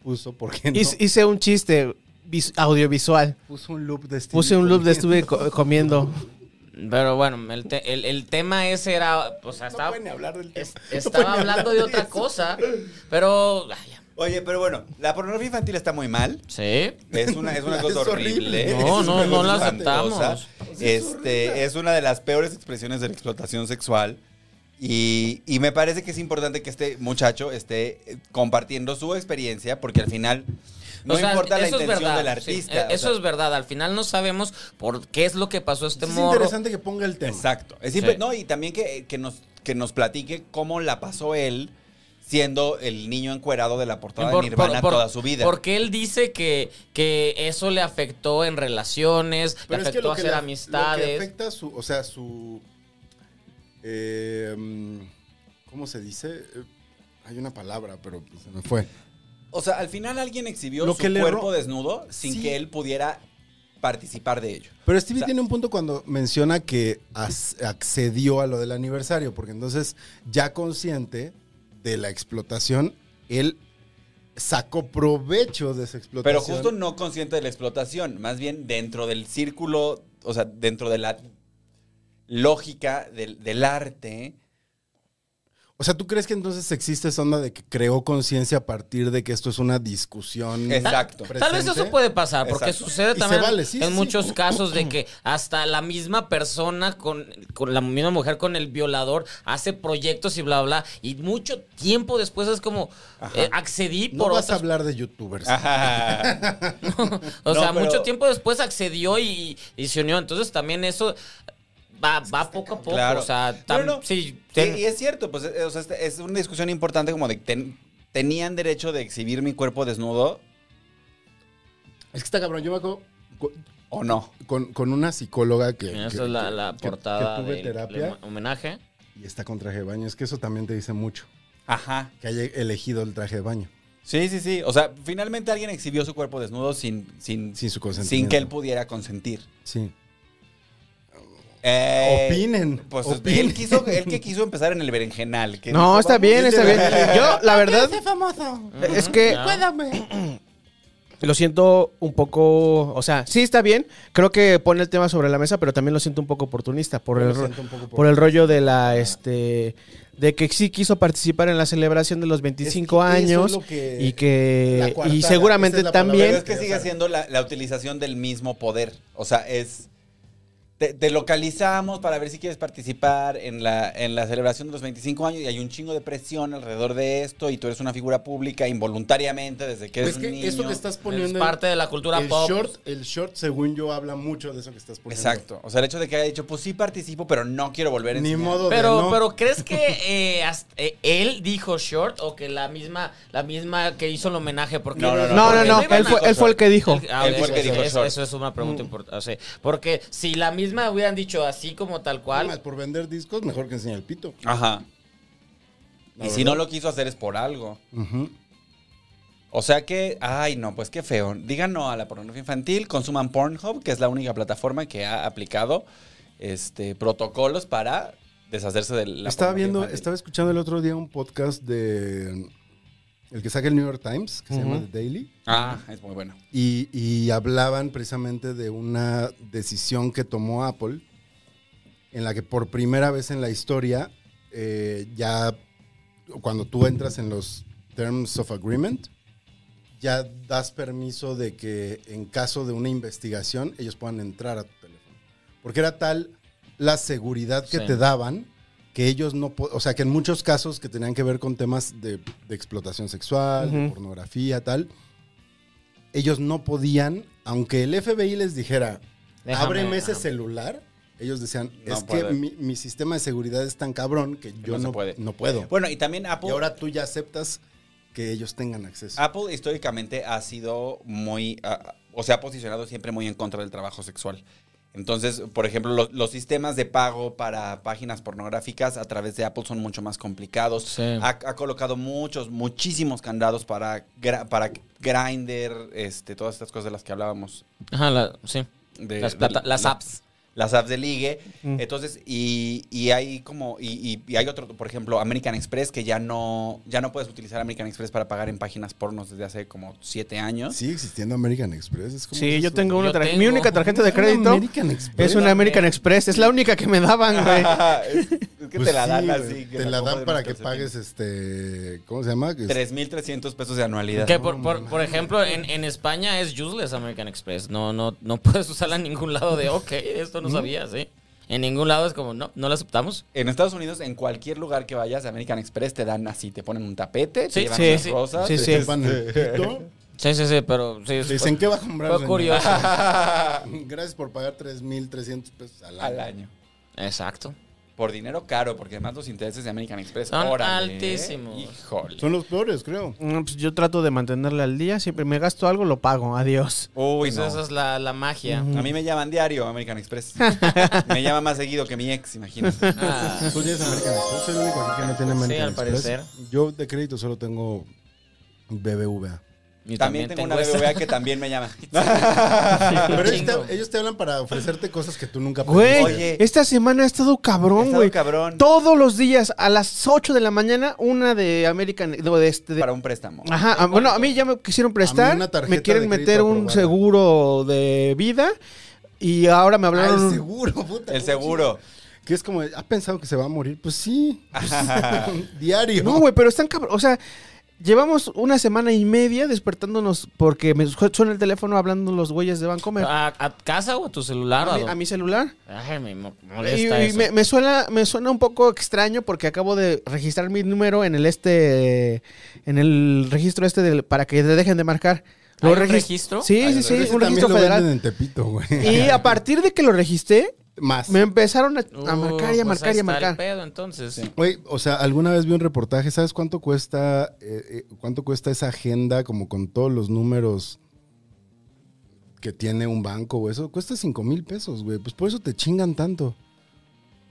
Speaker 2: puso, porque no?
Speaker 3: Hice, hice un chiste vis- audiovisual.
Speaker 2: Puso un loop de Stevie.
Speaker 3: Puse un loop de
Speaker 2: comiendo.
Speaker 3: estuve co- comiendo.
Speaker 1: Pero bueno, el, te- el- el tema ese era. O sea,
Speaker 2: No
Speaker 1: estaba,
Speaker 2: pueden hablar del tema.
Speaker 1: es- estaba hablando de otra cosa, pero. ay, ya.
Speaker 4: Oye, pero bueno, la pornografía infantil está muy mal.
Speaker 1: Sí.
Speaker 4: Es una, es una
Speaker 2: Es
Speaker 4: cosa horrible.
Speaker 2: horrible.
Speaker 1: No,
Speaker 4: es
Speaker 1: no,
Speaker 4: una
Speaker 1: no
Speaker 4: cosa
Speaker 1: la
Speaker 4: espantosa.
Speaker 1: aceptamos.
Speaker 4: Este, es una de las peores expresiones de la explotación sexual. Y, y me parece que es importante que este muchacho esté eh, compartiendo su experiencia, porque al final no
Speaker 1: O sea,
Speaker 4: importa la
Speaker 1: eso es
Speaker 4: intención
Speaker 1: verdad,
Speaker 4: del
Speaker 1: sí,
Speaker 4: artista.
Speaker 1: eh,
Speaker 4: o
Speaker 1: eso
Speaker 4: sea,
Speaker 1: es verdad. Al final no sabemos por qué es lo que pasó a este
Speaker 2: Es
Speaker 1: morro.
Speaker 2: interesante que ponga el tema.
Speaker 4: Exacto. Es simple-
Speaker 1: Sí.
Speaker 4: no, y también que, que nos, que nos platique cómo la pasó él siendo el niño encuerado de la portada de Nirvana toda su vida.
Speaker 1: Porque él dice que, que eso le afectó en relaciones,
Speaker 2: Pero
Speaker 1: le
Speaker 2: es que
Speaker 1: afectó
Speaker 2: lo
Speaker 1: a
Speaker 2: que,
Speaker 1: hacer
Speaker 2: le- lo que
Speaker 1: amistades.
Speaker 2: afecta su, o sea, su... eh, mm, ¿Cómo se dice? Eh, Hay una palabra, pero pues, se me fue.
Speaker 4: O sea, al final alguien exhibió
Speaker 2: Lo
Speaker 4: su
Speaker 2: que le
Speaker 4: cuerpo
Speaker 2: ro-
Speaker 4: desnudo sin
Speaker 2: Sí.
Speaker 4: que él pudiera participar de ello.
Speaker 2: Pero Stevie
Speaker 4: O sea-
Speaker 2: tiene un punto cuando menciona que as- accedió a lo del aniversario, porque entonces, ya consciente de la explotación, él sacó provecho de esa
Speaker 4: Pero
Speaker 2: explotación.
Speaker 4: justo no consciente de la explotación, más bien dentro del círculo, o sea, dentro de la lógica del, del arte.
Speaker 2: O sea, ¿tú crees que entonces existe esa onda de que creó conciencia a partir de que esto es una discusión?
Speaker 4: Exacto.
Speaker 2: Pre-
Speaker 1: Tal vez
Speaker 2: presente.
Speaker 1: eso puede pasar, porque
Speaker 4: Exacto.
Speaker 1: sucede
Speaker 2: Y se
Speaker 1: también
Speaker 2: vale, sí,
Speaker 1: en
Speaker 2: sí,
Speaker 1: muchos
Speaker 2: sí.
Speaker 1: casos de que hasta la misma persona con, con la misma mujer con el violador hace proyectos y bla bla y mucho tiempo después es como eh, accedí
Speaker 2: No
Speaker 1: por
Speaker 2: vas a
Speaker 1: otras
Speaker 2: hablar de youtubers.
Speaker 4: Ajá.
Speaker 1: O
Speaker 4: No,
Speaker 1: sea,
Speaker 4: pero-
Speaker 1: mucho tiempo después accedió y, y se unió. Entonces también eso va, va poco a poco.
Speaker 4: Claro.
Speaker 1: O sea, tam-
Speaker 4: No, no.
Speaker 1: sí,
Speaker 4: Sí,
Speaker 1: ten-
Speaker 4: y es cierto, pues eh, o sea, este- es una discusión importante como de que ten- tenían derecho de exhibir mi cuerpo desnudo
Speaker 2: Es que está cabrón. Yo me acuerdo co-
Speaker 4: o no.
Speaker 2: con, con una psicóloga que.
Speaker 1: Mira,
Speaker 2: que-
Speaker 1: esa es la,
Speaker 2: que-
Speaker 1: la
Speaker 2: que-
Speaker 1: portada
Speaker 2: que tuve
Speaker 1: del-
Speaker 2: terapia
Speaker 1: del homenaje.
Speaker 2: y está con traje de baño. Es que eso también te dice mucho.
Speaker 4: Ajá.
Speaker 2: Que haya elegido el traje de baño
Speaker 4: Sí, sí, sí. O sea, finalmente alguien exhibió su cuerpo desnudo sin, sin,
Speaker 2: sin su consentimiento.
Speaker 4: sin que él pudiera consentir.
Speaker 2: Sí.
Speaker 4: Eh,
Speaker 2: Opinen,
Speaker 4: Pues
Speaker 2: opinen.
Speaker 4: Él, quiso, él que quiso empezar en el berenjenal. que dijo,
Speaker 3: No, está
Speaker 4: "Vamos".
Speaker 3: bien, está bien. Yo, la verdad,
Speaker 2: famoso?
Speaker 3: es que
Speaker 1: Ya.
Speaker 3: lo siento un poco. O sea, sí está bien. Creo que pone el tema sobre la mesa, pero también lo siento un poco oportunista por el, ro- por el rollo de la. este de que sí quiso participar en la celebración de los 25
Speaker 2: eso es
Speaker 3: años
Speaker 2: lo que-
Speaker 3: y que
Speaker 2: la coartada,
Speaker 3: y
Speaker 2: esa
Speaker 3: seguramente
Speaker 2: es la palabra.
Speaker 4: Pero
Speaker 3: también
Speaker 4: es que sigue siendo la, la utilización del mismo poder. O sea, es. Te, te localizamos para ver si quieres participar en la, en la celebración de los 25 años y hay un chingo de presión alrededor de esto y tú eres una figura pública involuntariamente desde que eres
Speaker 2: Pues es que
Speaker 4: niño.
Speaker 2: eso que estás
Speaker 1: Es
Speaker 2: poniendo.
Speaker 1: parte de la cultura
Speaker 2: el
Speaker 1: pop.
Speaker 2: short, el short, según yo, habla mucho de eso que estás poniendo.
Speaker 4: Exacto. O sea, el hecho de que haya dicho, pues sí participo, pero no quiero volver a
Speaker 2: Ni
Speaker 4: enseñar.
Speaker 2: modo
Speaker 1: Pero,
Speaker 2: de no.
Speaker 1: pero ¿crees que eh, hasta- eh, él dijo short o que la misma, la misma que hizo el homenaje? Porque
Speaker 4: No, no,
Speaker 3: no no
Speaker 1: porque
Speaker 3: no
Speaker 1: iban
Speaker 3: él
Speaker 1: a-
Speaker 3: fue, él fue el que dijo Mm.
Speaker 1: El- ah,
Speaker 4: Él fue el que
Speaker 1: eso-
Speaker 4: dijo
Speaker 1: eso-
Speaker 4: short.
Speaker 1: Eso es una pregunta importante. o sea, porque si la misma hubieran dicho así como tal
Speaker 2: Nada
Speaker 1: cual,
Speaker 2: más por vender discos, mejor que enseñe el pito.
Speaker 4: Ajá.
Speaker 2: La
Speaker 4: y si
Speaker 2: verdad.
Speaker 4: no lo quiso hacer es por algo.
Speaker 2: Ujú.
Speaker 4: O sea que, ay no, pues qué feo. Digan no a la pornografía infantil, consuman Pornhub, que es la única plataforma que ha aplicado este, protocolos para deshacerse de la
Speaker 2: estaba
Speaker 4: pornografía
Speaker 2: viendo,
Speaker 4: infantil.
Speaker 2: estaba escuchando el otro día un podcast de el que saca el New York Times, que se llama
Speaker 3: Ujú.
Speaker 2: The Daily.
Speaker 4: Ah, es muy bueno.
Speaker 2: y, y hablaban precisamente de una decisión que tomó Apple en la que por primera vez en la historia eh, ya cuando tú entras en los Terms of Agreement ya das permiso de que en caso de una investigación ellos puedan entrar a tu teléfono porque era tal la seguridad que
Speaker 1: Sí.
Speaker 2: te daban que ellos no, po- o sea, que en muchos casos que tenían que ver con temas de, de explotación sexual, de
Speaker 3: Ujú.
Speaker 2: pornografía, tal, ellos no podían, aunque el FBI les dijera,
Speaker 1: Déjame, ah,
Speaker 2: ábreme ese
Speaker 1: ajá.
Speaker 2: celular, ellos decían,
Speaker 4: No
Speaker 2: es
Speaker 4: puede.
Speaker 2: que mi, mi sistema de seguridad es tan cabrón que yo
Speaker 4: no se
Speaker 2: no,
Speaker 4: puede.
Speaker 2: no puedo.
Speaker 4: Bueno, y también Apple.
Speaker 2: y ahora tú ya aceptas que ellos tengan acceso.
Speaker 4: Apple históricamente ha sido muy, ah, o se ha posicionado siempre muy en contra del trabajo sexual. Entonces, por ejemplo, lo- los sistemas de pago para páginas pornográficas a través de Apple son mucho más complicados.
Speaker 1: Sí.
Speaker 4: Ha, ha colocado muchos, muchísimos candados para, gra- para Grindr, este, todas estas cosas de las que hablábamos.
Speaker 1: Ajá, la- sí.
Speaker 4: de-
Speaker 1: las,
Speaker 4: de-
Speaker 1: plata- las
Speaker 4: la-
Speaker 1: apps.
Speaker 4: las apps de ligue.
Speaker 3: Mm.
Speaker 4: Entonces, y, y hay como, y, y- y hay otro, por ejemplo, American Express, que ya no, ya no puedes utilizar American Express para pagar en páginas pornos desde hace como siete años.
Speaker 2: Sigue existiendo American Express. Es como
Speaker 3: Sí, yo
Speaker 2: eso.
Speaker 3: tengo una
Speaker 1: Yo
Speaker 3: tarjeta.
Speaker 1: tengo.
Speaker 3: Mi única tarjeta de
Speaker 2: Una
Speaker 3: crédito
Speaker 2: American Express.
Speaker 3: es una American Express. Es la única que me daban, güey.
Speaker 4: es, es que
Speaker 2: Pues
Speaker 4: te la
Speaker 2: sí,
Speaker 4: dan
Speaker 2: güey,
Speaker 4: así. que
Speaker 2: Te la
Speaker 4: compras
Speaker 2: dan
Speaker 4: en
Speaker 2: para
Speaker 4: los
Speaker 2: que pagues
Speaker 4: calcetines.
Speaker 2: este. ¿Cómo se llama? Que es-
Speaker 4: 3.300 pesos de anualidad.
Speaker 1: Que por, por, por ejemplo, en, en España es useless American Express. No, no, no puedes usarla en ningún lado de, ok, esto
Speaker 2: Mm.
Speaker 1: no sabía, sí. En ningún lado es como, no, no la aceptamos.
Speaker 4: En Estados Unidos, en cualquier lugar que vayas, American Express te dan así, te ponen un tapete,
Speaker 1: Sí,
Speaker 4: te llevan
Speaker 1: sí,
Speaker 4: unas
Speaker 1: sí.
Speaker 4: rosas.
Speaker 3: Sí,
Speaker 2: te
Speaker 3: sí.
Speaker 2: chupan el pito,
Speaker 1: Sí, sí, sí, pero sí. es-
Speaker 2: te dicen, ¿qué va a comprar?
Speaker 1: Fue
Speaker 2: señor?"
Speaker 1: curioso.
Speaker 2: Gracias por pagar 3.300 pesos al año.
Speaker 4: Al año.
Speaker 1: Exacto.
Speaker 4: Por dinero caro, porque además los intereses de American Express
Speaker 1: Son
Speaker 4: órale,
Speaker 1: altísimos.
Speaker 4: Híjole.
Speaker 2: Son los peores, creo.
Speaker 3: Mm, pues yo trato de mantenerla al día. Siempre me gasto algo, lo pago. Adiós.
Speaker 4: Uy,
Speaker 1: Pues Mm.
Speaker 4: no.
Speaker 1: Esa es la, la magia.
Speaker 4: A mí me llaman diario American Express. me llama más seguido que mi ex, imagínate.
Speaker 1: Ah,
Speaker 2: Tú tienes American Express, soy el único aquí que no tiene American
Speaker 1: al
Speaker 2: Express.
Speaker 1: parecer.
Speaker 2: Yo de crédito solo tengo BBVA.
Speaker 1: y
Speaker 4: También, tengo una
Speaker 1: esa.
Speaker 4: BBVA que también me llama.
Speaker 2: Pero ellos
Speaker 1: Chingo.
Speaker 2: te, ellos te hablan para ofrecerte cosas que tú nunca
Speaker 3: Güey,
Speaker 2: pediste.
Speaker 4: Oye.
Speaker 3: esta semana ha estado
Speaker 4: He
Speaker 3: cabrón,
Speaker 4: estado
Speaker 3: güey.
Speaker 4: cabrón
Speaker 3: Todos los días a las 8 de la mañana, una de American. no, de este, de-
Speaker 4: para un préstamo.
Speaker 3: Ajá, a- bueno, a mí ya me quisieron prestar,
Speaker 2: una tarjeta
Speaker 3: me quieren
Speaker 2: de crédito
Speaker 3: meter un
Speaker 2: aprobada.
Speaker 3: seguro de vida y ahora me
Speaker 2: Ah,
Speaker 3: hablaron
Speaker 2: el seguro, puta.
Speaker 4: El seguro.
Speaker 2: Que es como, ¿ha pensado que se va a morir? Pues sí. Diario.
Speaker 3: No, güey, pero están cabrón. O sea, llevamos una semana y media despertándonos porque me su- suena el teléfono hablando los güeyes de Bancomer.
Speaker 2: Ah,
Speaker 1: ¿A, a casa o a tu celular?
Speaker 3: a,
Speaker 1: o
Speaker 3: mi, a
Speaker 1: dónde?
Speaker 3: mi celular.
Speaker 1: Ay, me mo-
Speaker 3: Y,
Speaker 1: molesta
Speaker 3: y
Speaker 1: eso.
Speaker 3: me, me suena, me suena un poco extraño porque acabo de registrar mi número en el este, en el registro este del, para que te dejen de marcar.
Speaker 1: ¿Hay un
Speaker 3: regis-
Speaker 1: registro?
Speaker 3: Sí,
Speaker 4: Hay
Speaker 3: sí,
Speaker 4: un
Speaker 3: sí,
Speaker 2: Ese
Speaker 3: un
Speaker 2: también
Speaker 3: registro
Speaker 2: lo venden
Speaker 3: federal.
Speaker 2: en Tepito, güey.
Speaker 3: Y a partir de que lo registré,
Speaker 2: Más.
Speaker 3: Me empezaron a, a
Speaker 1: Uh,
Speaker 3: marcar y a
Speaker 1: pues
Speaker 3: marcar
Speaker 1: ahí
Speaker 3: y a
Speaker 1: está el
Speaker 3: marcar.
Speaker 1: pedo, entonces.
Speaker 2: Güey, o sea, alguna vez vi un reportaje, ¿sabes cuánto cuesta eh, eh, cuánto cuesta esa agenda como con todos los números que tiene un banco o eso? Cuesta 5 mil pesos, güey. Pues por eso te chingan tanto.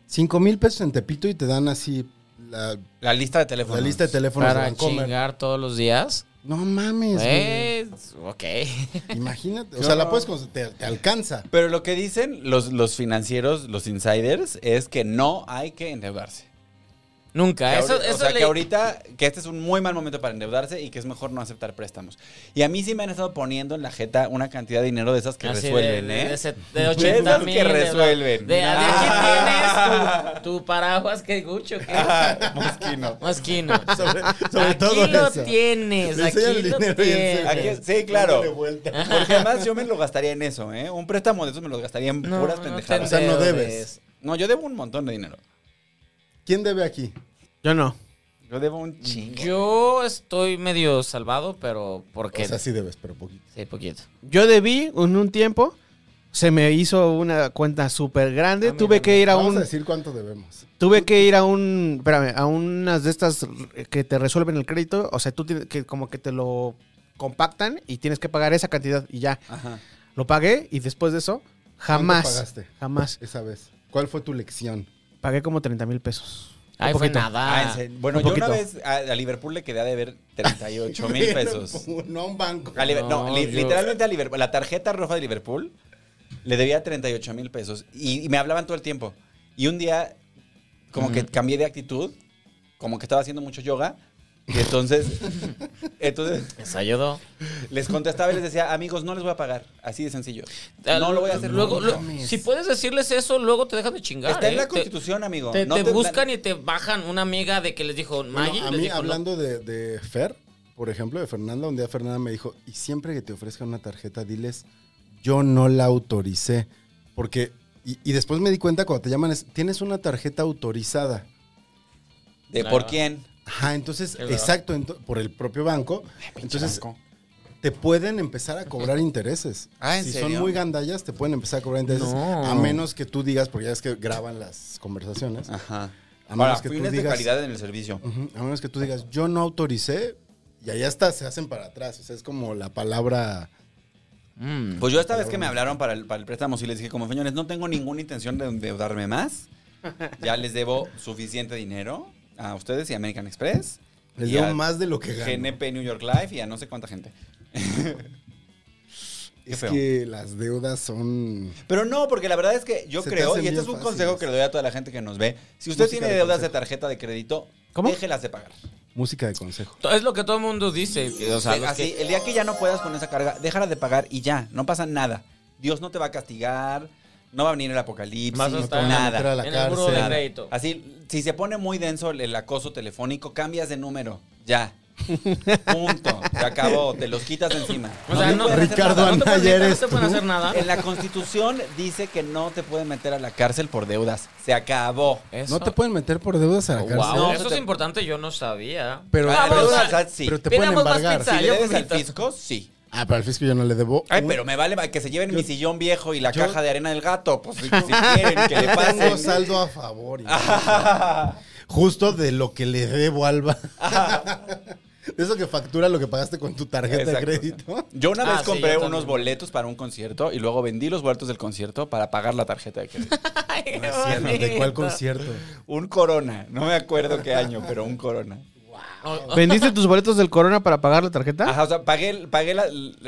Speaker 2: 5 mil pesos en Tepito y te dan así la,
Speaker 4: La lista de teléfono.
Speaker 2: la lista de teléfonos de
Speaker 1: Para
Speaker 2: Bancomer.
Speaker 1: chingar todos los días.
Speaker 2: No mames, güey.
Speaker 1: Eh, ok.
Speaker 2: Imagínate. O sea, la puedes cons- te, te alcanza.
Speaker 4: Pero lo que dicen los, los financieros, los insiders, es que no hay que endeudarse.
Speaker 1: Nunca.
Speaker 4: Que
Speaker 1: Eso,
Speaker 4: ahorita-
Speaker 1: eso
Speaker 4: o sea,
Speaker 1: le-
Speaker 4: que ahorita, que este es un muy mal momento para endeudarse y que es mejor no aceptar préstamos. Y a mí sí me han estado poniendo en la jeta una cantidad de dinero de esas que
Speaker 1: Así de-
Speaker 4: resuelven,
Speaker 1: de,
Speaker 4: ¿eh?
Speaker 1: de set- de 80
Speaker 4: esas
Speaker 1: mil.
Speaker 4: que
Speaker 1: de-
Speaker 4: resuelven.
Speaker 1: De, de
Speaker 4: Ah.
Speaker 1: aquí tienes tu, tu paraguas que gucho. que-
Speaker 4: Mosquino.
Speaker 1: Masquino.
Speaker 2: Sobre, sobre
Speaker 1: aquí
Speaker 2: todo
Speaker 1: lo
Speaker 2: eso.
Speaker 1: tienes,
Speaker 2: Le enseñan
Speaker 1: aquí
Speaker 2: el
Speaker 1: lo
Speaker 2: dinero y él se-
Speaker 1: tienes.
Speaker 4: Aquí- sí, claro.
Speaker 2: Dándole vuelta.
Speaker 4: Porque además yo me lo gastaría en eso, ¿eh? Un préstamo de esos me lo gastaría en
Speaker 1: No,
Speaker 4: puras
Speaker 1: no
Speaker 4: pendejadas.
Speaker 1: te
Speaker 2: O sea, no
Speaker 1: endeudes.
Speaker 2: debes.
Speaker 4: No, yo debo un montón de dinero.
Speaker 2: ¿Quién debe aquí?
Speaker 3: Yo no.
Speaker 4: Yo debo un chingo.
Speaker 1: Yo estoy medio salvado, pero porque
Speaker 2: O sea, sí debes, pero poquito.
Speaker 1: sí, poquito.
Speaker 3: Yo debí en un tiempo, se me hizo una cuenta súper grande,
Speaker 1: Ah,
Speaker 3: tuve
Speaker 1: mira,
Speaker 3: que ir a
Speaker 2: Vamos a
Speaker 3: un,
Speaker 2: decir cuánto debemos.
Speaker 3: tuve que ir a un, espérame, a unas de estas que te resuelven el crédito, o sea, tú tienes que como que te lo compactan y tienes que pagar esa cantidad y ya.
Speaker 4: Ajá.
Speaker 3: Lo pagué y después de eso jamás,
Speaker 2: pagaste?
Speaker 3: jamás
Speaker 2: Esa vez. ¿Cuál fue tu lección?
Speaker 3: pagué como 30 mil pesos.
Speaker 1: Ay,
Speaker 3: Un
Speaker 1: fue
Speaker 3: poquito.
Speaker 1: nada.
Speaker 4: Ah, en serio. bueno,
Speaker 3: un
Speaker 4: yo una
Speaker 3: poquito.
Speaker 4: vez a, a Liverpool le quedé a deber 38 mil pesos.
Speaker 2: pues, No a un banco.
Speaker 4: A Liber- no,
Speaker 1: No,
Speaker 4: li-
Speaker 1: yo-
Speaker 4: literalmente a Liverpool. La tarjeta roja de Liverpool le debía 38 mil pesos. Y, y me hablaban todo el tiempo. Y un día como que cambié de actitud, como que estaba haciendo mucho yoga. Y entonces, entonces
Speaker 1: Les ayudó.
Speaker 4: les contestaba y les decía, amigos, no les voy a pagar. Así de sencillo.
Speaker 1: Ah,
Speaker 4: No lo voy a hacer
Speaker 1: Luego,
Speaker 4: nunca.
Speaker 1: lo- si puedes decirles eso, luego te dejan de chingar.
Speaker 4: Está en
Speaker 1: ¿eh?
Speaker 4: la
Speaker 1: Te-
Speaker 4: constitución, amigo.
Speaker 1: Te,
Speaker 4: No
Speaker 1: te
Speaker 4: te-
Speaker 1: buscan y te bajan una amiga de que les dijo
Speaker 2: Bueno,
Speaker 1: Maggie.
Speaker 2: a
Speaker 1: les
Speaker 2: mí,
Speaker 1: dijo, no.
Speaker 2: hablando de, de Fer, por ejemplo, de Fernanda, un día Fernanda me dijo, y siempre que te ofrezcan una tarjeta, diles, yo no la autoricé. Porque, y, y después me di cuenta cuando te llaman, es, tienes una tarjeta autorizada.
Speaker 4: ¿De
Speaker 1: Claro.
Speaker 4: por quién?
Speaker 2: Ajá, entonces,
Speaker 1: verdad.
Speaker 2: exacto, ento- por el propio banco. Entonces, te pueden empezar a cobrar intereses.
Speaker 4: Ah, ¿en
Speaker 2: si
Speaker 4: serio?
Speaker 2: son muy gandallas, te pueden empezar a cobrar intereses. A menos que tú digas, porque ya es que graban las conversaciones.
Speaker 4: Ajá.
Speaker 2: A
Speaker 4: Ahora,
Speaker 2: menos que tú
Speaker 4: fines de
Speaker 2: digas-
Speaker 4: calidad en el servicio.
Speaker 2: Ujú, A menos que tú digas, yo no autoricé, y allá está, se hacen para atrás. O sea, es como la palabra.
Speaker 1: Mm.
Speaker 4: Pues yo esta vez que me hablaron para el, para el préstamo, sí les dije, como señores, no tengo ninguna intención de endeudarme más. Ya les debo suficiente dinero a ustedes y American Express.
Speaker 2: Les
Speaker 4: y a
Speaker 2: dio más de lo que gano.
Speaker 4: GNP New York Life y a no sé cuánta gente. Qué
Speaker 2: es
Speaker 4: feo.
Speaker 2: que las deudas son.
Speaker 4: Pero no, porque la verdad es que yo
Speaker 2: Se te
Speaker 4: creo,
Speaker 2: hacen
Speaker 4: y este
Speaker 2: bien
Speaker 4: es un
Speaker 2: fáciles.
Speaker 4: consejo que le doy a toda la gente que nos ve, si usted
Speaker 2: Música
Speaker 4: tiene
Speaker 2: de
Speaker 4: deudas de
Speaker 2: consejo.
Speaker 4: tarjeta de crédito,
Speaker 3: ¿Cómo?
Speaker 4: déjelas de pagar.
Speaker 2: Música de consejo.
Speaker 1: Es lo que todo el mundo dice. que, o sea, los
Speaker 4: Así,
Speaker 1: que-
Speaker 4: el día que ya no puedas con esa carga, déjala de pagar y ya, no pasa nada. Dios no te va a castigar, no va a venir el apocalipsis,
Speaker 1: Vas a estar
Speaker 2: meter a
Speaker 4: nada.
Speaker 2: la
Speaker 1: en el buro de
Speaker 2: cárcel.
Speaker 1: crédito.
Speaker 4: Así, si se pone muy denso el, el acoso telefónico, cambias de número, ya. Punto. Se acabó, te los quitas de encima.
Speaker 1: O sea,
Speaker 4: te
Speaker 1: no,
Speaker 4: pueden hacer
Speaker 2: Ricardo
Speaker 4: nada.
Speaker 1: no te pueden,
Speaker 2: Anaya
Speaker 1: meter, no
Speaker 2: eres
Speaker 1: te pueden
Speaker 2: tú.
Speaker 1: hacer nada.
Speaker 4: En la constitución dice que no te pueden meter a la cárcel por deudas. Se acabó.
Speaker 1: Eso-
Speaker 2: No te pueden meter por deudas a la
Speaker 1: Wow,
Speaker 2: cárcel.
Speaker 4: No,
Speaker 1: eso
Speaker 4: se
Speaker 1: es
Speaker 4: te-
Speaker 1: importante, yo no sabía.
Speaker 2: Pero,
Speaker 4: Ah,
Speaker 2: pero-
Speaker 4: deudas, o sea, sí.
Speaker 2: pero te pueden
Speaker 1: Pidamos más
Speaker 2: embargar.
Speaker 1: pizza.
Speaker 4: Si le
Speaker 1: yo
Speaker 4: debes al
Speaker 1: poquito.
Speaker 4: fisco, sí.
Speaker 2: Ah, para el fisco yo no le debo.
Speaker 4: Ay,
Speaker 2: un-
Speaker 4: pero me vale que se lleven mi sillón viejo y la
Speaker 2: yo-
Speaker 4: caja de arena del gato. Pues si, si quieren que le
Speaker 2: Tengo
Speaker 4: pasen.
Speaker 2: saldo a favor. hijo. Justo de lo que le debo, Alba. De eso que factura lo que pagaste con tu tarjeta
Speaker 4: Exacto.
Speaker 2: de crédito.
Speaker 4: Yo una vez
Speaker 1: Ah, sí,
Speaker 4: compré
Speaker 1: yo también.
Speaker 4: unos boletos para un concierto y luego vendí los boletos del concierto para pagar la tarjeta de crédito.
Speaker 1: Ay, qué
Speaker 2: ¿De cuál
Speaker 1: bonito.
Speaker 2: concierto?
Speaker 4: un corona, no me acuerdo qué año, pero un corona.
Speaker 3: ¿Vendiste tus boletos del Corona para pagar la tarjeta?
Speaker 4: Ajá, o sea, pagué, pagué la,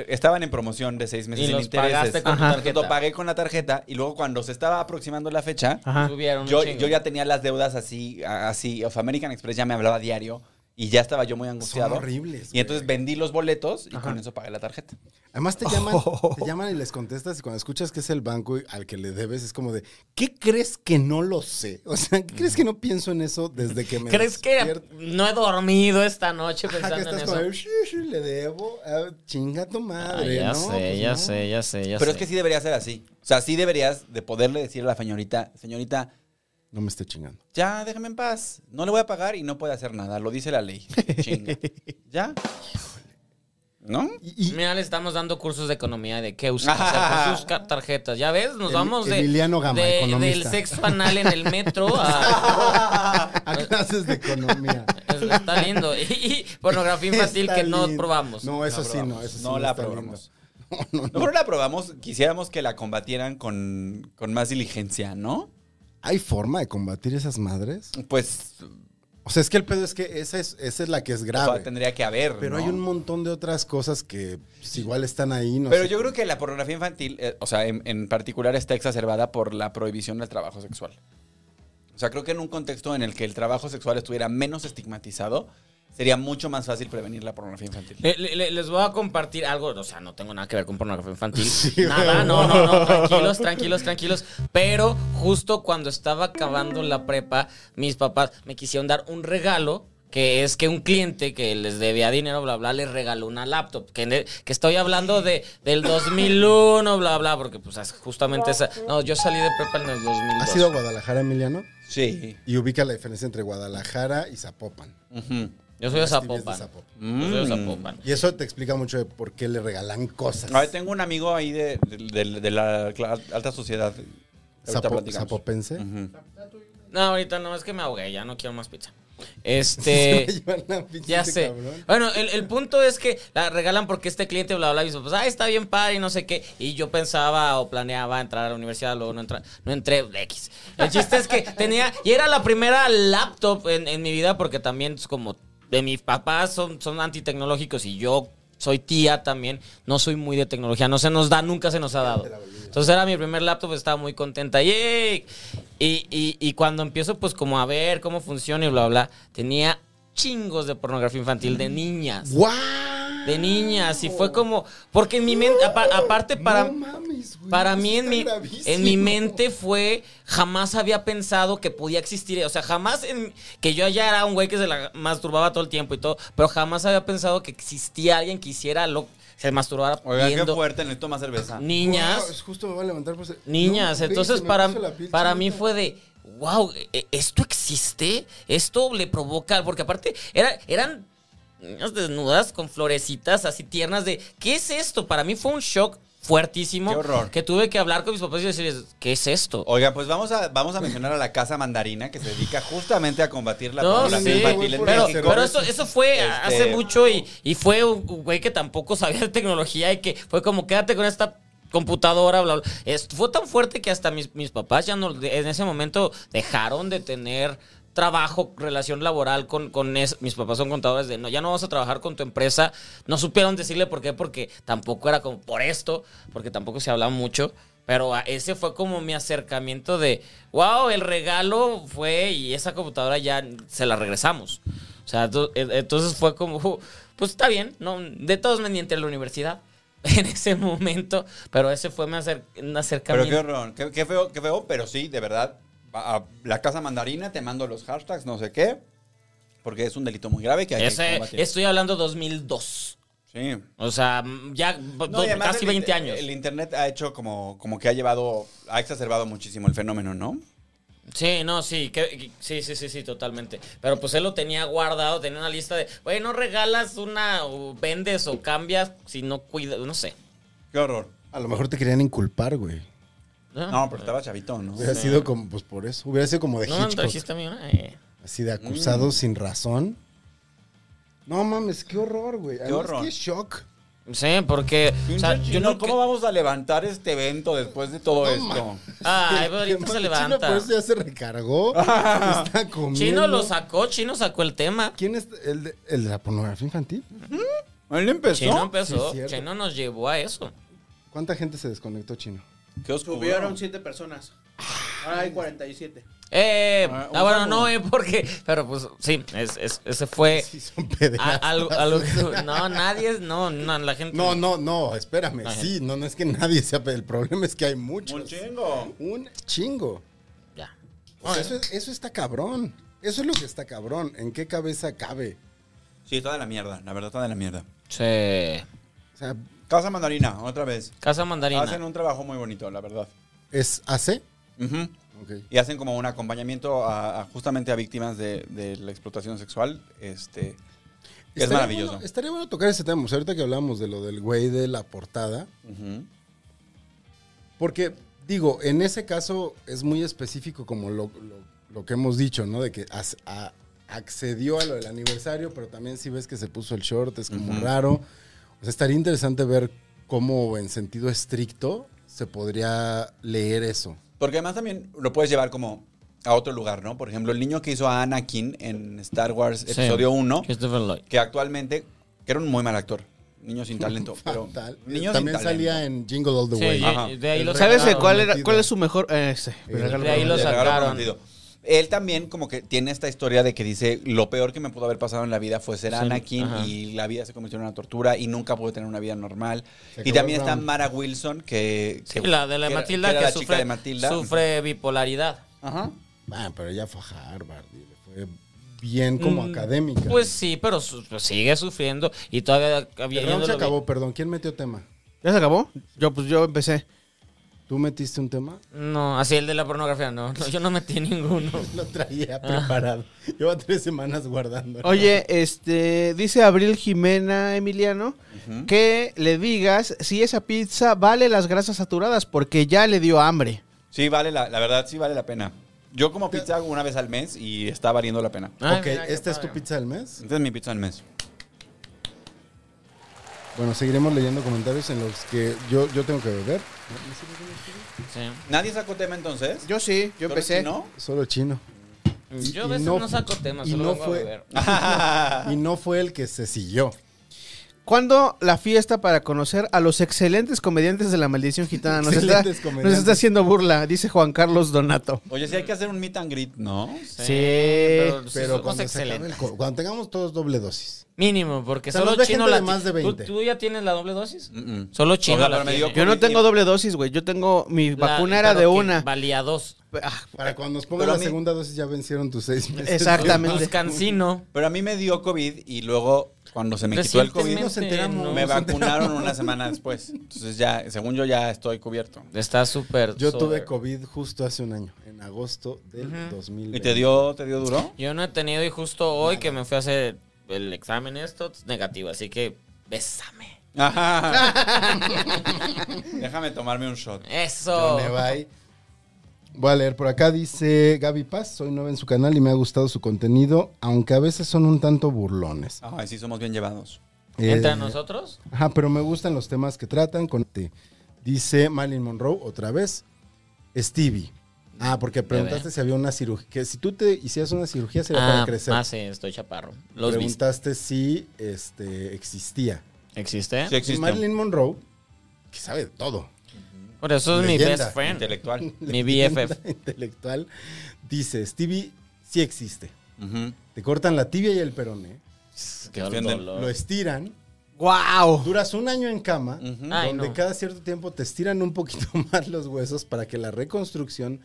Speaker 4: estaban en promoción de seis meses
Speaker 1: Y
Speaker 4: sin
Speaker 1: los
Speaker 4: intereses.
Speaker 1: pagaste con tu
Speaker 4: Ajá.
Speaker 1: tarjeta.
Speaker 4: Lo pagué con la tarjeta y luego cuando se estaba aproximando la fecha,
Speaker 3: Ajá.
Speaker 1: Subieron un
Speaker 4: yo,
Speaker 1: chingo.
Speaker 4: yo ya tenía las deudas así, a- así, o sea, American Express ya me hablaba diario y ya estaba yo muy angustiado.
Speaker 2: horribles,
Speaker 4: Y
Speaker 2: güey.
Speaker 4: entonces vendí los boletos y con eso pagué la tarjeta.
Speaker 2: Además te llaman,
Speaker 1: Oh.
Speaker 2: te llaman y les contestas y cuando escuchas que es el banco y al que le debes es como de, ¿qué crees que no lo sé? O sea, ¿qué crees que no pienso en eso desde que me
Speaker 1: ¿Crees que
Speaker 2: despierto?
Speaker 1: no he dormido esta noche
Speaker 2: Ajá, que
Speaker 1: pensando en
Speaker 2: estás
Speaker 1: eso?
Speaker 2: como, "Sí, sí, le debo, ah, chinga tu madre.
Speaker 1: Ah, ya,
Speaker 2: no,
Speaker 1: sé,
Speaker 2: pues
Speaker 1: ya
Speaker 2: no".
Speaker 1: sé, ya sé, ya sé,
Speaker 4: Pero es que sí debería ser así. O sea, sí deberías de poderle decir a la señorita, señorita,
Speaker 2: No me esté chingando.
Speaker 4: ya déjame en paz, no le voy a pagar y no puede hacer nada, lo dice la ley. Chinga. ¿Ya? ¿No?
Speaker 2: Y, y
Speaker 1: Mira, le estamos dando cursos de economía de qué usar hacer con sus ca- tarjetas. Ya ves, nos
Speaker 2: Em-
Speaker 1: vamos de,
Speaker 2: Emiliano Gama,
Speaker 1: de- del
Speaker 2: economista.
Speaker 1: sexo anal en el metro a...
Speaker 2: a clases de economía.
Speaker 1: Es- Está lindo. Y, y pornografía infantil
Speaker 2: Está
Speaker 1: que no
Speaker 2: lindo.
Speaker 1: probamos.
Speaker 2: No, eso
Speaker 4: No
Speaker 2: sí, no.
Speaker 4: probamos.
Speaker 2: Eso sí
Speaker 4: No la
Speaker 2: está
Speaker 4: probamos.
Speaker 2: lindo. No, no, no.
Speaker 4: No, pero la probamos, quisiéramos que la combatieran con, con más diligencia, ¿no?
Speaker 2: ¿Hay forma de combatir esas madres?
Speaker 4: Pues
Speaker 2: O sea, es que el pedo es que esa es, esa es la que es
Speaker 4: o sea,
Speaker 2: grave.
Speaker 4: tendría que haber.
Speaker 2: Pero
Speaker 4: ¿no?
Speaker 2: hay un montón de otras cosas que pues, igual están ahí. No
Speaker 4: Pero
Speaker 2: sé.
Speaker 4: yo creo que la pornografía infantil, eh, o sea, en, en particular está exacerbada por la prohibición del trabajo sexual. O sea, creo que en un contexto en el que el trabajo sexual estuviera menos estigmatizado, sería mucho más fácil prevenir la pornografía infantil.
Speaker 1: Le- Eh, le- le- les voy a compartir algo, o sea, no tengo nada que ver con pornografía infantil.
Speaker 2: Sí,
Speaker 1: nada,
Speaker 2: güey.
Speaker 1: no, no, no, tranquilos, tranquilos, tranquilos. Pero justo cuando estaba acabando la prepa, mis papás me quisieron dar un regalo, que es que un cliente que les debía dinero, bla, bla, les regaló una laptop. Que, ne- que estoy hablando de, del 2001, bla, bla, porque pues es justamente esa... No, yo salí de prepa en el 2002.
Speaker 2: ¿Has ido a Guadalajara, Emiliano?
Speaker 4: Sí.
Speaker 2: Y ubica la diferencia entre Guadalajara y Zapopan.
Speaker 4: Ujú.
Speaker 1: Yo soy de
Speaker 2: Las tibias de
Speaker 1: Zapopan.
Speaker 2: Zapopan. Mm.
Speaker 1: Yo soy de Zapopan.
Speaker 2: Y eso te explica mucho de por qué le regalan cosas.
Speaker 4: A ver, tengo un amigo ahí de, de- de- de la cla- alta sociedad. Ahorita
Speaker 2: Zapo-
Speaker 4: platicamos.
Speaker 2: zapopense.
Speaker 4: Ujú.
Speaker 1: No, ahorita no, es que me ahogué, ya no quiero más pizza.
Speaker 2: Se
Speaker 1: Este...
Speaker 2: me llevan la pinche
Speaker 1: Ya
Speaker 2: este
Speaker 1: sé.
Speaker 2: cabrón.
Speaker 1: Bueno, el, el punto es que la regalan porque este cliente, bla, bla, bla, y dice, pues, ah, está bien padre y no sé qué. Y yo pensaba o planeaba entrar a la universidad, luego no, entra, no entré, X. El chiste es que tenía, y era la primera laptop en, en mi vida porque también es como de mis papás son, son antitecnológicos y yo soy tía también, no soy muy de tecnología, no se nos da, nunca se nos ha dado. Entonces era mi primer laptop, estaba muy contenta. ¡Yay! Y, y, y cuando empiezo pues como a ver cómo funciona y bla, bla, tenía chingos de pornografía infantil
Speaker 2: Mm.
Speaker 1: de niñas.
Speaker 2: ¡Guau!
Speaker 1: De niñas, y fue como. Porque en mi mente, apa- aparte, para,
Speaker 2: No mames, güey,
Speaker 1: para
Speaker 2: eso
Speaker 1: mí, en
Speaker 2: está
Speaker 1: mi,
Speaker 2: gravísimo.
Speaker 1: en mi mente fue. Jamás había pensado que podía existir. O sea, jamás. en- que yo ya era un güey que se la masturbaba todo el tiempo y todo. Pero jamás había pensado que existía alguien que hiciera lo. Se masturbara
Speaker 4: Oigan, qué
Speaker 1: viendo
Speaker 4: fuerte, necesito más cerveza.
Speaker 1: niñas.
Speaker 2: Wow, es justo me voy a levantar. Pues,
Speaker 1: Niñas,
Speaker 2: no, güey,
Speaker 1: entonces
Speaker 2: se me
Speaker 1: para,
Speaker 2: puso la piel
Speaker 1: para
Speaker 2: chinita.
Speaker 1: mí fue de, wow, ¿e- ¿esto existe? ¿Esto le provoca? Porque aparte era, eran niñas desnudas con florecitas así tiernas de, ¿qué es esto? Para mí fue un shock fuertísimo
Speaker 4: Qué horror.
Speaker 1: que tuve que hablar con mis papás y decirles, ¿qué es esto?
Speaker 4: Oigan, pues vamos a, vamos a mencionar a la Casa Mandarina que se dedica justamente a combatir la
Speaker 1: No,
Speaker 4: población
Speaker 1: sí,
Speaker 4: infantil en
Speaker 1: pero,
Speaker 4: México.
Speaker 1: pero eso, eso fue a-
Speaker 4: Este-
Speaker 1: hace mucho y, y fue un güey que tampoco sabía de tecnología y que fue como quédate con esta computadora, bla, bla. Es- fue tan fuerte que hasta mis, mis papás ya no, de- en ese momento dejaron de tener trabajo, relación laboral con, con es- mis papás son contadores de no, ya no vamos a trabajar con tu empresa. No supieron decirle por qué, porque tampoco era como por esto, porque tampoco se hablaba mucho. Pero a- ese fue como mi acercamiento de, wow, el regalo fue y esa computadora ya se la regresamos. O sea, to- e- entonces fue como, "Uh, pues está bien, no, de todos me ni entré a la universidad en ese momento, pero ese fue mi acer- un
Speaker 4: Pero
Speaker 1: acercamiento.
Speaker 4: qué horror, qué, qué feo, qué feo, pero sí, de verdad. va a la Casa Mandarina, te mando los hashtags, no sé qué. Porque es un delito muy grave que hay
Speaker 1: Ese-
Speaker 4: que combatir.
Speaker 1: estoy hablando 2002.
Speaker 4: Sí.
Speaker 1: O sea, mm, ya
Speaker 4: No,
Speaker 1: do-
Speaker 4: y además
Speaker 1: casi
Speaker 4: el-
Speaker 1: 20 años.
Speaker 4: El internet ha hecho como, como que ha llevado, ha exacerbado muchísimo el fenómeno, ¿no?
Speaker 1: Sí, no, sí, que- que- sí, sí, sí, sí, totalmente. Pero pues él lo tenía guardado, tenía una lista de, güey, no regalas una, o vendes o cambias si no cuidas, no sé.
Speaker 4: Qué horror.
Speaker 2: A lo mejor te querían inculpar, güey.
Speaker 1: Ah,
Speaker 4: No, pero estaba chavito, ¿no?
Speaker 2: Hubiera sido como, pues por eso. Hubiera sido como de
Speaker 1: no, no
Speaker 2: Hitchcock.
Speaker 1: trajiste a mí una. Eh.
Speaker 2: Así de
Speaker 1: Mm.
Speaker 2: acusado sin razón. No mames, qué horror, güey. Qué
Speaker 4: horror.
Speaker 2: Qué shock.
Speaker 1: Sí, porque, o sea,
Speaker 4: Pinche
Speaker 1: yo
Speaker 4: chino,
Speaker 1: no,
Speaker 4: ¿cómo vamos a levantar este evento después de todo esto?
Speaker 1: Ay,
Speaker 2: Que-
Speaker 1: pero
Speaker 2: que
Speaker 1: ahorita se
Speaker 2: Chino
Speaker 1: levanta.
Speaker 2: Por eso ya se recargó. está comiendo.
Speaker 1: Chino lo sacó, Chino sacó el tema.
Speaker 2: ¿Quién es el de, el de la pornografía infantil?
Speaker 4: Él empezó.
Speaker 1: Chino
Speaker 2: Sí,
Speaker 1: empezó,
Speaker 2: es cierto.
Speaker 1: Chino nos llevó a eso.
Speaker 2: ¿Cuánta gente se desconectó, Chino?
Speaker 4: ¿Qué os
Speaker 5: Subieron siete personas. Ahora hay 47.
Speaker 1: Eh,
Speaker 4: Ah, un
Speaker 1: ah, bueno,
Speaker 4: saludo.
Speaker 1: no, eh, porque, pero pues sí, es- es- ese fue
Speaker 2: Sí, son pederastas.
Speaker 1: Eh, a- algo, algo que- no, nadie, es- no, no, la gente.
Speaker 2: No, no, no, espérame.
Speaker 1: Ajá.
Speaker 2: Sí, no, no es que nadie sea. pe- El problema es que hay muchos.
Speaker 4: Un chingo.
Speaker 2: Un chingo.
Speaker 1: Ya.
Speaker 2: O sea, eso, es- eso está cabrón. Eso es lo que está cabrón. ¿En qué cabeza cabe?
Speaker 4: Sí, está de la mierda, la verdad está de la mierda.
Speaker 1: Sí.
Speaker 2: O sea,
Speaker 4: Casa Mandarina, otra vez.
Speaker 1: Casa Mandarina.
Speaker 4: Hacen un trabajo muy bonito, la verdad.
Speaker 2: ¿es AC?
Speaker 4: Ujú.
Speaker 2: Ok.
Speaker 4: Y hacen como un acompañamiento a, a- justamente a víctimas de, de la explotación sexual. Este, es
Speaker 2: Estaría
Speaker 4: maravilloso.
Speaker 2: bueno- estaría bueno tocar ese tema. O sea, ahorita que hablamos de lo del güey de la portada.
Speaker 4: Ujú.
Speaker 2: Porque, digo, en ese caso es muy específico como lo, lo- lo que hemos dicho, ¿no? De que as- a- accedió a lo del aniversario, pero también si ves que se puso el short, es como raro. O sea, estaría interesante ver cómo en sentido estricto se podría leer eso.
Speaker 4: Porque además también lo puedes llevar como a otro lugar, ¿no? Por ejemplo, el niño que hizo a Anakin en Star Wars
Speaker 1: Sí.
Speaker 4: Episodio 1,
Speaker 1: Christopher Lloyd.
Speaker 4: que actualmente que era un muy mal actor. Niño sin talento. pero
Speaker 2: Fatal.
Speaker 4: niño sin
Speaker 2: también
Speaker 4: talento.
Speaker 2: salía en Jingle All the
Speaker 1: Sí,
Speaker 2: Way.
Speaker 1: y-
Speaker 4: Ajá.
Speaker 1: y de ahí
Speaker 2: El
Speaker 1: lo
Speaker 2: regalo
Speaker 5: ¿Sabes eh,
Speaker 1: sacaron.
Speaker 5: cuál, era,
Speaker 2: prometido.
Speaker 5: cuál es su mejor? eh, Este, el regalo
Speaker 1: de ahí
Speaker 5: prometido.
Speaker 1: lo
Speaker 4: El regalo
Speaker 1: sacaron.
Speaker 4: prometido. Él también como que tiene esta historia de que dice lo peor que me pudo haber pasado en la vida fue ser
Speaker 1: Sí,
Speaker 4: Anakin
Speaker 1: ajá.
Speaker 4: y la vida se convirtió en una tortura y nunca pude tener una vida normal.
Speaker 2: Se
Speaker 4: Y
Speaker 2: acabó
Speaker 4: también
Speaker 2: el
Speaker 4: está
Speaker 2: round.
Speaker 4: Mara Wilson que...
Speaker 1: Sí,
Speaker 4: que-
Speaker 1: la de la
Speaker 4: que era-
Speaker 1: Matilda
Speaker 4: era
Speaker 1: que,
Speaker 4: la chica
Speaker 1: sufre,
Speaker 4: de Matilda.
Speaker 1: sufre bipolaridad.
Speaker 4: Ajá.
Speaker 2: Ah, pero ella fue a Harvard y le fue bien como
Speaker 1: Mm,
Speaker 2: académica.
Speaker 1: Pues sí, pero su- pues sigue sufriendo y todavía había
Speaker 2: El
Speaker 1: yo
Speaker 2: round
Speaker 1: no
Speaker 2: se
Speaker 1: lo vi.
Speaker 2: acabó, perdón. ¿Quién metió tema?
Speaker 5: ¿Ya se acabó? Yo, pues yo empecé.
Speaker 2: ¿Tú metiste un tema?
Speaker 1: No, así el de la pornografía, no, no, yo no Ah. metí ninguno.
Speaker 2: Lo traía preparado. Lleva tres semanas guardando.
Speaker 5: Oye, este, dice Abril Jimena Emiliano
Speaker 4: Ujú.
Speaker 5: que le digas si esa pizza vale las grasas saturadas porque ya le dio hambre.
Speaker 4: Sí, vale, la, la verdad sí vale la pena. Yo como pizza hago una vez al mes y está valiendo la pena.
Speaker 1: Ay, Ah,
Speaker 2: ok,
Speaker 1: mira, qué
Speaker 2: ¿esta es tu
Speaker 1: padre.
Speaker 2: pizza del mes?
Speaker 4: Entonces mi pizza al mes.
Speaker 2: Bueno, seguiremos leyendo comentarios en los que yo, yo tengo que beber.
Speaker 1: Sí.
Speaker 4: ¿Nadie sacó tema entonces?
Speaker 5: Yo sí, yo
Speaker 4: ¿Solo
Speaker 5: empecé.
Speaker 4: ¿No?
Speaker 2: Solo chino.
Speaker 1: Yo
Speaker 2: y
Speaker 1: a veces
Speaker 2: no-
Speaker 1: no, saco temas,
Speaker 2: y
Speaker 1: solo
Speaker 2: no
Speaker 1: vengo a
Speaker 2: fue-
Speaker 1: beber. Pues
Speaker 2: Y no fue el que se siguió.
Speaker 5: ¿Cuándo la fiesta para conocer a los excelentes comediantes de la maldición gitana? Nos, está,
Speaker 2: Excelentes comediantes.
Speaker 5: nos está haciendo burla, dice Juan Carlos Donato.
Speaker 4: Oye, sí hay que hacer un meet and greet, ¿no?
Speaker 1: Sí,
Speaker 2: Pero
Speaker 1: pero, sí somos
Speaker 2: cuando, se acabe
Speaker 1: excelentes.
Speaker 2: el co- cuando tengamos todos doble dosis.
Speaker 1: Mínimo, porque
Speaker 2: O sea, nos
Speaker 1: solo
Speaker 2: ve
Speaker 1: chino
Speaker 2: gente de
Speaker 1: la
Speaker 2: más de
Speaker 1: ti- ¿Tú-
Speaker 2: 20.
Speaker 1: ¿Tú, ya tienes la doble dosis?
Speaker 4: Mm-mm.
Speaker 1: Solo chino la
Speaker 4: Ojalá, pero me
Speaker 1: tiene.
Speaker 4: dio
Speaker 5: Yo no
Speaker 4: COVID,
Speaker 5: tengo
Speaker 4: yo-
Speaker 5: doble dosis, güey. Yo tengo. Mi
Speaker 1: La-
Speaker 5: vacuna era
Speaker 1: claro
Speaker 5: de
Speaker 1: que
Speaker 5: una.
Speaker 1: Valía dos.
Speaker 5: Ah,
Speaker 2: Para cuando nos pongan
Speaker 4: Eh, Pero a
Speaker 2: la
Speaker 4: mí-
Speaker 2: segunda dosis ya vencieron tus seis meses.
Speaker 5: Exactamente.
Speaker 1: Descansino.
Speaker 4: Pero a mí me dio COVID y luego cuando se me quitó el COVID
Speaker 2: nos enteramos.
Speaker 4: me
Speaker 2: nos
Speaker 4: vacunaron una semana después. Entonces ya, según yo ya estoy cubierto.
Speaker 1: Está súper.
Speaker 2: Yo
Speaker 1: súper.
Speaker 2: tuve COVID justo hace un año, en agosto del
Speaker 1: Ujú.
Speaker 2: 2020.
Speaker 4: ¿Y te dio te dio duro?
Speaker 1: Yo no he tenido y justo hoy que me fui a hacer el examen esto, negativo. Así que bésame.
Speaker 4: Ajá. Déjame tomarme un shot.
Speaker 1: Eso.
Speaker 2: Done, bye. Voy a leer por acá, dice Gaby Paz, soy nueva en su canal y me ha gustado su contenido, aunque a veces son un tanto burlones.
Speaker 4: Ay, sí somos bien llevados.
Speaker 1: ¿Entra
Speaker 2: Eh,
Speaker 1: nosotros?
Speaker 2: Ajá, pero me gustan los temas que tratan con te- Dice Marilyn Monroe otra vez. Stevie. Ah, porque preguntaste si había una cirugía. Que si tú te hicieras una cirugía sería para
Speaker 1: Ah,
Speaker 2: crecer.
Speaker 1: ah, sí, estoy chaparro. ¿Los viste?
Speaker 2: preguntaste si este, existía.
Speaker 1: ¿Existe?
Speaker 4: Sí existe.
Speaker 2: Marilyn Monroe, que sabe de todo.
Speaker 1: Por eso es mi
Speaker 2: Leyenda.
Speaker 1: best friend.
Speaker 4: Intelectual.
Speaker 1: Mi BFF.
Speaker 2: Intelectual. Dice, Stevie sí existe.
Speaker 4: Ujú.
Speaker 2: Te cortan la tibia y el peroné.
Speaker 1: Qué
Speaker 4: Defienden.
Speaker 1: dolor.
Speaker 2: Lo estiran.
Speaker 5: ¡Wow!
Speaker 2: Duras un año en cama,
Speaker 4: Ujú.
Speaker 1: Ay,
Speaker 2: donde
Speaker 1: no.
Speaker 2: cada cierto tiempo te estiran un poquito más los huesos para que la reconstrucción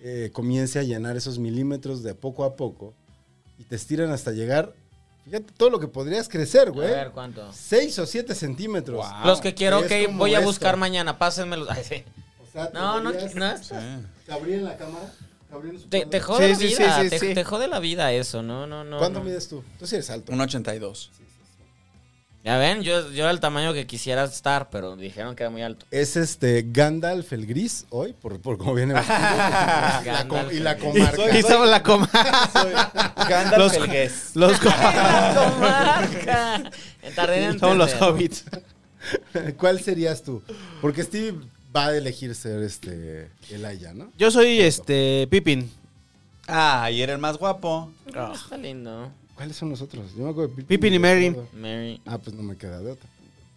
Speaker 2: eh, comience a llenar esos milímetros de poco a poco y te estiran hasta llegar, fíjate todo lo que podrías crecer,
Speaker 1: A
Speaker 2: güey.
Speaker 1: ver cuánto.
Speaker 2: 6 o 7 centímetros.
Speaker 5: Ah,
Speaker 4: Guau.
Speaker 1: Los que quiero,
Speaker 2: Es
Speaker 1: ok,
Speaker 2: como
Speaker 1: voy a
Speaker 2: esto.
Speaker 1: buscar mañana, pásenmelos. Ay, sí.
Speaker 2: O sea, te
Speaker 1: No, no,
Speaker 2: podrías-
Speaker 1: no.
Speaker 4: Sí.
Speaker 2: Te abrí en la cámara. te abrí en su
Speaker 1: Te,
Speaker 2: cuadro.
Speaker 1: te jode
Speaker 5: Sí,
Speaker 1: la
Speaker 5: sí,
Speaker 1: vida,
Speaker 5: sí, sí,
Speaker 1: te,
Speaker 5: sí.
Speaker 1: te jode la vida eso, no, no, no.
Speaker 2: ¿Cuánto
Speaker 1: no.
Speaker 2: mides tú? Tú sí eres alto.
Speaker 4: Un 82.
Speaker 1: Ya ven, yo, yo era el tamaño que quisiera estar, pero dijeron que era muy alto.
Speaker 2: Es este Gandalf el gris hoy, por, por cómo viene. vestido. Y la com- y la comarca.
Speaker 4: soy-
Speaker 5: Y somos la coma.
Speaker 4: Gandalf el Guess.
Speaker 5: Los co-
Speaker 1: comarca! Tardé en
Speaker 5: Somos los
Speaker 1: entender.
Speaker 5: hobbits.
Speaker 2: ¿Cuál serías tú? Porque Steve va a elegir ser este el Aya, ¿no?
Speaker 5: Yo soy este. Pippin.
Speaker 4: Ah, y era el más guapo.
Speaker 1: Ah, Está lindo.
Speaker 2: ¿Cuáles son los otros? Yo me acuerdo de
Speaker 5: Pippin y Merry.
Speaker 2: me acuerdo.
Speaker 1: Mary.
Speaker 2: Ah, pues no me queda de otra.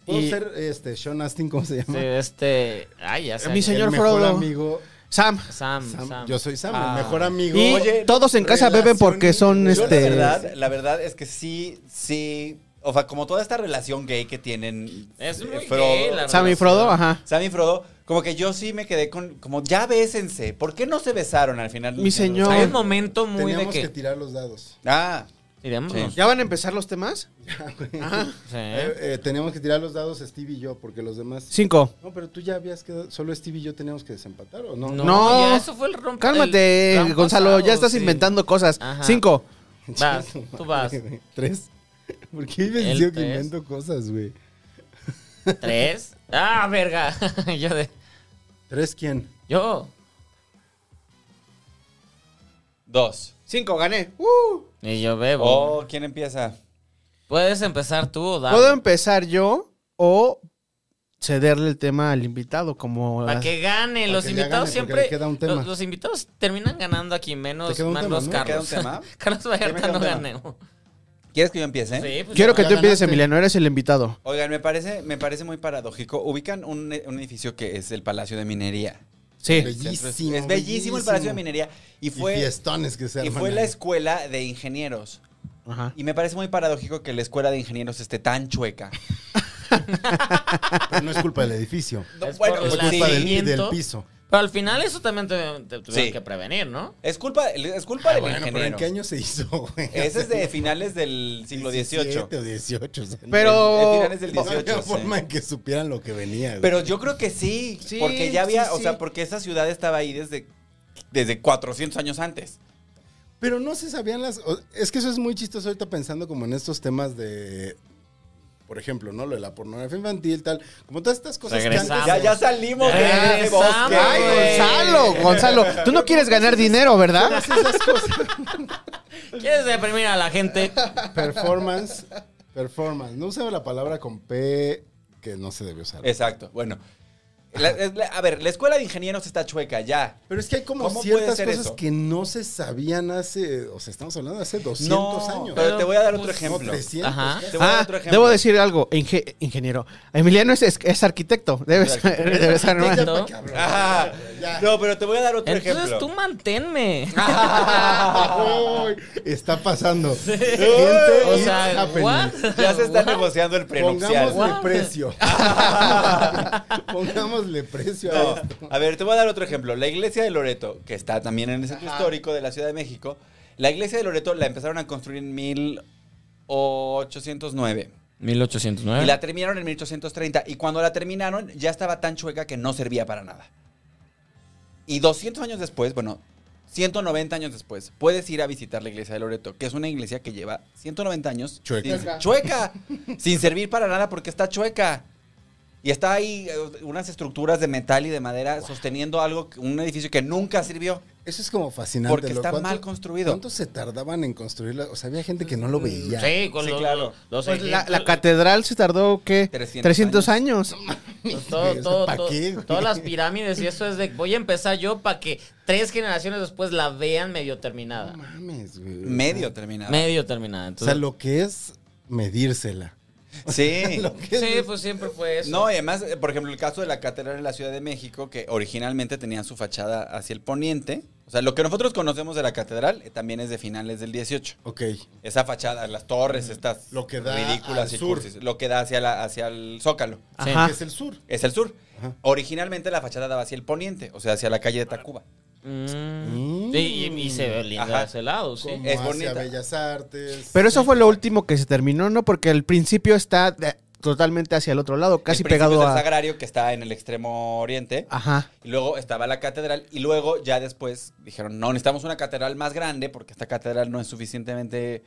Speaker 2: ¿Puedo
Speaker 5: Y-
Speaker 2: ser este Sean Astin, cómo se
Speaker 1: Sí,
Speaker 2: llama?
Speaker 1: este. Ay, ya sé.
Speaker 5: Eh, Mi señor
Speaker 2: el mejor
Speaker 5: Frodo.
Speaker 2: amigo
Speaker 5: Sam.
Speaker 1: Sam,
Speaker 2: Sam.
Speaker 1: Sam.
Speaker 2: Yo soy Sam,
Speaker 4: Ah.
Speaker 2: el mejor amigo.
Speaker 5: Y
Speaker 4: Oye,
Speaker 5: todos en casa beben porque son
Speaker 2: relaciones.
Speaker 4: Yo la
Speaker 5: este.
Speaker 4: verdad, la verdad es que sí, sí. O sea, como toda esta relación gay que tienen.
Speaker 1: Es
Speaker 4: eh,
Speaker 1: muy gay,
Speaker 4: Frodo,
Speaker 1: la
Speaker 5: Sam y Frodo, ajá.
Speaker 4: Sam y Frodo, como que yo sí me quedé con. Como ya bésense. ¿Por qué no se besaron al final?
Speaker 5: Mi señor.
Speaker 1: Hay un momento muy
Speaker 2: Teníamos
Speaker 1: de
Speaker 2: que
Speaker 1: que.
Speaker 2: tirar los dados.
Speaker 4: Ah,
Speaker 1: Tirémonos.
Speaker 5: ¿Ya van a empezar los temas?
Speaker 1: Sí.
Speaker 2: Eh, eh, teníamos que tirar los dados Steve y yo, porque los demás.
Speaker 5: Cinco.
Speaker 2: No, pero tú ya habías quedado. Solo Steve y yo teníamos que desempatar, ¿o no?
Speaker 1: No,
Speaker 5: No.
Speaker 1: ya eso fue el rompe.
Speaker 5: Cálmate,
Speaker 1: el plan
Speaker 5: Gonzalo,
Speaker 1: pasado,
Speaker 5: ya estás
Speaker 1: sí.
Speaker 5: inventando cosas.
Speaker 1: Ajá.
Speaker 5: Cinco.
Speaker 1: Vas, tú vas.
Speaker 2: Tres. ¿Por qué me
Speaker 1: El
Speaker 2: digo que
Speaker 1: tres.
Speaker 2: invento cosas, güey?
Speaker 1: ¿Tres? ¡Ah, verga! yo de.
Speaker 2: ¿Tres quién?
Speaker 1: Yo.
Speaker 4: dos.
Speaker 5: Cinco, gané.
Speaker 1: Y yo bebo.
Speaker 4: Oh, ¿quién empieza?
Speaker 1: Puedes empezar tú o
Speaker 5: ¿Puedo
Speaker 1: Dani.
Speaker 5: empezar yo o cederle el tema al invitado? Como
Speaker 1: Para que gane. Los
Speaker 2: que ya
Speaker 1: invitados
Speaker 2: gane, porque
Speaker 1: siempre.
Speaker 2: le queda un tema.
Speaker 1: Los, los invitados terminan ganando aquí, menos,
Speaker 2: Te queda un
Speaker 1: menos
Speaker 2: tema, ¿no?
Speaker 4: ¿Te queda un
Speaker 1: Carlos.
Speaker 4: tema?
Speaker 1: Carlos Vallarta
Speaker 4: queda un
Speaker 1: no
Speaker 4: tema. ¿Eh?
Speaker 1: ganó.
Speaker 4: ¿Quieres que yo empiece?
Speaker 1: Sí, pues
Speaker 5: Quiero
Speaker 1: ya
Speaker 5: que
Speaker 1: va.
Speaker 5: tú empieces,
Speaker 2: ganaste.
Speaker 5: Emiliano, eres el invitado.
Speaker 4: Oigan, me parece, me parece muy paradójico. Ubican un, un edificio que es el Palacio de Minería.
Speaker 5: Sí.
Speaker 2: Bellísimo.
Speaker 4: es bellísimo, el Palacio de Minería. Y
Speaker 2: Y fue,
Speaker 4: fue,
Speaker 2: fiestones que se
Speaker 4: y
Speaker 2: arman
Speaker 4: fue la
Speaker 2: ahí.
Speaker 4: escuela de ingenieros.
Speaker 5: Ajá.
Speaker 4: Y me parece muy paradójico que la escuela de ingenieros esté tan chueca.
Speaker 2: No es culpa del edificio.
Speaker 4: No,
Speaker 1: Es
Speaker 4: bueno, pues,
Speaker 1: por
Speaker 2: Es
Speaker 1: la-
Speaker 4: sí,
Speaker 2: culpa del,
Speaker 1: seguimiento.
Speaker 2: del piso.
Speaker 1: Pero al final eso también te, te tuvieron
Speaker 4: Sí.
Speaker 1: que prevenir, ¿no?
Speaker 4: es culpa, es culpa del
Speaker 2: Ah, Bueno, pero ¿en
Speaker 4: ingeniero.
Speaker 2: qué año se hizo, güey?
Speaker 4: Ese es de finales del siglo XVIII.
Speaker 2: 17 o 18. o sea,
Speaker 4: Es- es
Speaker 5: Pero.
Speaker 4: finales del
Speaker 2: no había
Speaker 4: 18, sí.
Speaker 2: forma en que supieran lo que venía. güey.
Speaker 4: Pero yo creo que sí,
Speaker 5: Sí,
Speaker 4: porque ya había,
Speaker 5: sí,
Speaker 4: o
Speaker 5: sí.
Speaker 4: sea, porque esa ciudad estaba ahí desde, desde 400 años antes.
Speaker 2: Pero no se sabían las. o- Es que eso es muy chistoso ahorita pensando como en estos temas de. Por ejemplo, ¿no? Lo de la pornografía infantil, tal. Como todas estas cosas que antes-
Speaker 1: Regresamos.
Speaker 4: Ya, ya salimos de
Speaker 1: Ya
Speaker 4: ese bosque.
Speaker 1: regresamos,
Speaker 5: Ay,
Speaker 1: güey.
Speaker 5: Gonzalo, Gonzalo. Tú no quieres ganar dinero, ¿verdad?
Speaker 1: ¿Quieres deprimir a la gente?
Speaker 2: Performance. Performance. No usaba la palabra con P que no se debió usar.
Speaker 4: Exacto, bueno. La- es la- a ver, la escuela de ingenieros está chueca ya.
Speaker 2: Pero es que hay como
Speaker 4: ¿Cómo puede
Speaker 2: ciertas
Speaker 4: ser
Speaker 2: cosas
Speaker 4: eso?
Speaker 2: que no se sabían hace, o sea, estamos hablando de hace 200 años.
Speaker 4: Pero te voy a dar otro
Speaker 1: Pues,
Speaker 2: No,
Speaker 4: ejemplo.
Speaker 2: 300.
Speaker 1: Ajá.
Speaker 4: Te voy a dar
Speaker 5: Ah,
Speaker 4: otro ejemplo.
Speaker 5: debo decir algo, inge- ingeniero. Emiliano es, es- es arquitecto, debes, debes saber más.
Speaker 1: Arquitecto.
Speaker 2: Ya, cabrón.
Speaker 4: Ajá.
Speaker 2: Ya.
Speaker 4: No, pero te voy a dar otro
Speaker 1: Entonces
Speaker 4: ejemplo.
Speaker 1: tú manténme.
Speaker 2: Uy, está pasando. Gente,
Speaker 1: o
Speaker 2: it's
Speaker 1: sea,
Speaker 2: happening.
Speaker 1: what?
Speaker 4: Ya se está
Speaker 1: What?
Speaker 4: negociando el prenupcial.
Speaker 2: Pongámosle
Speaker 1: Wow.
Speaker 2: precio. Pongámosle precio
Speaker 4: No.
Speaker 2: a esto.
Speaker 4: A ver, te voy a dar otro ejemplo. La iglesia de Loreto, que está también en el centro histórico de la Ciudad de México, la iglesia de Loreto la empezaron a construir en 1809
Speaker 1: 1809.
Speaker 2: Ah.
Speaker 4: y la terminaron en 1830 y cuando la terminaron ya estaba tan chueca que no servía para nada. Y 200 años después, bueno, 190 años después, puedes ir a visitar la iglesia de Loreto, que es una iglesia que lleva 190 años
Speaker 2: Chueca.
Speaker 4: sin, chueca, sin servir para nada porque está chueca. Y está ahí eh, unas estructuras de metal y de madera sosteniendo algo, que- un edificio que nunca sirvió.
Speaker 2: Eso es como fascinante.
Speaker 4: Porque
Speaker 2: lo-
Speaker 4: está
Speaker 2: ¿cuánto-
Speaker 4: mal construido.
Speaker 2: ¿Cuánto se tardaban en construirla? O sea, había gente que no
Speaker 4: Pues
Speaker 2: lo veía.
Speaker 1: Sí, con
Speaker 4: Sí,
Speaker 1: los,
Speaker 4: claro.
Speaker 1: los
Speaker 5: Pues la,
Speaker 1: ejemplos,
Speaker 5: la catedral se tardó, ¿qué?
Speaker 4: 300
Speaker 5: 300, años.
Speaker 1: pues, todo- todo-
Speaker 2: ¿Pa'
Speaker 1: todo-
Speaker 2: qué, güey?
Speaker 1: todas las pirámides y eso es de voy a empezar yo para que tres generaciones después la vean medio terminada.
Speaker 2: No mames, güey.
Speaker 4: Medio terminado.
Speaker 1: medio terminada.
Speaker 2: O sea,
Speaker 1: Entonces,
Speaker 2: lo que es medírsela.
Speaker 4: sí.
Speaker 2: Lo que es-
Speaker 1: sí, pues siempre fue eso.
Speaker 4: No, y además, eh, por ejemplo, el caso de la Catedral de la Ciudad de México, que originalmente tenían su fachada hacia el poniente. O sea, lo que nosotros conocemos de la catedral eh, también es de finales del 18.
Speaker 2: Ok.
Speaker 4: Esa fachada, las torres, estas
Speaker 2: Lo que da
Speaker 4: ridículas
Speaker 2: al
Speaker 4: y
Speaker 2: sur.
Speaker 4: cursis, lo que da hacia, la- hacia el zócalo.
Speaker 1: Sí.
Speaker 5: Ajá.
Speaker 2: Que es el sur.
Speaker 4: Es el sur.
Speaker 2: Ajá.
Speaker 4: Originalmente la fachada daba hacia el poniente, o sea, hacia la calle de Tacuba.
Speaker 1: Mm. Sí, y, y se ve linda
Speaker 4: Ajá.
Speaker 1: de ese lado, sí.
Speaker 2: Como
Speaker 4: Es
Speaker 2: hacia
Speaker 4: bonita.
Speaker 2: Bellas Artes.
Speaker 5: Pero eso fue lo último que se terminó, ¿no? Porque el principio está de- totalmente hacia el otro lado, casi
Speaker 4: El principio
Speaker 5: pegado
Speaker 4: es el
Speaker 5: a...
Speaker 4: sagrario que está en el extremo oriente.
Speaker 5: Ajá.
Speaker 4: Y luego estaba la catedral y luego ya después dijeron, no, necesitamos una catedral más grande porque esta catedral no es suficientemente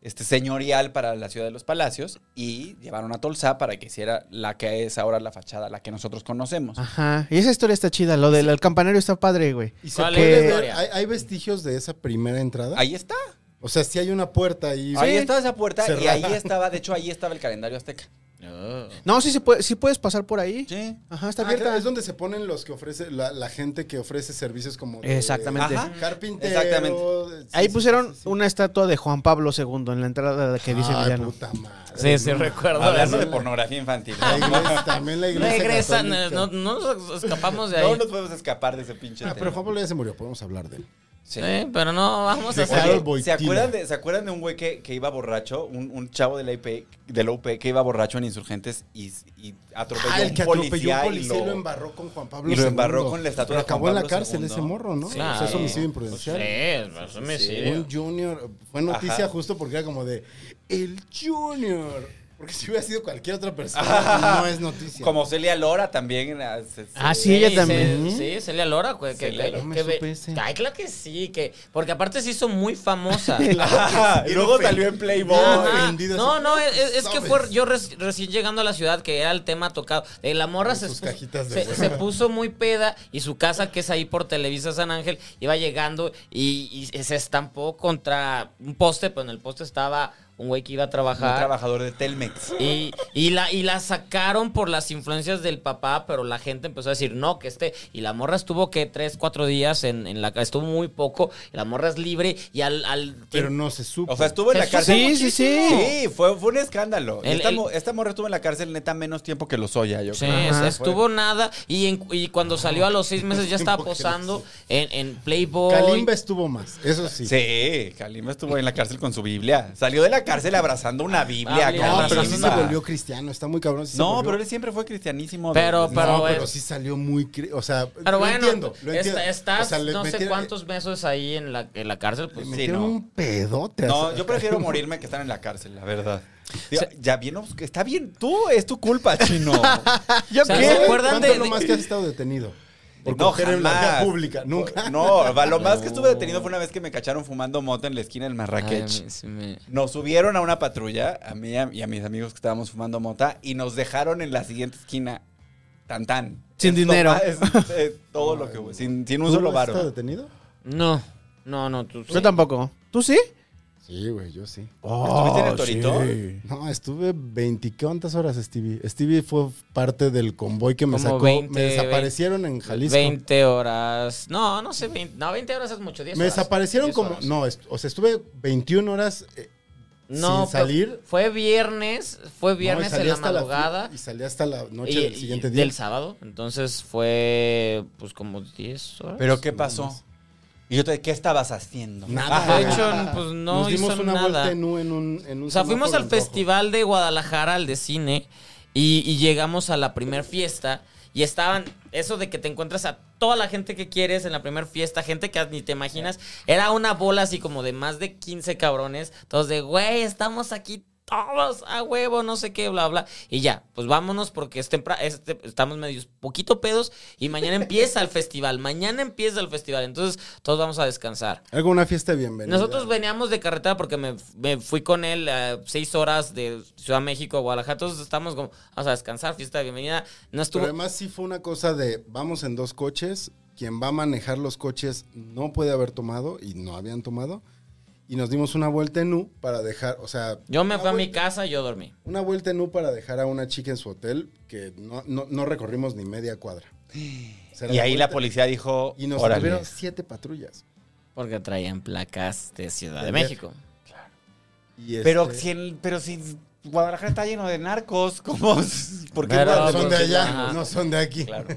Speaker 4: este, señorial para la ciudad de los palacios y llevaron a Tolsa para que hiciera la que es ahora la fachada, la que nosotros conocemos.
Speaker 2: Ah.
Speaker 5: Ajá. Y esa historia está chida, lo del campanario está padre, güey.
Speaker 2: ¿Y se
Speaker 1: ¿Cuál
Speaker 2: puede
Speaker 1: es la
Speaker 2: ver-
Speaker 1: historia?
Speaker 2: ¿Hay, hay vestigios de esa primera entrada?
Speaker 4: Ahí está,
Speaker 2: O sea, sí hay una puerta ahí.
Speaker 4: ahí estaba esa puerta y
Speaker 2: Cerrada.
Speaker 4: ahí estaba, de hecho ahí estaba el calendario azteca.
Speaker 1: Ah.
Speaker 5: No, sí, se puede, sí puedes pasar por ahí.
Speaker 4: Sí.
Speaker 5: Ajá, está
Speaker 2: Ah, claro,
Speaker 5: abierta.
Speaker 2: es donde se ponen los que ofrece, la, la gente que ofrece servicios como de
Speaker 5: Exactamente.
Speaker 4: Ajá.
Speaker 2: carpintero.
Speaker 4: Exactamente.
Speaker 2: sí,
Speaker 5: Ahí
Speaker 2: sí,
Speaker 5: pusieron
Speaker 2: sí, sí.
Speaker 5: una estatua de Juan Pablo II en la entrada de que dice
Speaker 2: Ay,
Speaker 5: Emiliano.
Speaker 2: puta madre.
Speaker 1: Sí, sí,
Speaker 2: No.
Speaker 1: recuerdo.
Speaker 4: Hablando
Speaker 1: eso.
Speaker 4: de pornografía infantil.
Speaker 2: La iglesia- también la iglesia
Speaker 1: Regresan, eh,
Speaker 2: católica.
Speaker 1: no, no nos escapamos de ahí.
Speaker 4: No nos podemos escapar de ese pinche
Speaker 2: Ah,
Speaker 4: tema.
Speaker 2: pero Juan Pablo ya se murió, podemos hablar de él.
Speaker 4: Sí.
Speaker 1: Sí, pero no vamos a
Speaker 2: De
Speaker 1: hacer.
Speaker 2: Harold
Speaker 4: Oye, ¿se,
Speaker 2: Boitila.
Speaker 4: acuerdan de, ¿Se acuerdan de un güey que, que iba borracho? Un, un chavo de la, IP, de la UP que iba borracho en Insurgentes y, y atropelló
Speaker 2: Ah,
Speaker 4: a
Speaker 2: el
Speaker 4: un
Speaker 2: que atropelló
Speaker 4: policía,
Speaker 2: a un policía y lo,
Speaker 4: embarró.
Speaker 2: embarró con Juan Pablo
Speaker 4: y lo
Speaker 2: II.
Speaker 4: embarró con la estatua
Speaker 2: Pero
Speaker 4: de Juan
Speaker 2: acabó en la
Speaker 4: Pablo
Speaker 2: cárcel
Speaker 4: II.
Speaker 2: ese morro, ¿no?
Speaker 1: Claro.
Speaker 2: O sea, es homicidio imprudencial.
Speaker 1: Pues Sí, es homicidio.
Speaker 2: Un junior. Fue noticia
Speaker 4: Ajá.
Speaker 2: justo porque era como de. El junior. Porque si hubiera sido cualquier otra persona, no es noticia.
Speaker 4: Como Celia Lora también. era- se- se-
Speaker 5: Ah, sí, ella
Speaker 1: se-
Speaker 5: también.
Speaker 1: sí, Celia Lora. Que, que-
Speaker 4: Celia,
Speaker 1: que-
Speaker 2: no me
Speaker 1: que ve-
Speaker 2: supe ese.
Speaker 1: Ay, claro que sí. Que, porque aparte se hizo muy famosa.
Speaker 4: Ajá, Ah, y luego salió en Playboy.
Speaker 1: Ajá.
Speaker 2: ofendido,
Speaker 1: No,
Speaker 2: así,
Speaker 1: no, es, es que
Speaker 2: ¿sabes?
Speaker 1: fue yo res- recién llegando a la ciudad, que era el tema tocado. Eh, la morra
Speaker 2: Con
Speaker 1: se,
Speaker 2: sus
Speaker 1: puso-
Speaker 2: cajitas de
Speaker 1: se,
Speaker 2: huevo.
Speaker 1: se puso muy peda y su casa, que es ahí por Televisa San Ángel, iba llegando y, y se estampó contra un poste, pero en el poste estaba un güey que iba a
Speaker 4: Un
Speaker 1: trabajar.
Speaker 4: trabajador de Telmex.
Speaker 1: Y, y la, y la sacaron por las influencias del papá, pero la gente empezó a decir, no, que esté. Y la morra estuvo, que Tres, cuatro días en, en la... Estuvo muy poco. y la morra es libre y al... al
Speaker 2: Pero no se supo.
Speaker 4: O sea, estuvo en la
Speaker 1: Se
Speaker 4: cárcel.
Speaker 1: supo
Speaker 5: Sí, sí, sí.
Speaker 4: Sí, fue, fue un escándalo. Y
Speaker 1: El-
Speaker 4: esta,
Speaker 1: el-
Speaker 4: mo- esta morra estuvo en la cárcel neta menos tiempo que los Oya, yo
Speaker 1: Sí,
Speaker 4: creo.
Speaker 1: es-
Speaker 5: Ajá.
Speaker 1: estuvo nada. Y, en- y cuando salió a los seis meses ya estaba posando en, en Playboy.
Speaker 2: Kalimba estuvo más, eso sí.
Speaker 4: Sí, Kalimba estuvo en la cárcel con su Biblia. Salió de la cárcel abrazando una Biblia.
Speaker 1: Biblia.
Speaker 2: No,
Speaker 4: Kalimba.
Speaker 2: pero sí se volvió cristiano, está muy cabrón. sí se
Speaker 4: No,
Speaker 2: volvió-
Speaker 4: pero él siempre fue cristianísimo.
Speaker 1: Pero-
Speaker 4: desde-
Speaker 1: pero-
Speaker 2: no, pero
Speaker 1: eh,
Speaker 2: sí salió muy. cri- O sea,
Speaker 1: Pero
Speaker 2: lo
Speaker 1: bueno,
Speaker 2: entiendo, lo
Speaker 1: esta-
Speaker 2: entiendo.
Speaker 1: estás
Speaker 2: O sea, le
Speaker 1: no sé
Speaker 2: metieron- eh,
Speaker 1: cuántos meses ahí en la, en la cárcel.
Speaker 2: Le
Speaker 1: Pues, sí,
Speaker 2: metieron
Speaker 1: no.
Speaker 2: un pedote.
Speaker 4: No,
Speaker 2: así.
Speaker 4: yo prefiero morirme que estar en la cárcel, la verdad. Digo, ya bien, obs- está bien, tú, es tu culpa, chino.
Speaker 5: ¿Yo
Speaker 1: O sea,
Speaker 5: qué?
Speaker 1: ¿se acuerdan
Speaker 2: ¿Cuánto
Speaker 1: de-
Speaker 2: es lo
Speaker 1: de-
Speaker 2: más que has estado detenido? Por
Speaker 4: no,
Speaker 2: coger en la vía
Speaker 4: jamás.
Speaker 2: pública, nunca.
Speaker 4: No, va, lo más que estuve detenido fue una vez que me cacharon fumando moto en la esquina del
Speaker 1: Ay,
Speaker 4: Marrakech.
Speaker 1: me- sí me-
Speaker 4: Nos subieron a una patrulla, a mí y a mis amigos que estábamos fumando mota, y nos dejaron en la siguiente esquina, tan tan.
Speaker 5: Sin
Speaker 4: Es
Speaker 5: dinero.
Speaker 4: toma- es- es todo lo que hubo, sin, sin un
Speaker 2: ¿Tú
Speaker 4: solo
Speaker 2: has estado
Speaker 4: varo.
Speaker 2: detenido?
Speaker 1: No, no, no. Tú, sí.
Speaker 5: Yo tampoco. ¿Tú sí?
Speaker 2: Sí, güey, yo sí.
Speaker 4: ¿Estuviste en el Torito?
Speaker 3: sí.
Speaker 2: No, estuve 20 ¿cuántas horas, Stevie? Stevie fue parte del convoy que me
Speaker 1: Como
Speaker 2: sacó.
Speaker 1: 20,
Speaker 2: me desaparecieron en Jalisco.
Speaker 1: 20 horas. No, no sé, 20, no, 20 horas es mucho, 10
Speaker 2: me
Speaker 1: horas.
Speaker 2: desaparecieron
Speaker 1: 10
Speaker 2: como.
Speaker 1: horas.
Speaker 2: No, est- o sea, estuve 21 horas eh,
Speaker 1: No,
Speaker 2: sin salir.
Speaker 1: Fue viernes, fue viernes
Speaker 2: No, y salí
Speaker 1: en la
Speaker 2: hasta fi-
Speaker 1: madrugada.
Speaker 2: y salí hasta la noche
Speaker 1: y-
Speaker 2: del
Speaker 1: y-
Speaker 2: siguiente día.
Speaker 1: Del sábado. Entonces fue, pues, como 10 horas.
Speaker 4: ¿Pero qué pasó? Y yo te ¿qué estabas haciendo? Ah,
Speaker 2: Nada.
Speaker 1: De hecho, pues, no
Speaker 2: Nos dimos
Speaker 1: hizo
Speaker 2: una
Speaker 1: nada.
Speaker 2: vuelta en un, en un, en un
Speaker 1: O sea,
Speaker 2: semáforo
Speaker 1: fuimos
Speaker 2: en
Speaker 1: al
Speaker 2: rojo.
Speaker 1: festival de Guadalajara, al de cine, y, y llegamos a la primer fiesta. Y estaban, eso de que te encuentras a toda la gente que quieres en la primer fiesta, gente que ni te imaginas. Era una bola así como de más de 15 cabrones. Todos de, güey, estamos aquí todos a huevo, no sé qué, bla, bla. Y ya, pues vámonos porque es tempra- es te- estamos medios poquito pedos y mañana empieza el festival. Mañana empieza el festival. Entonces todos vamos a descansar.
Speaker 2: Algo, una fiesta de bienvenida.
Speaker 1: Nosotros veníamos de carretera porque me, me fui con él eh, seis horas de Ciudad de México a Guadalajara. Todos estamos como, vamos a descansar, fiesta de bienvenida. No
Speaker 2: Pero
Speaker 1: estuvo.
Speaker 2: además sí fue una cosa de vamos en dos coches, quien va a manejar los coches no puede haber tomado y no habían tomado. Y nos dimos una vuelta en U para dejar, o sea...
Speaker 1: Yo me
Speaker 2: una
Speaker 1: fui a mi
Speaker 2: vuelta-
Speaker 1: casa y yo dormí.
Speaker 2: Una vuelta en U para dejar a una chica en su hotel que no, no- no recorrimos ni media cuadra. O sea, era
Speaker 4: Y ahí la
Speaker 2: vuelta-
Speaker 4: policía dijo,
Speaker 2: Y nos
Speaker 4: "Órale".
Speaker 2: tuvieron siete patrullas.
Speaker 1: Porque traían placas de Ciudad de
Speaker 2: Del
Speaker 1: México.
Speaker 2: Y
Speaker 4: Pero
Speaker 2: este-
Speaker 4: si, el- pero si Guadalajara está lleno de narcos, ¿cómo? ¿Por qué
Speaker 1: Pero-
Speaker 4: no-
Speaker 2: son de
Speaker 1: sí,
Speaker 2: allá,
Speaker 1: ajá.
Speaker 2: no son de aquí.
Speaker 4: Claro.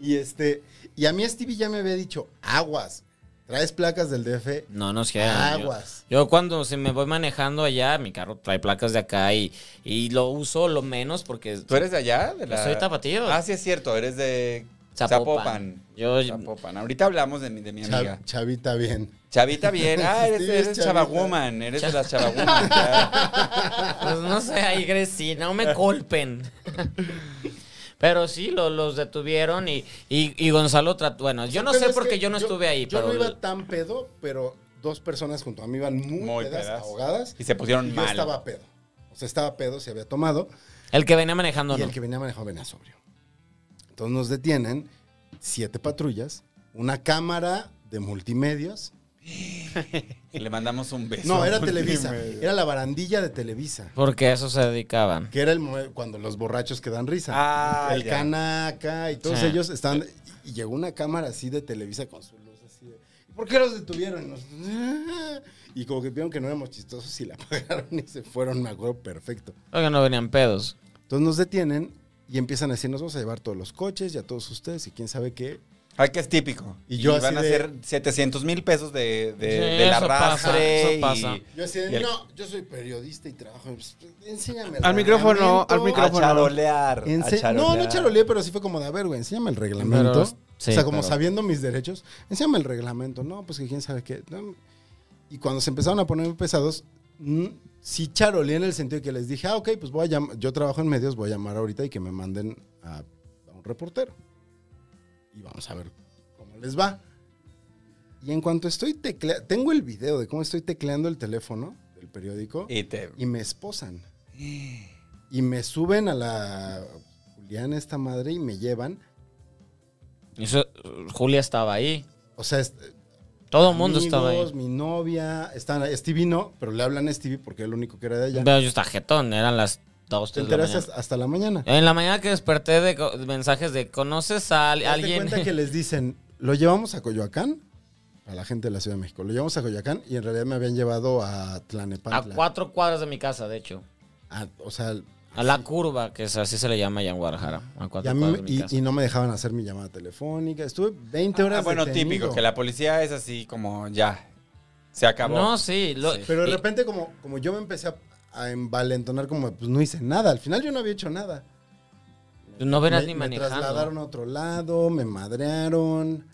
Speaker 2: Y este, y a mí Stevie ya me había dicho, aguas, traes placas del DF,
Speaker 1: No nos quedan. Yo,
Speaker 2: aguas.
Speaker 1: yo cuando se me voy manejando allá, mi carro trae placas de acá y, y lo uso lo menos porque
Speaker 4: ¿Tú eres de allá? De
Speaker 1: Yo
Speaker 4: la...
Speaker 1: soy tapatío.
Speaker 4: Ah, sí, es cierto, eres de
Speaker 1: Zapopan.
Speaker 4: Zapopan.
Speaker 1: Yo-
Speaker 4: Zapopan. Ahorita hablamos de mi, de mi
Speaker 2: Chav-
Speaker 4: amiga.
Speaker 2: chavita bien.
Speaker 4: Chavita bien. Ah, eres,
Speaker 2: Sí,
Speaker 4: eres
Speaker 2: chavita.
Speaker 4: chavawoman. Eres de las chavawoman. ya.
Speaker 1: Pues no sé, ahí crecí, no me culpen. Pero sí, lo- los detuvieron y, y, y Gonzalo trató. Bueno, yo no
Speaker 2: Pero
Speaker 1: sé
Speaker 2: es
Speaker 1: por qué
Speaker 2: que
Speaker 1: yo no estuve ahí,
Speaker 2: Yo
Speaker 1: pero.
Speaker 2: no iba tan pedo, pero dos personas junto a mí iban muy,
Speaker 4: Muy
Speaker 2: pedas,
Speaker 4: pedas.
Speaker 2: ahogadas.
Speaker 4: Y se pusieron
Speaker 2: y yo
Speaker 4: mal.
Speaker 2: estaba pedo. O sea, estaba pedo, se había tomado.
Speaker 1: El que venía manejando
Speaker 2: y
Speaker 1: no.
Speaker 2: el que venía manejado venía sobrio. Entonces nos detienen siete patrullas, una cámara de multimedios.
Speaker 4: Y le mandamos un beso.
Speaker 2: No, era Televisa. Era la barandilla de Televisa.
Speaker 1: Porque a eso se dedicaban.
Speaker 2: Que era el mo- cuando los borrachos que dan risa.
Speaker 4: Ah,
Speaker 2: el
Speaker 4: ya.
Speaker 2: canaca y todos
Speaker 1: Sí.
Speaker 2: ellos están. Y llegó una cámara así de Televisa con su luz así de. "¿Y ¿Por qué los detuvieron? Y, nos- y como que vieron que no éramos chistosos y la apagaron y se fueron, me acuerdo perfecto.
Speaker 1: Oigan, no venían pedos.
Speaker 2: Entonces nos detienen y empiezan a decir: Nos vamos a llevar todos los coches y a todos ustedes y quién sabe qué.
Speaker 4: Ay, que es típico.
Speaker 2: Y
Speaker 4: Y,
Speaker 2: yo
Speaker 4: van
Speaker 2: así
Speaker 4: a
Speaker 2: de-
Speaker 4: hacer 700 mil pesos de, de,
Speaker 1: Sí,
Speaker 4: del
Speaker 1: eso pasa,
Speaker 4: arrastre
Speaker 1: eso
Speaker 4: y-
Speaker 1: pasa.
Speaker 2: Yo así de,
Speaker 4: Y el-
Speaker 2: no, yo soy periodista y trabajo. en- Enséñame. el
Speaker 5: Al micrófono, al
Speaker 2: reglamento".
Speaker 4: A
Speaker 5: micrófono.
Speaker 4: charolear. a
Speaker 2: Ense- no,
Speaker 4: charolear.
Speaker 2: no charoleé, pero sí fue como de, a ver, güey, enséñame el reglamento.
Speaker 1: Pero- sí,
Speaker 2: o sea, como
Speaker 1: pero-
Speaker 2: sabiendo mis derechos, enséñame el reglamento. No, pues que quién sabe qué. No. Y cuando se empezaron a poner pesados, mm, sí charoleé en el sentido de que les dije, ah, ok, pues voy a llamar, yo trabajo en medios, voy a llamar ahorita y que me manden a, a un reportero. Y vamos a ver cómo les va. Y en cuanto estoy tecleando, tengo el video de cómo estoy tecleando el teléfono del periódico
Speaker 4: Y te...
Speaker 2: y me esposan. Y me suben a la Julián esta madre y me llevan.
Speaker 1: Eso- Julia estaba ahí.
Speaker 2: O sea, es-
Speaker 1: Todo el mundo
Speaker 2: amigos,
Speaker 1: estaba ahí.
Speaker 2: mi novia, están Stevie no, pero le hablan a Stevie porque es el único que era de allá.
Speaker 1: Pero yo estaba jetón, eran las dos,
Speaker 2: Te
Speaker 1: tres de la
Speaker 2: enteras
Speaker 1: mañana.
Speaker 2: hasta- hasta la mañana.
Speaker 1: En la mañana que desperté de co- mensajes de ¿conoces a al-
Speaker 2: Te
Speaker 1: alguien?
Speaker 2: cuenta que les dicen, lo llevamos a Coyoacán, a la gente de la Ciudad de México, lo llevamos a Coyoacán y en realidad me habían llevado a
Speaker 1: A
Speaker 2: Tlanepantla.
Speaker 1: cuatro cuadras de mi casa, de hecho.
Speaker 2: A- o sea,
Speaker 1: A la curva, que es así se le llama allá en Guadalajara. A
Speaker 2: y,
Speaker 1: cuatro
Speaker 2: a mí-
Speaker 1: cuadras de mi
Speaker 2: y-
Speaker 1: casa.
Speaker 2: y no me dejaban hacer mi llamada telefónica. Estuve 20 horas.
Speaker 4: Ah, bueno, típico,
Speaker 2: detenido.
Speaker 4: que la policía es así como ya. Se acabó.
Speaker 1: No, sí. lo-
Speaker 4: Sí.
Speaker 2: Pero de
Speaker 1: y-
Speaker 2: repente como, como yo me empecé a, a envalentonar como pues no hice nada. Al final yo no había hecho nada.
Speaker 1: No verás
Speaker 2: me,
Speaker 1: ni
Speaker 2: me
Speaker 1: manejando.
Speaker 2: trasladaron a otro lado, me madrearon.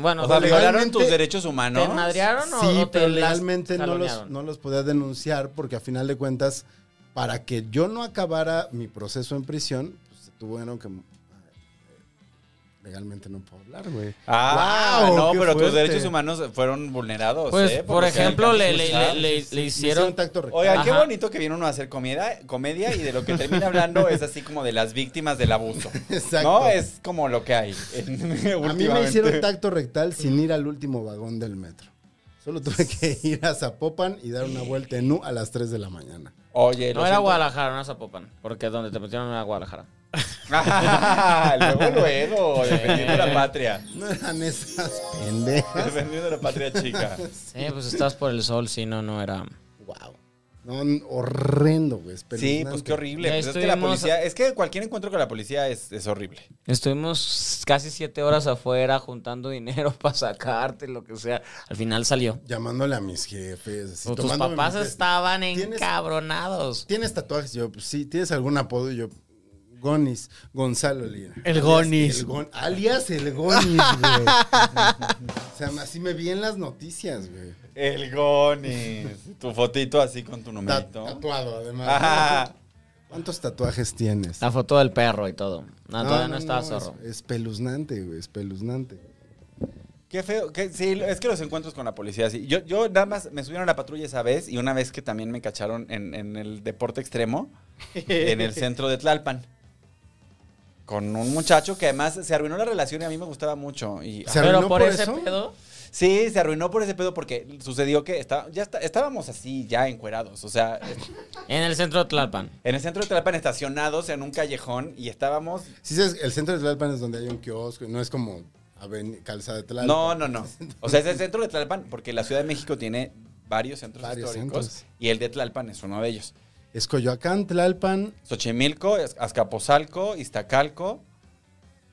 Speaker 1: Bueno,
Speaker 4: o sea,
Speaker 1: te-
Speaker 4: violaron
Speaker 2: legalmente-
Speaker 4: tus derechos humanos.
Speaker 1: ¿te madrearon o,
Speaker 2: sí,
Speaker 1: o te
Speaker 2: pero
Speaker 1: las-
Speaker 2: legalmente no los,
Speaker 1: jalonearon?
Speaker 2: no los podía denunciar porque a final de cuentas, para que yo no acabara mi proceso en prisión, pues se tuvieron que... eh, Legalmente no puedo hablar, güey.
Speaker 4: Ah,
Speaker 2: ¡Guau!
Speaker 4: no,
Speaker 2: ¡Qué
Speaker 4: pero tus
Speaker 2: fuerte!
Speaker 4: derechos humanos fueron vulnerados.
Speaker 1: Pues,
Speaker 4: ¿eh?
Speaker 1: por
Speaker 4: lo que
Speaker 1: ejemplo, le, le-
Speaker 4: alcanzamos a
Speaker 1: le- le-
Speaker 4: escuchar.
Speaker 1: le
Speaker 2: Me hicieron
Speaker 1: hicieron...
Speaker 2: tacto rectal.
Speaker 4: Oigan, qué
Speaker 1: Ajá.
Speaker 4: bonito que viene uno a hacer comedia, comedia y de lo que termina hablando es así como de las víctimas del abuso.
Speaker 2: Exacto.
Speaker 4: No, es como lo que hay.
Speaker 2: a mí
Speaker 4: Últimamente.
Speaker 2: me hicieron tacto rectal sin ir al último vagón del metro. Solo tuve que ir a Zapopan y dar una vuelta en U a las 3 de la mañana.
Speaker 4: Oye, lo
Speaker 1: No era
Speaker 4: siento.
Speaker 1: Guadalajara, no era Zapopan. Porque donde te metieron no era Guadalajara.
Speaker 4: Ah, luego, luego, dependiendo de la patria.
Speaker 2: No eran esas pendejas.
Speaker 4: Dependiendo de la patria chica.
Speaker 1: Eh, pues estás por el sol, sí, no, no era.
Speaker 2: Wow. No, n- horrendo, güey.
Speaker 4: Sí, pues qué
Speaker 2: espeluznante.
Speaker 4: horrible.
Speaker 1: Ya
Speaker 4: Pues es que la
Speaker 1: estuvimos-
Speaker 4: policía, es que cualquier encuentro con la policía es, es horrible.
Speaker 1: Estuvimos casi siete horas afuera juntando dinero para sacarte, lo que sea. Al final salió.
Speaker 2: Llamándole a mis jefes. así,
Speaker 4: Pues
Speaker 1: O tus
Speaker 2: tomándome
Speaker 1: papás
Speaker 2: mis-
Speaker 1: estaban
Speaker 2: ¿Tienes-
Speaker 1: encabronados.
Speaker 2: ¿Tienes tatuajes? Yo, pues sí. ¿Tienes algún apodo? Yo, Gonis. Gonzalo Lira.
Speaker 5: El
Speaker 2: Alias
Speaker 5: Gonis.
Speaker 2: el Gon- alias el Gonis, güey. o sea, así me vi en las noticias, güey.
Speaker 4: El Gonis. Tu fotito así con tu
Speaker 2: Ta-
Speaker 4: numerito.
Speaker 2: Tatuado, además.
Speaker 4: Ajá.
Speaker 2: ¿Cuántos tatuajes tienes?
Speaker 1: La foto del perro y todo. No, todavía no, estaba zorro.
Speaker 2: es- Espeluznante, güey, espeluznante.
Speaker 4: Qué feo. qué- sí, es que los encuentros con la policía, sí. Yo, yo nada más me subieron a la patrulla esa vez y una vez que también me cacharon en, en el deporte extremo, en el centro de Tlalpan. Con un muchacho que además se arruinó la relación y a mí me gustaba mucho. Y, ah,
Speaker 2: Se
Speaker 1: Pero
Speaker 2: arruinó
Speaker 1: por,
Speaker 2: por
Speaker 1: ese
Speaker 2: eso.
Speaker 1: pedo.
Speaker 4: Sí, se arruinó por ese pedo porque sucedió que está- ya está- estábamos así, ya encuerados. O sea,
Speaker 1: En el centro de Tlalpan.
Speaker 4: en el centro de Tlalpan estacionados en un callejón y estábamos...
Speaker 2: Sí, sabes, el centro de Tlalpan es donde hay un kiosco, no es como aven- calzada de Tlalpan.
Speaker 4: No, no, no. O sea, es el centro de Tlalpan porque la Ciudad de México tiene varios centros
Speaker 2: Varios
Speaker 4: históricos
Speaker 2: centros.
Speaker 4: y el de Tlalpan es uno de ellos.
Speaker 2: Es Coyoacán, Tlalpan.
Speaker 4: Xochimilco, Az- Azcapotzalco, Iztacalco,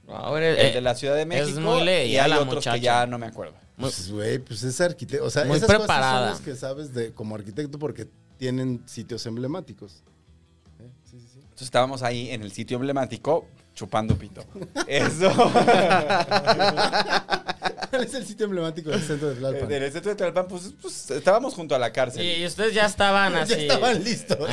Speaker 1: Ahora, eh,
Speaker 4: el de la Ciudad de México
Speaker 1: muy leída
Speaker 4: y hay
Speaker 1: la
Speaker 4: otros
Speaker 1: muchacha.
Speaker 4: que ya no me acuerdo.
Speaker 1: Muy-
Speaker 2: Pues, güey, pues es arquitecto. O sea,
Speaker 1: Muy
Speaker 2: esas
Speaker 1: preparada.
Speaker 2: cosas son las que sabes de, como arquitecto porque tienen sitios emblemáticos. ¿Eh? Sí, sí, sí.
Speaker 4: Entonces estábamos ahí en el sitio emblemático chupando pito. Eso.
Speaker 2: ¿Cuál es el sitio emblemático del centro de Tlalpan?
Speaker 1: Eh,
Speaker 4: en el centro de Tlalpan, pues, pues, estábamos junto a la cárcel.
Speaker 1: Y, y ustedes ya estaban
Speaker 2: ya
Speaker 1: así. Ah.
Speaker 2: estaban listos.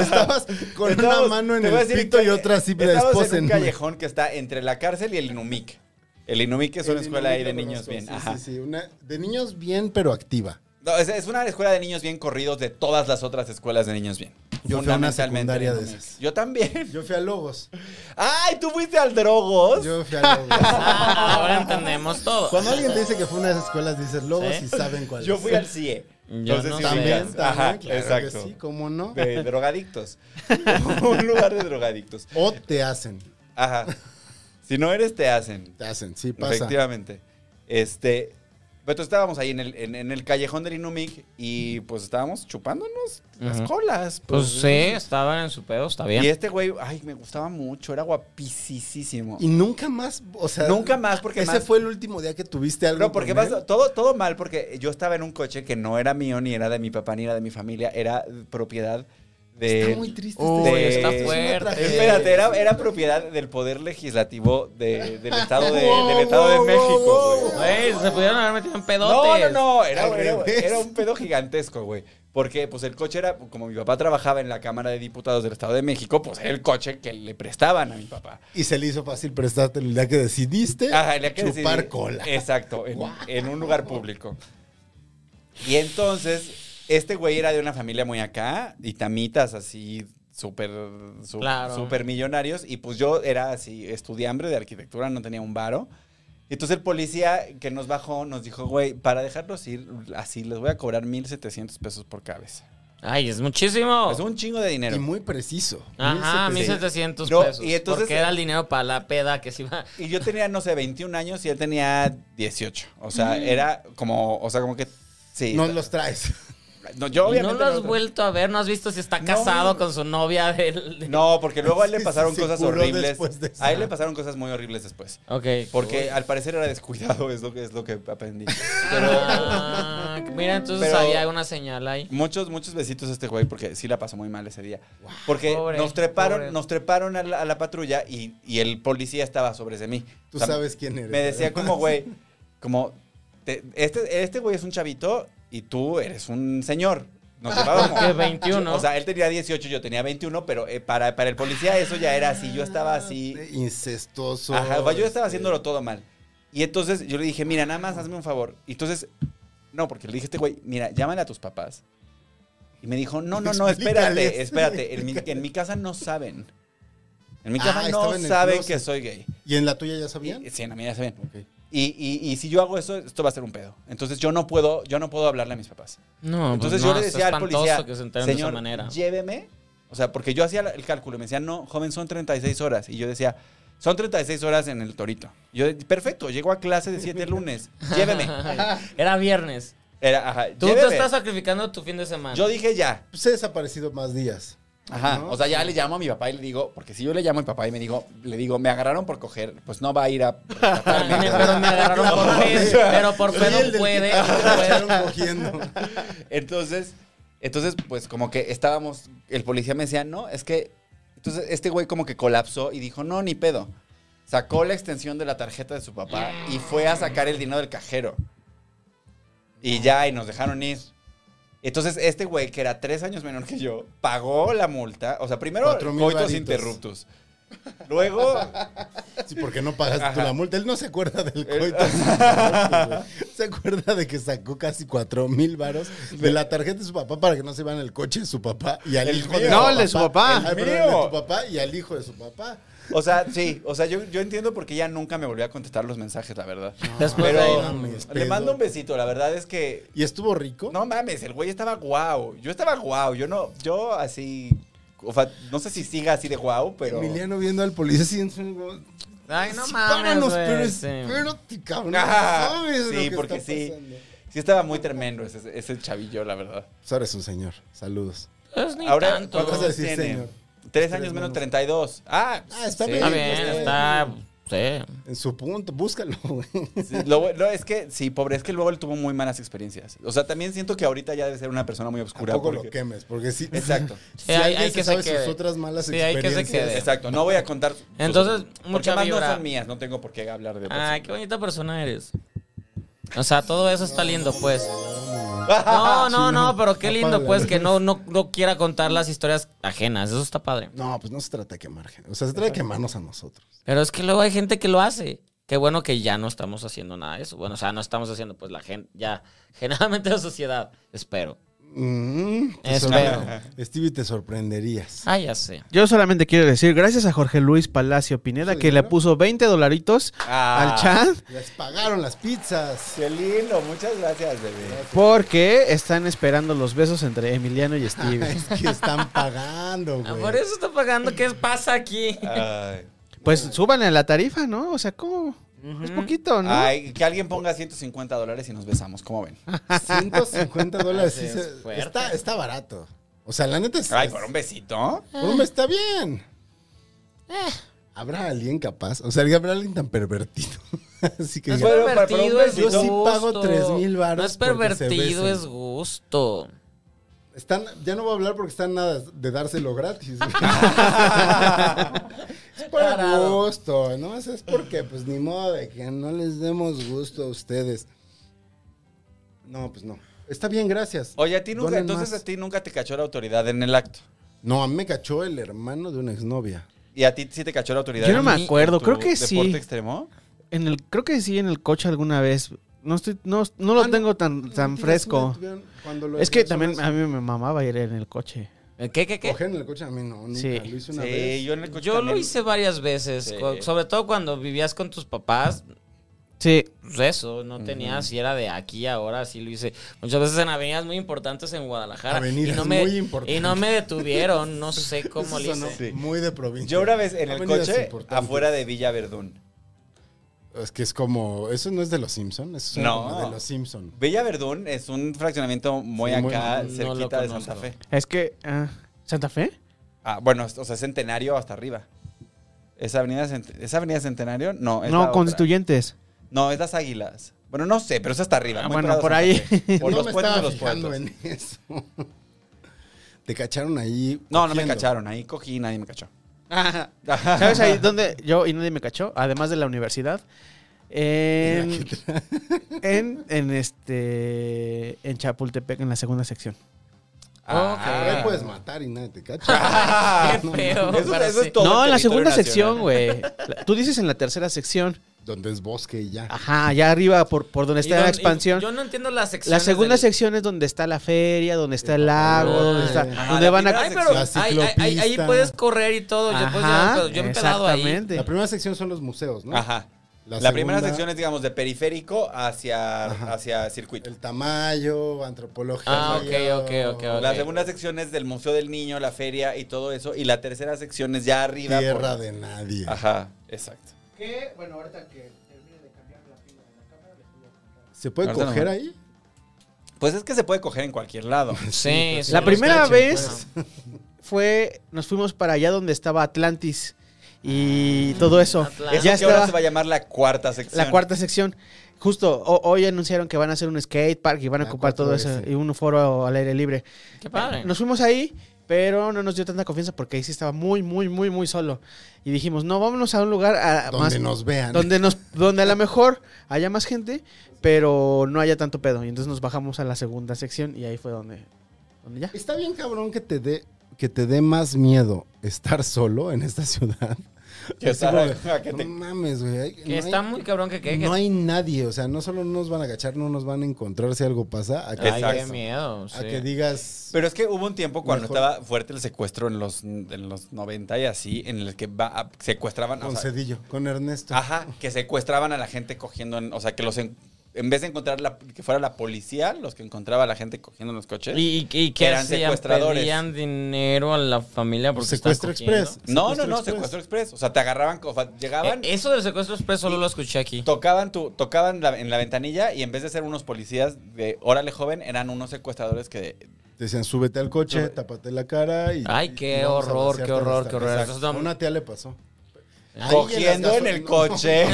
Speaker 2: Estabas con una
Speaker 4: Estábamos-
Speaker 2: mano en
Speaker 4: te voy a
Speaker 2: el
Speaker 4: decir
Speaker 2: pito
Speaker 4: que
Speaker 2: y otra así
Speaker 4: estábamos
Speaker 2: después
Speaker 4: en un callejón que está entre la cárcel y el Inumic. El Inumic es una
Speaker 2: El
Speaker 4: escuela ahí de
Speaker 2: Inumic lo
Speaker 4: niños
Speaker 2: conozco,
Speaker 4: bien.
Speaker 2: Sí,
Speaker 4: ajá.
Speaker 2: sí, sí, una- de niños bien, pero activa.
Speaker 4: No, es, es una escuela de niños bien corridos de todas las otras escuelas de niños bien.
Speaker 2: Yo fui a una
Speaker 4: Fundamentalmente el
Speaker 2: secundaria de
Speaker 4: Inumic.
Speaker 2: esas.
Speaker 4: Yo también.
Speaker 2: Yo fui a Lobos.
Speaker 4: ¡Ay, tú fuiste al Drogos!
Speaker 2: Yo fui a Lobos.
Speaker 1: Ah, ahora entendemos todo.
Speaker 2: Cuando alguien te dice que fue una de esas escuelas, dices Lobos
Speaker 1: ¿Sí?
Speaker 2: y saben cuál
Speaker 4: Yo
Speaker 2: es.
Speaker 4: fui al CIE.
Speaker 1: Yo
Speaker 4: No sé
Speaker 1: no
Speaker 4: si
Speaker 1: sé.
Speaker 2: También,
Speaker 4: ubicas.
Speaker 2: también,
Speaker 4: Ajá,
Speaker 2: claro
Speaker 4: exacto.
Speaker 2: que sí, cómo no.
Speaker 4: De drogadictos. Un lugar de drogadictos.
Speaker 2: O te hacen,
Speaker 4: Ajá. Si no eres, te hacen.
Speaker 2: te hacen, sí pasa.
Speaker 4: Efectivamente. Este. Pero entonces estábamos ahí en el, en, en el callejón del Inumic y pues estábamos chupándonos las
Speaker 1: Ujú.
Speaker 4: colas.
Speaker 1: Pues sí, estaban en su pedo, está bien.
Speaker 4: Y este güey, ay, me gustaba mucho, era guapísimo.
Speaker 2: Y nunca más, o sea,
Speaker 4: Nunca más, porque
Speaker 2: ese
Speaker 4: más-
Speaker 2: fue el último día que tuviste algo.
Speaker 4: No, porque
Speaker 2: con
Speaker 4: vas-
Speaker 2: él.
Speaker 4: todo, todo mal, porque yo estaba en un coche que no era mío, ni era de mi papá, ni era de mi familia, era propiedad de.
Speaker 2: Está muy triste. este
Speaker 1: Uy,
Speaker 2: historia,
Speaker 4: está
Speaker 2: es una
Speaker 1: fuerte.
Speaker 2: tragedia.
Speaker 4: Espérate, era, era propiedad del poder legislativo de- del Estado de, del estado de
Speaker 2: Wow, wow,
Speaker 4: México.
Speaker 2: wow,
Speaker 4: güey.
Speaker 1: Güey, se pudieron haber metido en
Speaker 4: No,
Speaker 1: pedotes.
Speaker 4: no, no, era,
Speaker 2: Al
Speaker 4: era-
Speaker 2: revés.
Speaker 4: era un pedo gigantesco, güey. Porque pues el coche era, como mi papá trabajaba en la Cámara de Diputados del Estado de México, pues era el coche que le prestaban a mi papá.
Speaker 2: Y se le hizo fácil prestarte el día que decidiste
Speaker 4: Ajá, el día que
Speaker 2: chupar
Speaker 4: decidí- Eh,
Speaker 2: cola.
Speaker 4: Exacto, en, en un lugar público. Y entonces, este güey era de una familia muy acá, y tamitas así, súper su-
Speaker 1: Claro.
Speaker 4: súper millonarios. Y pues yo era así, estudiambre de arquitectura, no tenía un varo. Y entonces el policía que nos bajó nos dijo, güey, para dejarlos ir así, les voy a cobrar 1.700 pesos por cabeza.
Speaker 1: Ay, es muchísimo.
Speaker 4: Es un chingo de dinero.
Speaker 2: Y muy preciso.
Speaker 1: Ajá,
Speaker 2: 1700.
Speaker 1: 1700
Speaker 4: No,
Speaker 1: pesos.
Speaker 4: y entonces-
Speaker 1: porque era el dinero para la peda que se iba.
Speaker 4: Y yo tenía, no sé, 21 años y él tenía 18. O sea, era como, o sea, como que... Sí.
Speaker 2: Mm. No los traes.
Speaker 4: No,
Speaker 1: Y
Speaker 4: yo
Speaker 1: no
Speaker 4: obviamente
Speaker 1: lo has
Speaker 4: no-
Speaker 1: vuelto a ver, no has visto si está
Speaker 4: No.
Speaker 1: casado con su novia del. de-
Speaker 4: No, porque luego a él le
Speaker 2: Sí,
Speaker 4: pasaron
Speaker 2: sí, se
Speaker 4: cosas
Speaker 2: curó
Speaker 4: horribles.
Speaker 2: después de eso.
Speaker 4: A él le pasaron cosas muy horribles después.
Speaker 1: Ok.
Speaker 4: Porque al parecer era descuidado, es lo que, es lo que aprendí.
Speaker 1: Ah, mira, entonces
Speaker 4: Pero-
Speaker 1: había una señal ahí.
Speaker 4: Muchos, muchos besitos a este güey porque sí la pasó muy mal ese día. Porque
Speaker 1: Pobre,
Speaker 4: nos treparon,
Speaker 1: pobre.
Speaker 4: nos treparon a la, a la patrulla y, y el policía estaba sobre de mí.
Speaker 2: Tú
Speaker 4: O sea,
Speaker 2: sabes quién eres.
Speaker 4: Me decía
Speaker 2: además.
Speaker 4: como, güey, como, te- este, este güey es un chavito y tú eres un señor. Nos llevábamos.
Speaker 1: Porque 21.
Speaker 4: O sea, él tenía 18, yo tenía 21, pero eh, para, para el policía eso ya era así. Yo estaba así.
Speaker 2: Incestuoso.
Speaker 4: Ajá, va, yo estaba
Speaker 2: este,
Speaker 4: haciéndolo todo mal. Y entonces yo le dije, mira, nada más hazme un favor. Y entonces, no, porque le dije a este güey, mira, llámale a tus papás. Y me dijo, no, no, no, espérate,
Speaker 2: Explícales.
Speaker 4: espérate. En mi, en mi casa no saben. En mi
Speaker 2: Ah,
Speaker 4: casa no
Speaker 2: estaba en el
Speaker 4: saben
Speaker 2: closet.
Speaker 4: que soy gay.
Speaker 2: ¿Y en la tuya ya sabían?
Speaker 4: Y- Sí, en la mía ya saben.
Speaker 2: Ok.
Speaker 4: Y, y- y si yo hago eso, esto va a ser un pedo. Entonces yo no puedo, yo no puedo hablarle a mis papás.
Speaker 1: No,
Speaker 4: Entonces
Speaker 1: pues
Speaker 4: yo
Speaker 1: no,
Speaker 4: le
Speaker 1: está
Speaker 4: decía al
Speaker 1: espantoso
Speaker 4: policía,
Speaker 1: que se enteren de esa
Speaker 4: señor,
Speaker 1: manera.
Speaker 4: lléveme. O sea, porque yo hacía la- el cálculo y me decían, no, joven, son 36 horas. Y yo decía, son 36 horas en el torito. Y yo, perfecto, llego a clase de 7 lunes, lléveme.
Speaker 1: Era viernes.
Speaker 4: Era, ajá,
Speaker 1: Tú te
Speaker 4: lléveme.
Speaker 1: estás sacrificando tu fin de semana.
Speaker 4: Yo dije ya.
Speaker 2: Pues he desaparecido más días.
Speaker 4: Ajá.
Speaker 2: ¿No?
Speaker 4: O sea, ya le llamo a mi papá y le digo, porque si yo le llamo a mi papá y me digo, le digo, me agarraron por coger, pues no va a ir a.
Speaker 1: Ah, me- pero me agarraron por pedo. Pero por
Speaker 2: Soy el
Speaker 1: pedo
Speaker 2: del
Speaker 1: puede.
Speaker 2: que te
Speaker 1: puede.
Speaker 2: cacharon cogiendo.
Speaker 4: Entonces, entonces, pues como que estábamos, el policía me decía, no, es que, entonces este güey como que colapsó y dijo, no, ni pedo. Sacó la extensión de la tarjeta de su papá y fue a sacar el dinero del cajero. Y ya, y nos dejaron ir. Entonces, este güey, que era tres años menor que yo, pagó la multa. O sea, primero,
Speaker 2: Cuatro mil
Speaker 4: coitos
Speaker 2: varitos.
Speaker 4: interruptus. Luego,
Speaker 2: Sí, porque no pagaste
Speaker 4: Ajá. Eh.
Speaker 2: tú la multa. Él no se acuerda del
Speaker 4: Él-
Speaker 2: coito. güey. se acuerda de que sacó casi cuatro mil varos de la tarjeta de su papá para que no se iban el coche de su papá y al
Speaker 4: El
Speaker 2: hijo
Speaker 4: mío.
Speaker 2: de
Speaker 4: No, el
Speaker 5: de su papá.
Speaker 2: El,
Speaker 4: El
Speaker 2: mío.
Speaker 4: mío.
Speaker 2: de tu papá y al hijo de su papá.
Speaker 4: o sea, sí, o sea, yo, yo entiendo por qué ella nunca me volvió a contestar los mensajes, la verdad.
Speaker 1: Después de
Speaker 4: Pero
Speaker 1: ahí, no.
Speaker 2: mames,
Speaker 4: le
Speaker 2: pedo.
Speaker 4: mando un besito, la verdad es que
Speaker 2: ¿Y estuvo rico?
Speaker 4: No mames, el güey estaba guau. Yo estaba guau. Yo no, yo así. O sea, no sé si siga así de guau, pero.
Speaker 2: Emiliano viendo al policía así en su...
Speaker 1: Ay, no
Speaker 2: Sí,
Speaker 1: mames.
Speaker 2: Páranos,
Speaker 1: güey,
Speaker 2: pero
Speaker 1: sí.
Speaker 2: espérate, cabrón. no
Speaker 4: Ajá.
Speaker 2: sabes lo
Speaker 4: Sí,
Speaker 2: que
Speaker 4: porque
Speaker 2: está
Speaker 4: sí.
Speaker 2: pasando.
Speaker 4: Sí, estaba muy tremendo ese, ese chavillo, la verdad.
Speaker 2: Pues ahora es un señor. Saludos.
Speaker 1: Pues ni
Speaker 4: Ahora,
Speaker 1: tanto.
Speaker 2: ¿cuántos
Speaker 4: ¿cuántos
Speaker 2: decir,
Speaker 4: tiene?
Speaker 2: señor?
Speaker 4: Tres años menos 32. Ah,
Speaker 2: Ah, está
Speaker 4: sí.
Speaker 2: bien.
Speaker 1: Está bien, está. Sí.
Speaker 2: En su punto, búscalo, güey.
Speaker 4: Sí, lo- no, es que, sí, pobre, es que luego él tuvo muy malas experiencias. O sea, también siento que ahorita ya debe ser una persona muy oscura.
Speaker 2: Tampoco
Speaker 4: porque-
Speaker 2: lo quemes, porque sí.
Speaker 4: Exacto.
Speaker 2: Si
Speaker 1: Sí, hay-
Speaker 2: alguien
Speaker 1: hay
Speaker 2: se
Speaker 1: que se
Speaker 2: sabe
Speaker 1: quede.
Speaker 2: sus otras malas
Speaker 1: Sí, hay que se
Speaker 2: experiencias.
Speaker 1: quede.
Speaker 4: Exacto, no voy a contar. sus-
Speaker 1: Entonces,
Speaker 4: porque
Speaker 1: mucha
Speaker 4: además
Speaker 1: vibra.
Speaker 4: no son mías, no tengo por qué hablar de
Speaker 1: Ay, qué bonita persona eres. O sea, todo eso está lindo, pues. No,
Speaker 4: personas.
Speaker 1: no, no, pero qué lindo,
Speaker 2: Apágala.
Speaker 1: pues, que no, no, no quiera contar las historias ajenas. Eso está padre.
Speaker 2: No, pues no se trata de quemar. gente. O sea, se trata de quemarnos a nosotros.
Speaker 1: Pero es que luego hay gente que lo hace. Qué bueno que ya no estamos haciendo nada de eso. Bueno, o sea, no estamos haciendo, pues, la gente, ya, generalmente la sociedad. Espero.
Speaker 2: Mm, te
Speaker 1: Espero.
Speaker 2: sorpre- Stevie, te sorprenderías.
Speaker 1: Ah, ya sé.
Speaker 5: Yo solamente quiero decir gracias a Jorge Luis Palacio Pineda
Speaker 2: ¿Su
Speaker 5: que le
Speaker 2: dinero?
Speaker 5: puso 20 dolaritos
Speaker 4: Ah.
Speaker 5: al chat
Speaker 2: Les pagaron las pizzas.
Speaker 4: Qué lindo, muchas gracias, bebé.
Speaker 5: porque están esperando los besos entre Emiliano y Steve.
Speaker 2: Es que están pagando,
Speaker 1: Ah, por
Speaker 2: güey.
Speaker 1: eso está pagando. ¿Qué pasa aquí?
Speaker 4: Ay.
Speaker 5: Pues súbanle a la tarifa, ¿no? O sea, ¿cómo? Es poquito, ¿no?
Speaker 4: Ay, que alguien ponga 150 dólares y nos besamos, ¿cómo ven?
Speaker 2: 150 dólares. sí
Speaker 1: Es
Speaker 2: se-
Speaker 1: fuerte.
Speaker 2: está, está barato. O sea, la neta es.
Speaker 4: Ay,
Speaker 2: es-
Speaker 4: por un besito.
Speaker 2: por
Speaker 1: Eh.
Speaker 2: un mes está bien. ¿Habrá alguien capaz? O sea, ¿habrá alguien tan pervertido? Así que.
Speaker 1: No es
Speaker 2: diga,
Speaker 4: Bueno, para- para un
Speaker 1: pervertido, es
Speaker 2: Yo
Speaker 1: gusto.
Speaker 2: sí pago 3,000 varos
Speaker 1: No es
Speaker 2: porque se
Speaker 1: pervertido,
Speaker 2: besen.
Speaker 1: es gusto.
Speaker 2: Están, ya no voy a hablar porque están nada de dárselo gratis. güey. es para
Speaker 1: Tarado.
Speaker 2: gusto, ¿no? Es es porque, pues ni modo de que no les demos gusto a ustedes. No, pues no. Está bien, gracias.
Speaker 4: Oye, a ti nunca,
Speaker 2: Donen
Speaker 4: entonces
Speaker 2: más.
Speaker 4: a ti nunca te cachó la autoridad en el acto.
Speaker 2: No, a mí me cachó el hermano de una exnovia.
Speaker 4: Y a ti sí te cachó la autoridad.
Speaker 5: Yo no
Speaker 4: en
Speaker 5: me
Speaker 4: tu-
Speaker 5: acuerdo,
Speaker 4: en tu
Speaker 5: creo que sí.
Speaker 4: ¿Deporte extremo?
Speaker 5: En el, creo que sí, en el coche alguna vez. No estoy, no, no lo
Speaker 2: Ah, no.
Speaker 5: tengo tan, tan
Speaker 2: Mentiras,
Speaker 5: fresco.
Speaker 2: me tuvieron- cuando lo-
Speaker 5: Es que
Speaker 2: las
Speaker 5: también a
Speaker 2: personas
Speaker 5: mí me mamaba ir en el coche.
Speaker 1: ¿Qué, qué, qué?
Speaker 2: cogen en el coche a mí no, nunca.
Speaker 5: Sí.
Speaker 2: Lo hice
Speaker 4: Sí,
Speaker 2: una vez.
Speaker 4: yo en el coche
Speaker 1: Yo lo
Speaker 4: también.
Speaker 1: hice varias veces,
Speaker 4: Sí.
Speaker 1: cu- sobre todo cuando vivías con tus papás,
Speaker 5: Sí.
Speaker 1: pues eso, no tenías, si era de aquí ahora, sí lo hice. Muchas veces en avenidas muy importantes en Guadalajara.
Speaker 2: Avenidas
Speaker 1: y no me,
Speaker 2: muy importantes.
Speaker 1: Y no me detuvieron, no sé
Speaker 2: Eso
Speaker 1: cómo lo
Speaker 2: sonó
Speaker 1: hice.
Speaker 2: Muy de provincia.
Speaker 4: Yo una vez en el
Speaker 2: Avenidas
Speaker 4: coche
Speaker 2: importantes.
Speaker 4: afuera de Villa Verdún.
Speaker 2: Es que es como. Eso no es de los Simpsons. Eso es
Speaker 4: No.
Speaker 2: como de los Simpsons.
Speaker 4: Villa Verdún es un fraccionamiento muy
Speaker 2: Sí, muy-
Speaker 1: No
Speaker 4: acá,
Speaker 1: lo
Speaker 4: cerquita de Santa
Speaker 1: conozco.
Speaker 4: Fe.
Speaker 5: Es que. ah, ¿Santa Fe?
Speaker 4: Ah, bueno, o sea, Centenario hasta arriba. ¿Esa avenida, Cent- ¿esa avenida Centenario? No, es la
Speaker 5: No,
Speaker 4: otra.
Speaker 5: constituyentes.
Speaker 4: No, es las Águilas. Bueno, no sé, pero es hasta arriba.
Speaker 5: Ah,
Speaker 4: muy
Speaker 5: bueno,
Speaker 4: pegado a
Speaker 5: por
Speaker 4: Santa
Speaker 5: ahí.
Speaker 4: Fe. Por
Speaker 2: no
Speaker 4: los
Speaker 2: me
Speaker 4: puentes de
Speaker 2: estaba
Speaker 4: los
Speaker 2: fijando
Speaker 4: puertos.
Speaker 2: en eso. Te cacharon ahí.
Speaker 4: No, no me
Speaker 2: cogiendo.
Speaker 4: cacharon. Ahí cogí y nadie me cachó.
Speaker 5: ¿Sabes ahí dónde yo y nadie me cachó? Además de la universidad. En, en, en este en Chapultepec, en la segunda sección.
Speaker 2: Ahí
Speaker 1: Ah.
Speaker 2: puedes matar y nadie te cacha.
Speaker 1: Ay, qué
Speaker 2: No,
Speaker 1: feo.
Speaker 4: Eso-
Speaker 1: pero
Speaker 4: eso es
Speaker 1: sí.
Speaker 4: todo
Speaker 5: no, en la
Speaker 4: territorio
Speaker 5: segunda
Speaker 4: nacional.
Speaker 5: sección, güey. La- Tú dices en la tercera sección.
Speaker 2: Donde es bosque y
Speaker 4: Ah,
Speaker 2: ya.
Speaker 5: Ajá, allá arriba, por, por donde
Speaker 1: Y
Speaker 5: está
Speaker 1: don-
Speaker 5: la
Speaker 1: y
Speaker 5: expansión.
Speaker 1: Yo no entiendo las
Speaker 5: La
Speaker 1: secciones
Speaker 5: segunda
Speaker 1: del-
Speaker 5: sección es donde está la feria, donde está el lago,
Speaker 1: Ah,
Speaker 5: donde, está-
Speaker 2: ya.
Speaker 4: Ah,
Speaker 5: donde
Speaker 4: la
Speaker 5: van a...
Speaker 4: primera
Speaker 1: Ay, pero
Speaker 2: La
Speaker 1: ahí- ahí- ahí- ahí
Speaker 2: ciclopista.
Speaker 1: puedes correr y todo. yo, pues, yo,
Speaker 5: Ajá,
Speaker 1: pero yo he empedado ahí.
Speaker 5: exactamente.
Speaker 2: La primera sección son los museos, ¿no?
Speaker 4: Ajá. La,
Speaker 2: segunda,
Speaker 4: primera sección es, digamos, de periférico hacia, hacia circuito.
Speaker 2: El tamaño, antropología.
Speaker 1: Ah, ok, ok, ok, ok.
Speaker 4: La segunda sección es del Museo del Niño, la feria y todo eso. Y la tercera sección es ya arriba.
Speaker 2: Tierra
Speaker 4: por- Ah.
Speaker 2: de nadie.
Speaker 4: Ajá, exacto.
Speaker 3: Que, bueno, ahorita que termine de cambiar la fila de la cámara,
Speaker 2: ¿Se puede
Speaker 4: Ahorita
Speaker 2: coger
Speaker 4: no.
Speaker 2: ahí?
Speaker 4: Pues es que se puede coger en cualquier lado.
Speaker 2: pues,
Speaker 1: Sí, sí.
Speaker 3: La
Speaker 1: los
Speaker 3: primera
Speaker 1: cachen,
Speaker 3: vez fue, nos fuimos para allá donde estaba Atlantis y todo eso.
Speaker 1: Atlantis.
Speaker 3: Ya
Speaker 4: que ahora se va
Speaker 3: estaba
Speaker 4: a llamar la cuarta sección.
Speaker 3: la cuarta sección. Justo ho- hoy anunciaron que van a hacer un skate park y van a
Speaker 2: La
Speaker 3: ocupar todo eso
Speaker 2: 4S.
Speaker 3: y un foro al aire libre.
Speaker 1: Qué padre.
Speaker 3: Nos fuimos ahí, pero no nos dio tanta confianza porque ahí sí estaba muy, muy, muy, muy solo. Y dijimos, no, vámonos a un lugar a-
Speaker 2: Donde
Speaker 3: más-
Speaker 2: nos vean.
Speaker 3: donde, nos, donde a lo mejor haya más gente, pero no haya tanto pedo. Y entonces nos bajamos a la segunda sección y ahí fue donde, donde ya.
Speaker 2: Está bien, cabrón, que te dé que te dé más miedo estar solo en esta ciudad.
Speaker 4: Que
Speaker 2: Así como de,
Speaker 4: estar- que te-
Speaker 2: No mames, güey. hay-
Speaker 1: Que
Speaker 2: no
Speaker 1: está
Speaker 2: hay-
Speaker 1: muy cabrón que quede.
Speaker 2: No hay nadie, o sea, no solo no nos van a agachar, no nos van a encontrar si algo pasa. A que,
Speaker 1: Ay, qué
Speaker 2: digas,
Speaker 1: miedo.
Speaker 2: a
Speaker 1: sí.
Speaker 2: que digas,
Speaker 4: Pero es que hubo un tiempo cuando
Speaker 2: Mejor.
Speaker 4: estaba fuerte el secuestro en los, en los 90 y así, en el que va- secuestraban. o
Speaker 2: con
Speaker 4: sea,
Speaker 2: Cedillo, con Ernesto.
Speaker 4: Ajá, que secuestraban a la gente cogiendo, en- o sea, que los en, en vez de encontrar la, que fuera la policía, los que encontraba a la gente cogiendo en los coches.
Speaker 1: ¿Y, y- y qué
Speaker 4: Eran
Speaker 1: hacían?
Speaker 4: secuestradores.
Speaker 1: ¿Pedían dinero a la familia porque están
Speaker 2: Secuestro
Speaker 1: cogiendo?
Speaker 2: Express.
Speaker 4: no, no, no, secuestro express. O sea, te agarraban, o sea, llegaban,
Speaker 1: Eh, eso del secuestro express solo lo escuché aquí.
Speaker 4: tocaban, tu, tocaban la- en la ventanilla y en vez de ser unos policías de órale joven, eran unos secuestradores que
Speaker 2: Decían, súbete al coche,
Speaker 4: Sube-
Speaker 2: tápate la cara y.
Speaker 1: Ay,
Speaker 2: y
Speaker 1: qué
Speaker 2: vamos a
Speaker 1: horror,
Speaker 2: vaciarte
Speaker 1: qué horror,
Speaker 2: las
Speaker 1: qué horror.
Speaker 2: tanques.
Speaker 1: Eso está-
Speaker 2: A una tía le pasó. Ahí
Speaker 4: cogiendo
Speaker 2: las
Speaker 4: en el
Speaker 2: gasol-
Speaker 4: coche.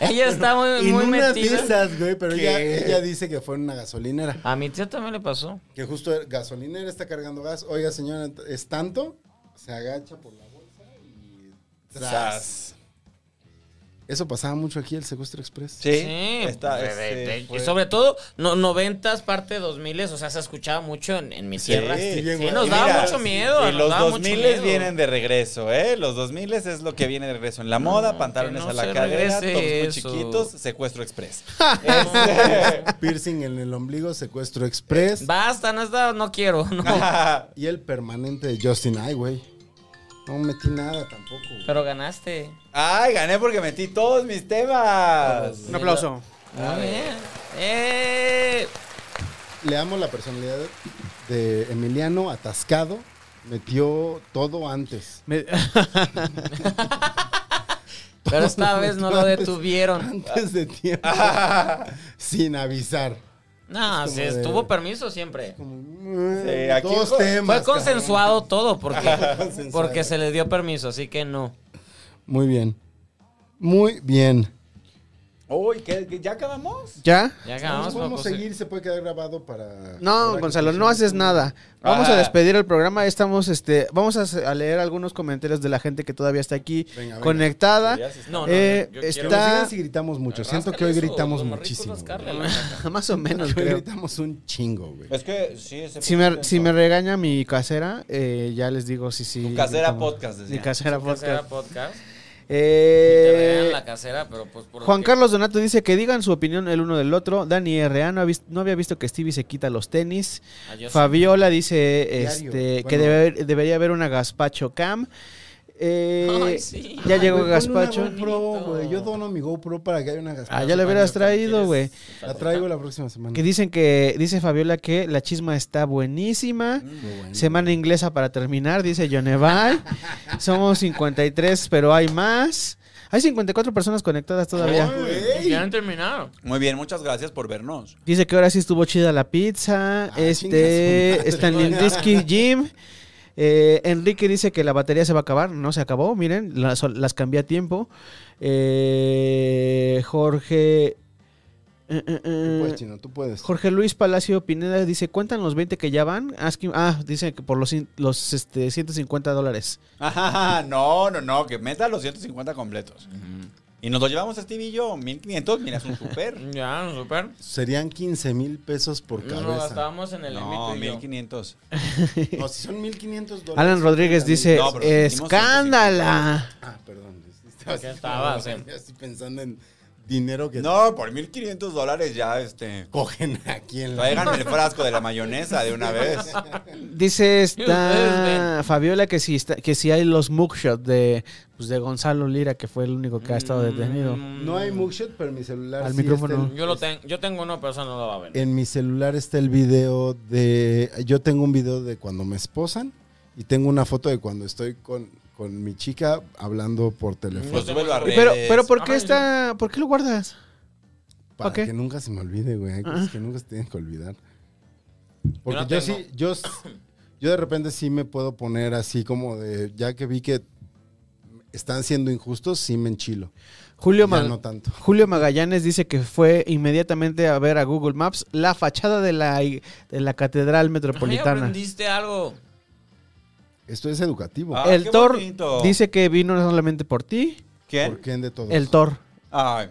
Speaker 1: Ella está muy,
Speaker 2: en
Speaker 1: muy
Speaker 2: una de
Speaker 1: metida.
Speaker 2: esas, güey, pero ella, ella dice que fue en una gasolinera.
Speaker 1: A mi tía también le pasó.
Speaker 2: Que justo el gasolinera está cargando gas. Oiga, señora, es tanto. Se agacha por la bolsa y. ¡Zas!
Speaker 4: Zas.
Speaker 2: Eso pasaba mucho aquí, el secuestro express.
Speaker 4: Sí, está,
Speaker 1: pues, de- de-
Speaker 4: este,
Speaker 1: de- y
Speaker 4: fue-
Speaker 1: sobre todo, no, noventas, parte dos miles, o sea, se escuchaba mucho en, en mi tierra.
Speaker 2: sí,
Speaker 1: Sí,
Speaker 2: bien,
Speaker 1: sí,
Speaker 2: güey.
Speaker 1: nos
Speaker 4: Y
Speaker 1: daba
Speaker 4: mira,
Speaker 1: mucho miedo.
Speaker 4: Y
Speaker 1: nos
Speaker 4: los
Speaker 1: daba mucho
Speaker 4: 2000
Speaker 1: miedo.
Speaker 4: vienen de regreso, ¿eh? Los 2000 es lo que viene de regreso en la moda,
Speaker 1: No,
Speaker 4: pantalones
Speaker 1: que no
Speaker 4: a la
Speaker 1: se
Speaker 4: cadera, tops
Speaker 1: regrese
Speaker 4: muy
Speaker 1: eso.
Speaker 4: chiquitos, secuestro express. Este,
Speaker 2: Piercing en el ombligo, secuestro express.
Speaker 1: Basta, no, está- no quiero. no.
Speaker 2: Y el permanente de Justin Ay, güey. No metí nada tampoco. güey.
Speaker 1: Pero ganaste.
Speaker 4: Ay, gané porque metí todos mis temas.
Speaker 3: Un aplauso.
Speaker 1: Muy bien. Eh,
Speaker 2: Le amo la personalidad de Emiliano, atascado. Metió todo antes.
Speaker 3: Me-
Speaker 1: pero esta vez no lo
Speaker 2: Antes-
Speaker 1: detuvieron.
Speaker 2: Antes de tiempo. sin avisar.
Speaker 1: No, se
Speaker 2: de-
Speaker 1: estuvo permiso siempre.
Speaker 2: Como,
Speaker 4: Sí, aquí
Speaker 2: Eh, dos
Speaker 4: fue-
Speaker 2: temas.
Speaker 1: Fue consensuado todo porque,
Speaker 2: Consensuado.
Speaker 1: porque se le dio permiso, así que no.
Speaker 2: cabrón. Muy bien. Muy bien.
Speaker 4: Uy, ¿qué, qué- ya acabamos?
Speaker 3: ¿Ya?
Speaker 1: Ya acabamos.
Speaker 2: Vamos, vamos
Speaker 1: Paco,
Speaker 2: a
Speaker 1: sí.
Speaker 2: seguir, se puede quedar grabado para.
Speaker 3: No,
Speaker 2: para
Speaker 3: Gonzalo,
Speaker 2: que-
Speaker 3: no haces nada. Vamos a
Speaker 4: Ah.
Speaker 3: despedir el programa. Estamos, este, vamos a, hacer- a leer algunos comentarios de la gente que todavía está aquí
Speaker 2: Venga, venga.
Speaker 3: conectada.
Speaker 4: Ya se está.
Speaker 1: Ah. No, no,
Speaker 3: Eh,
Speaker 1: yo quiero-
Speaker 2: Que nos
Speaker 3: está
Speaker 2: digan si gritamos mucho. Siento que hoy
Speaker 1: Ráscale eso,
Speaker 2: gritamos
Speaker 1: don Marrico,
Speaker 2: muchísimo.
Speaker 1: rascarle
Speaker 2: güey.
Speaker 1: la caca.
Speaker 3: más o menos,
Speaker 2: Hoy
Speaker 3: creo.
Speaker 2: gritamos un chingo, güey.
Speaker 4: Es que sí, ese
Speaker 3: Si me,
Speaker 4: podcast-
Speaker 3: si me regaña mi casera, eh, ya les digo si sí.
Speaker 4: Tu casera
Speaker 3: gritamos.
Speaker 4: podcast, decía.
Speaker 3: Mi casera
Speaker 1: Casera
Speaker 3: podcast.
Speaker 1: podcast.
Speaker 3: Eh,
Speaker 1: Te regalan la casera, pero pues por lo
Speaker 3: Juan
Speaker 1: que-
Speaker 3: Carlos Donato dice que digan su opinión el uno del otro. Dani R.A. no, ha vis- no había visto que Stevie se quita los tenis.
Speaker 1: Ah, yo sí.
Speaker 3: Fabiola dice este,
Speaker 2: Diario.
Speaker 3: que
Speaker 2: Bueno.
Speaker 3: debe haber- debería haber una Gaspacho Cam. Eh,
Speaker 1: Ay, sí.
Speaker 3: Ya llegó
Speaker 2: Güey, ponle una
Speaker 3: Gaspacho.
Speaker 2: GoPro, güey. Yo dono mi GoPro para que haya una
Speaker 3: Ah,
Speaker 2: Gaspacho.
Speaker 3: ya le hubieras traído,
Speaker 1: ¿Quieres-
Speaker 3: güey.
Speaker 2: La traigo la próxima semana.
Speaker 3: Que dicen que, dice Fabiola que la chisma está buenísima.
Speaker 2: Muy bueno.
Speaker 3: Semana inglesa para terminar, dice Yonevay. Somos 53, pero hay más. Hay 54 personas conectadas todavía.
Speaker 1: Y Ya han terminado.
Speaker 4: Muy bien, muchas gracias por vernos.
Speaker 3: Dice que ahora sí estuvo chida la pizza.
Speaker 2: Ah, chinga su
Speaker 3: este,
Speaker 2: madre.
Speaker 3: Stanlindisky Jim. Eh, Enrique dice que la batería se va a acabar. No se acabó, miren, las, las cambié a tiempo. Eh, Jorge. eh, eh,
Speaker 2: Tú
Speaker 3: eh,
Speaker 2: puedes, Pues, chino, tú puedes.
Speaker 3: Jorge Luis Palacio Pineda dice: ¿Cuentan los 20 que ya van? Asking- ah, dice que por los, cin- los este, 150 dólares.
Speaker 4: Ajá, no, no, no, que meta los 150 completos. Y nos lo llevamos a Steve y yo, 1500, mira, es un super.
Speaker 1: Ya, super.
Speaker 2: Serían 15 mil pesos por
Speaker 1: No, Nos
Speaker 2: cabeza.
Speaker 1: gastábamos en el
Speaker 4: No,
Speaker 1: invito y yo.
Speaker 4: 1500.
Speaker 2: No, si son 1500 dólares.
Speaker 3: Alan Rodríguez dice:
Speaker 4: No, pero dijimos
Speaker 3: ¡Escándala!
Speaker 2: Ah, perdón.
Speaker 1: Aquí estabas,
Speaker 2: así,
Speaker 1: eh.
Speaker 2: así pensando en dinero que
Speaker 4: No, por 1.500 dólares ya, este...
Speaker 2: cogen aquí en la...
Speaker 4: Tráiganme el frasco de la mayonesa de una vez.
Speaker 3: Dice
Speaker 1: Ustedes
Speaker 3: esta Fabiola que si está, que si hay los mugshots de pues de Gonzalo Lira que fue el único que ha estado
Speaker 4: Mm,
Speaker 3: detenido.
Speaker 2: No hay mugshot, pero mi celular
Speaker 3: Al
Speaker 2: sí
Speaker 3: micrófono.
Speaker 2: está el-
Speaker 1: Mm. Yo, lo tengo yo tengo uno, pero eso no lo va a ver.
Speaker 2: En mi celular está el video de... Yo tengo un video de cuando me esposan y tengo una foto de cuando estoy con, con mi chica hablando por teléfono.
Speaker 4: Pues súbelo a redes.
Speaker 3: Pero pero por qué
Speaker 1: Ay,
Speaker 3: está por qué lo guardas? Mm,
Speaker 2: Para
Speaker 3: ok. Ah.
Speaker 2: que nunca se me olvide, güey. Hay cosas que nunca se tienen que olvidar. Porque
Speaker 1: no
Speaker 2: yo,
Speaker 1: tengo.
Speaker 2: sí, yo, s- yo de repente sí me puedo poner así como de... Ya que vi que están siendo injustos, sí me enchilo.
Speaker 3: Julio
Speaker 2: Ya
Speaker 3: Mag-
Speaker 2: no tanto.
Speaker 3: Julio Magallanes dice que fue inmediatamente a ver a Google Maps la fachada de la de la Catedral
Speaker 1: Ay,
Speaker 3: Metropolitana.
Speaker 1: aprendiste algo.
Speaker 2: Esto es educativo.
Speaker 4: Ah,
Speaker 3: el
Speaker 4: qué
Speaker 3: Thor
Speaker 4: bonito.
Speaker 3: dice que vino solamente por ti.
Speaker 2: ¿Por
Speaker 4: ¿Quién?
Speaker 2: qué de todos?
Speaker 3: El Thor.
Speaker 4: Ay,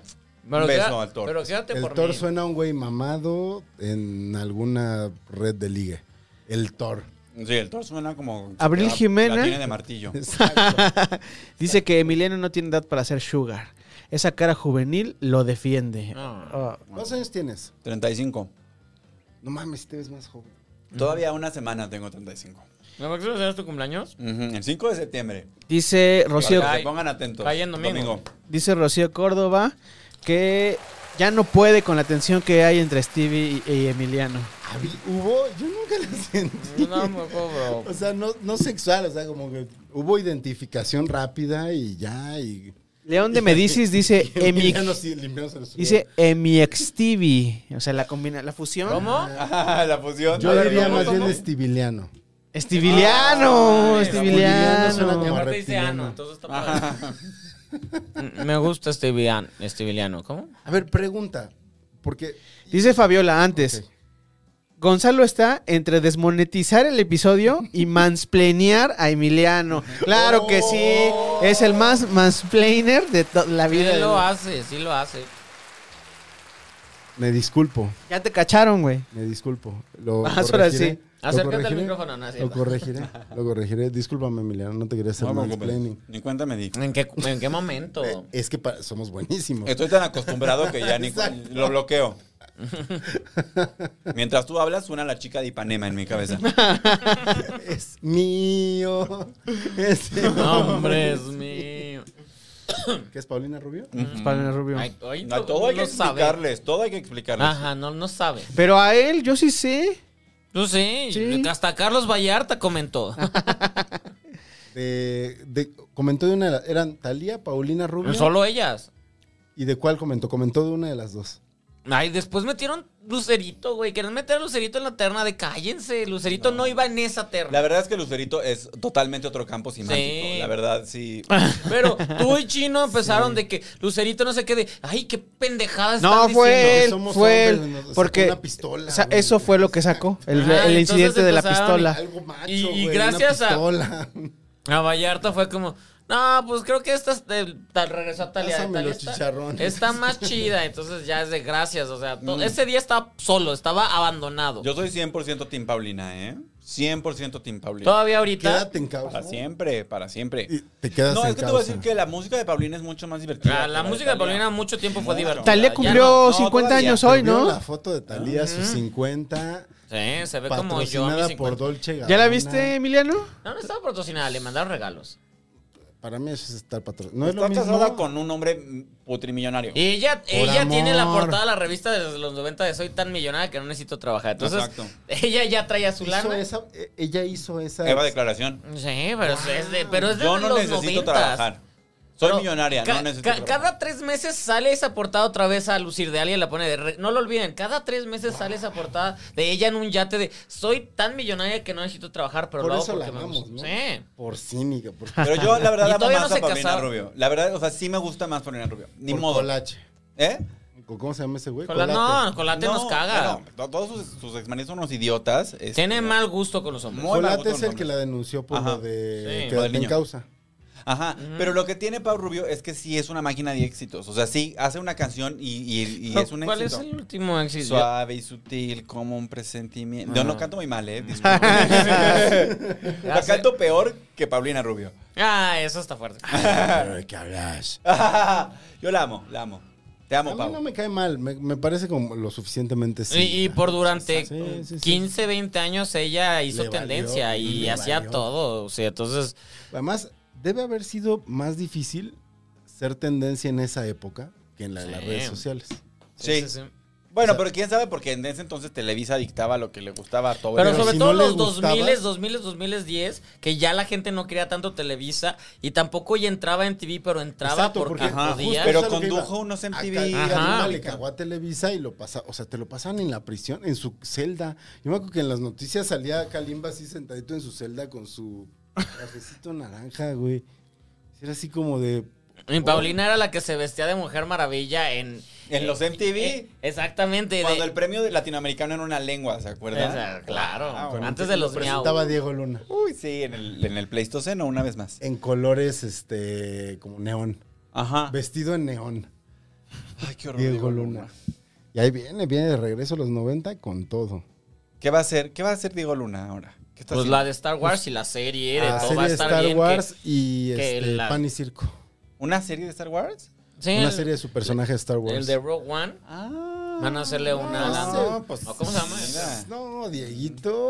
Speaker 1: Pero,
Speaker 4: un beso
Speaker 1: queda-
Speaker 4: al Thor.
Speaker 1: pero quédate
Speaker 2: El
Speaker 1: por
Speaker 2: Thor
Speaker 1: mí.
Speaker 2: suena a un güey mamado en alguna red de ligue. El Thor.
Speaker 4: Sí, el Thor suena como...
Speaker 3: Abril
Speaker 4: la-
Speaker 3: Jimena.
Speaker 4: La tiene de martillo.
Speaker 3: Dice que Emiliano no tiene edad para ser sugar. Esa cara juvenil lo defiende.
Speaker 1: Ah.
Speaker 3: Ah.
Speaker 2: ¿Cuántos años tienes?
Speaker 4: 35.
Speaker 2: No mames, te ves más joven.
Speaker 4: Todavía una semana tengo 35.
Speaker 1: ¿La próxima semana es tu cumpleaños?
Speaker 4: Ujú, El 5 de septiembre.
Speaker 3: Dice Rocío,
Speaker 4: Para que
Speaker 1: Cae-
Speaker 4: se pongan atentos.
Speaker 1: cae en domingo.
Speaker 3: dice Rocío Córdoba que ya no puede con la tensión que hay entre Stevie y, y Emiliano.
Speaker 2: Ah, Hubo, yo nunca la sentí.
Speaker 1: No me acuerdo.
Speaker 2: O sea, no, no sexual, o sea, como que hubo identificación rápida y ya. Y,
Speaker 3: León de Medicis dice Emi,
Speaker 2: Emiliano sí, limpió, se lo subió.
Speaker 3: dice Emi Stevie. O sea, la combina, la fusión.
Speaker 1: ¿Cómo?
Speaker 4: Ajá, la fusión.
Speaker 2: Yo
Speaker 1: A ver,
Speaker 2: diría
Speaker 1: ¿cómo,
Speaker 2: más bien
Speaker 1: cómo?
Speaker 2: estibiliano.
Speaker 3: Esteviliano,
Speaker 1: Ay,
Speaker 2: Emiliano
Speaker 3: Esteviliano.
Speaker 2: suena como-
Speaker 1: Aparte dice
Speaker 2: reptiliano.
Speaker 1: ano, entonces está padre.
Speaker 4: Ajá.
Speaker 1: Me gusta este vian- este viliano. ¿Cómo?
Speaker 2: A ver, pregunta. Porque.
Speaker 3: Dice Fabiola antes.
Speaker 2: Ok.
Speaker 3: Gonzalo está entre desmonetizar el episodio y mansplanear a Emiliano. Claro que sí, es el más mansplainer de to- la
Speaker 1: Sí
Speaker 3: vida.
Speaker 1: lo
Speaker 3: güey.
Speaker 1: hace, sí lo hace.
Speaker 2: Me disculpo,
Speaker 3: Ya te cacharon, güey.
Speaker 2: me disculpo. Lo
Speaker 3: Ah, ahora
Speaker 2: corregiré,
Speaker 3: sí.
Speaker 2: lo
Speaker 1: Acércate al
Speaker 2: corregiré,
Speaker 1: micrófono, no, es
Speaker 2: Lo
Speaker 1: cierto.
Speaker 2: corregiré, lo corregiré. Discúlpame, Emiliano, no te quería hacer
Speaker 4: No me
Speaker 2: mansplaining.
Speaker 4: preocupes. Ni cuenta me di.
Speaker 1: ¿En qué, en qué momento?
Speaker 2: Es que pa- somos buenísimos.
Speaker 4: Estoy tan acostumbrado que ya ni
Speaker 2: Exacto.
Speaker 4: lo bloqueo. Mientras tú hablas, suena la chica de Ipanema en mi cabeza.
Speaker 2: Es mío. Ese
Speaker 1: Hombre, es Mm. mío.
Speaker 2: ¿Qué es Paulina Rubio?
Speaker 3: Paulina Rubio.
Speaker 1: Ay, ay,
Speaker 4: No, todo hay que
Speaker 1: no sabe.
Speaker 4: explicarles, todo hay que explicarles.
Speaker 1: Ajá, no, no sabe.
Speaker 3: Pero a él yo sí sé.
Speaker 1: Tú sí, Ah,
Speaker 3: Sí.
Speaker 1: hasta Carlos Vallarta comentó.
Speaker 2: De, de- comentó de una de las. Eran Talía, Paulina Rubio.
Speaker 1: Solo ellas.
Speaker 2: ¿Y de cuál comentó? Comentó de una de las dos.
Speaker 1: Ay, después metieron Lucerito, güey. Querían meter a Lucerito en la terna de cállense. Lucerito no, iba en esa terna.
Speaker 4: La verdad es que Lucerito es totalmente otro campo semántico.
Speaker 1: Sí.
Speaker 4: La verdad, sí.
Speaker 1: Pero tú y Chino empezaron de que Lucerito no se quede. Ay, qué pendejada están
Speaker 3: No, fue
Speaker 1: diciendo.
Speaker 3: él.
Speaker 2: Somos
Speaker 3: Fue él.
Speaker 2: hombres, nos sacó
Speaker 3: Porque
Speaker 2: una pistola,
Speaker 3: o sea,
Speaker 2: güey.
Speaker 3: eso fue lo que sacó. El,
Speaker 1: Ah,
Speaker 3: el
Speaker 1: entonces
Speaker 3: incidente de la
Speaker 1: empezaron
Speaker 3: pistola.
Speaker 2: Algo macho.
Speaker 1: Y- y
Speaker 2: güey, una
Speaker 1: gracias a-
Speaker 2: pistola.
Speaker 1: A Vallarta fue como, no, pues creo que esta es de- tal, regresó a Talia.
Speaker 2: Pásame
Speaker 1: Talia
Speaker 2: los
Speaker 1: está-
Speaker 2: chicharrones.
Speaker 1: Está más chida, entonces ya es de gracias. O sea, to-
Speaker 4: Mm.
Speaker 1: ese día estaba solo, estaba abandonado.
Speaker 4: Yo soy 100% Team Paulina, ¿eh? 100% Team Paulina.
Speaker 1: Todavía ahorita.
Speaker 2: Quédate en causa.
Speaker 4: Para siempre, para siempre.
Speaker 2: Y te quedas
Speaker 4: No,
Speaker 2: en
Speaker 4: es que te
Speaker 2: causa.
Speaker 4: voy a decir que la música de Paulina es mucho más divertida.
Speaker 1: Ah, La, la
Speaker 4: que
Speaker 1: música de Paulina mucho tiempo fue
Speaker 4: Claro.
Speaker 1: divertida.
Speaker 3: Talía
Speaker 1: ya
Speaker 3: cumplió
Speaker 1: no.
Speaker 3: 50
Speaker 4: todavía.
Speaker 3: años hoy,
Speaker 2: Vio
Speaker 3: ¿no?
Speaker 2: la foto de Talía, sus
Speaker 1: Ah.
Speaker 2: 50.
Speaker 1: Sí, se ve como yo. a mis
Speaker 2: Patrocinada por
Speaker 1: 50.
Speaker 2: Dolce Gabbana.
Speaker 3: ¿Ya la viste, Emiliano?
Speaker 1: No, no estaba patrocinada, le mandaron regalos.
Speaker 2: Para mí eso es estar patrocinado. No es
Speaker 4: Está
Speaker 2: lo
Speaker 4: casada
Speaker 2: mismo.
Speaker 4: con un hombre putrimillonario.
Speaker 1: Y ella, ella
Speaker 2: amor.
Speaker 1: tiene la portada de la revista desde los 90 de Soy tan millonaria que no necesito trabajar. Entonces,
Speaker 4: Exacto.
Speaker 1: ella ya traía su
Speaker 2: Hizo
Speaker 1: lana.
Speaker 2: esa- eh, ella hizo esa.
Speaker 4: Eva declaración.
Speaker 1: Sí, pero es de, pero Pues es de
Speaker 4: Yo no
Speaker 1: los
Speaker 4: necesito
Speaker 1: 90s.
Speaker 4: trabajar. Soy
Speaker 1: Pero
Speaker 4: millonaria,
Speaker 1: ca-
Speaker 4: no necesito
Speaker 1: ca-
Speaker 4: trabajar.
Speaker 1: Cada tres meses sale esa portada otra vez a lucir de alguien, la pone de... re- no lo olviden, cada tres meses sale esa portada de ella en un yate de... Soy tan millonaria que no necesito trabajar, pero
Speaker 2: Por
Speaker 1: lo hago
Speaker 2: eso la
Speaker 1: porque me
Speaker 2: amamos,
Speaker 1: gusta".
Speaker 2: ¿no?
Speaker 1: Sí.
Speaker 2: Por cínica. Por,
Speaker 4: Pero yo, la
Speaker 1: Y
Speaker 4: verdad, amo
Speaker 1: todavía
Speaker 4: más
Speaker 1: no
Speaker 4: a
Speaker 1: se
Speaker 4: Paulina
Speaker 1: casaron.
Speaker 4: Rubio. La verdad, o sea, sí me gusta más Paulina Rubio. Ni
Speaker 2: por
Speaker 4: modo.
Speaker 2: Colache.
Speaker 4: ¿Eh?
Speaker 2: ¿O ¿Cómo se llama ese güey?
Speaker 1: Con la-
Speaker 2: Colate.
Speaker 1: no, Colate nos
Speaker 4: No,
Speaker 1: caga.
Speaker 4: bueno, to- todos sus, sus exmanes son unos idiotas. este,
Speaker 1: Tiene mal gusto con los hombres.
Speaker 4: Muy mal
Speaker 2: Colate
Speaker 4: gusto
Speaker 2: es el
Speaker 4: nombre.
Speaker 2: que la denunció por
Speaker 4: Ajá.
Speaker 2: lo de
Speaker 1: Sí,
Speaker 2: que
Speaker 4: lo del
Speaker 2: en
Speaker 4: niño.
Speaker 2: causa.
Speaker 4: Ajá. Pero lo que tiene Pau Rubio es que sí es una máquina de éxitos. O sea, sí hace una canción y, y- y es un
Speaker 1: ¿Cuál
Speaker 4: éxito.
Speaker 1: es el último éxito?
Speaker 4: Suave y sutil, como un presentimiento. Yo no canto muy mal, ¿eh? Disculpen.
Speaker 1: Ya
Speaker 4: La
Speaker 1: sé.
Speaker 4: canto peor que Paulina Rubio.
Speaker 1: Ah, eso está fuerte.
Speaker 2: Pero ¿de qué hablas?
Speaker 4: Yo la amo, la amo. Te
Speaker 2: A
Speaker 4: amo,
Speaker 2: mí no
Speaker 4: Pau.
Speaker 2: me cae mal, me, me parece como lo suficientemente sí.
Speaker 1: Y, y por durante
Speaker 2: Sí, sí, sí.
Speaker 1: 15, 20 años ella hizo
Speaker 2: Le valió,
Speaker 1: tendencia y
Speaker 2: le
Speaker 1: hacía
Speaker 2: valió.
Speaker 1: todo. O sea, entonces,
Speaker 2: Además, debe haber sido más difícil ser tendencia en esa época que en la de las
Speaker 1: Sí.
Speaker 2: redes sociales.
Speaker 4: Sí. Bueno, pero quién sabe, porque en ese entonces Televisa dictaba lo que le gustaba a todo el
Speaker 1: Pero
Speaker 2: Pero
Speaker 4: mundo.
Speaker 1: sobre
Speaker 2: si
Speaker 1: todo
Speaker 2: no les
Speaker 1: los 2000,
Speaker 2: gustaba-
Speaker 1: 2000, 2010, que ya la gente no quería tanto Televisa y tampoco ya entraba en TV, pero entraba
Speaker 2: Exacto,
Speaker 1: porque,
Speaker 2: porque-
Speaker 4: Ajá,
Speaker 1: podía.
Speaker 2: justo
Speaker 4: pero
Speaker 2: es a lo que
Speaker 4: condujo
Speaker 2: iba. Ah,
Speaker 4: unos
Speaker 2: Acá
Speaker 4: MTV.
Speaker 2: el
Speaker 1: Ajá.
Speaker 2: animal le cagó a Televisa y lo pasa, o sea, te lo pasan en la prisión, en su celda. Yo me acuerdo que en las noticias salía Kalimba así sentadito en su celda con su cafecito naranja, güey. Era así como de
Speaker 1: Y Paulina era la que se vestía de Mujer Maravilla en... eh,
Speaker 4: En los MTV.
Speaker 1: exactamente. de-
Speaker 4: Cuando el premio de latinoamericano era una lengua, ¿se acuerdan?
Speaker 1: Esa- claro,
Speaker 4: Ah,
Speaker 1: con
Speaker 4: bueno.
Speaker 1: antes de los miau.
Speaker 2: presentaba Diego Luna
Speaker 4: Uy, sí, en el, en el Pleistoceno, una vez más.
Speaker 2: en colores este como neón,
Speaker 4: Ajá.
Speaker 2: vestido en neón.
Speaker 4: Ay, qué horror.
Speaker 2: Diego
Speaker 4: Diego
Speaker 2: Luna. Y ahí viene, viene de regreso a los 90 con todo.
Speaker 4: ¿Qué va a hacer? ¿Qué va a hacer Diego Luna ahora? ¿Qué está
Speaker 1: Pues
Speaker 4: haciendo?
Speaker 1: la de Star Wars y la serie, de todo
Speaker 2: La Ah, serie
Speaker 1: va a
Speaker 2: de
Speaker 1: estar
Speaker 2: Star
Speaker 1: bien. que-
Speaker 2: Wars y
Speaker 1: que
Speaker 2: este,
Speaker 1: la-
Speaker 2: Pan y Circo.
Speaker 4: ¿Una serie de Star Wars?
Speaker 1: sí,
Speaker 2: Una
Speaker 1: el-
Speaker 2: serie de su personaje de Star Wars.
Speaker 1: El de Rogue One.
Speaker 4: Ah.
Speaker 1: Van a hacerle una...
Speaker 2: no sé,
Speaker 4: pues,
Speaker 1: ¿O cómo se llama?
Speaker 4: mira.
Speaker 2: No, Dieguito.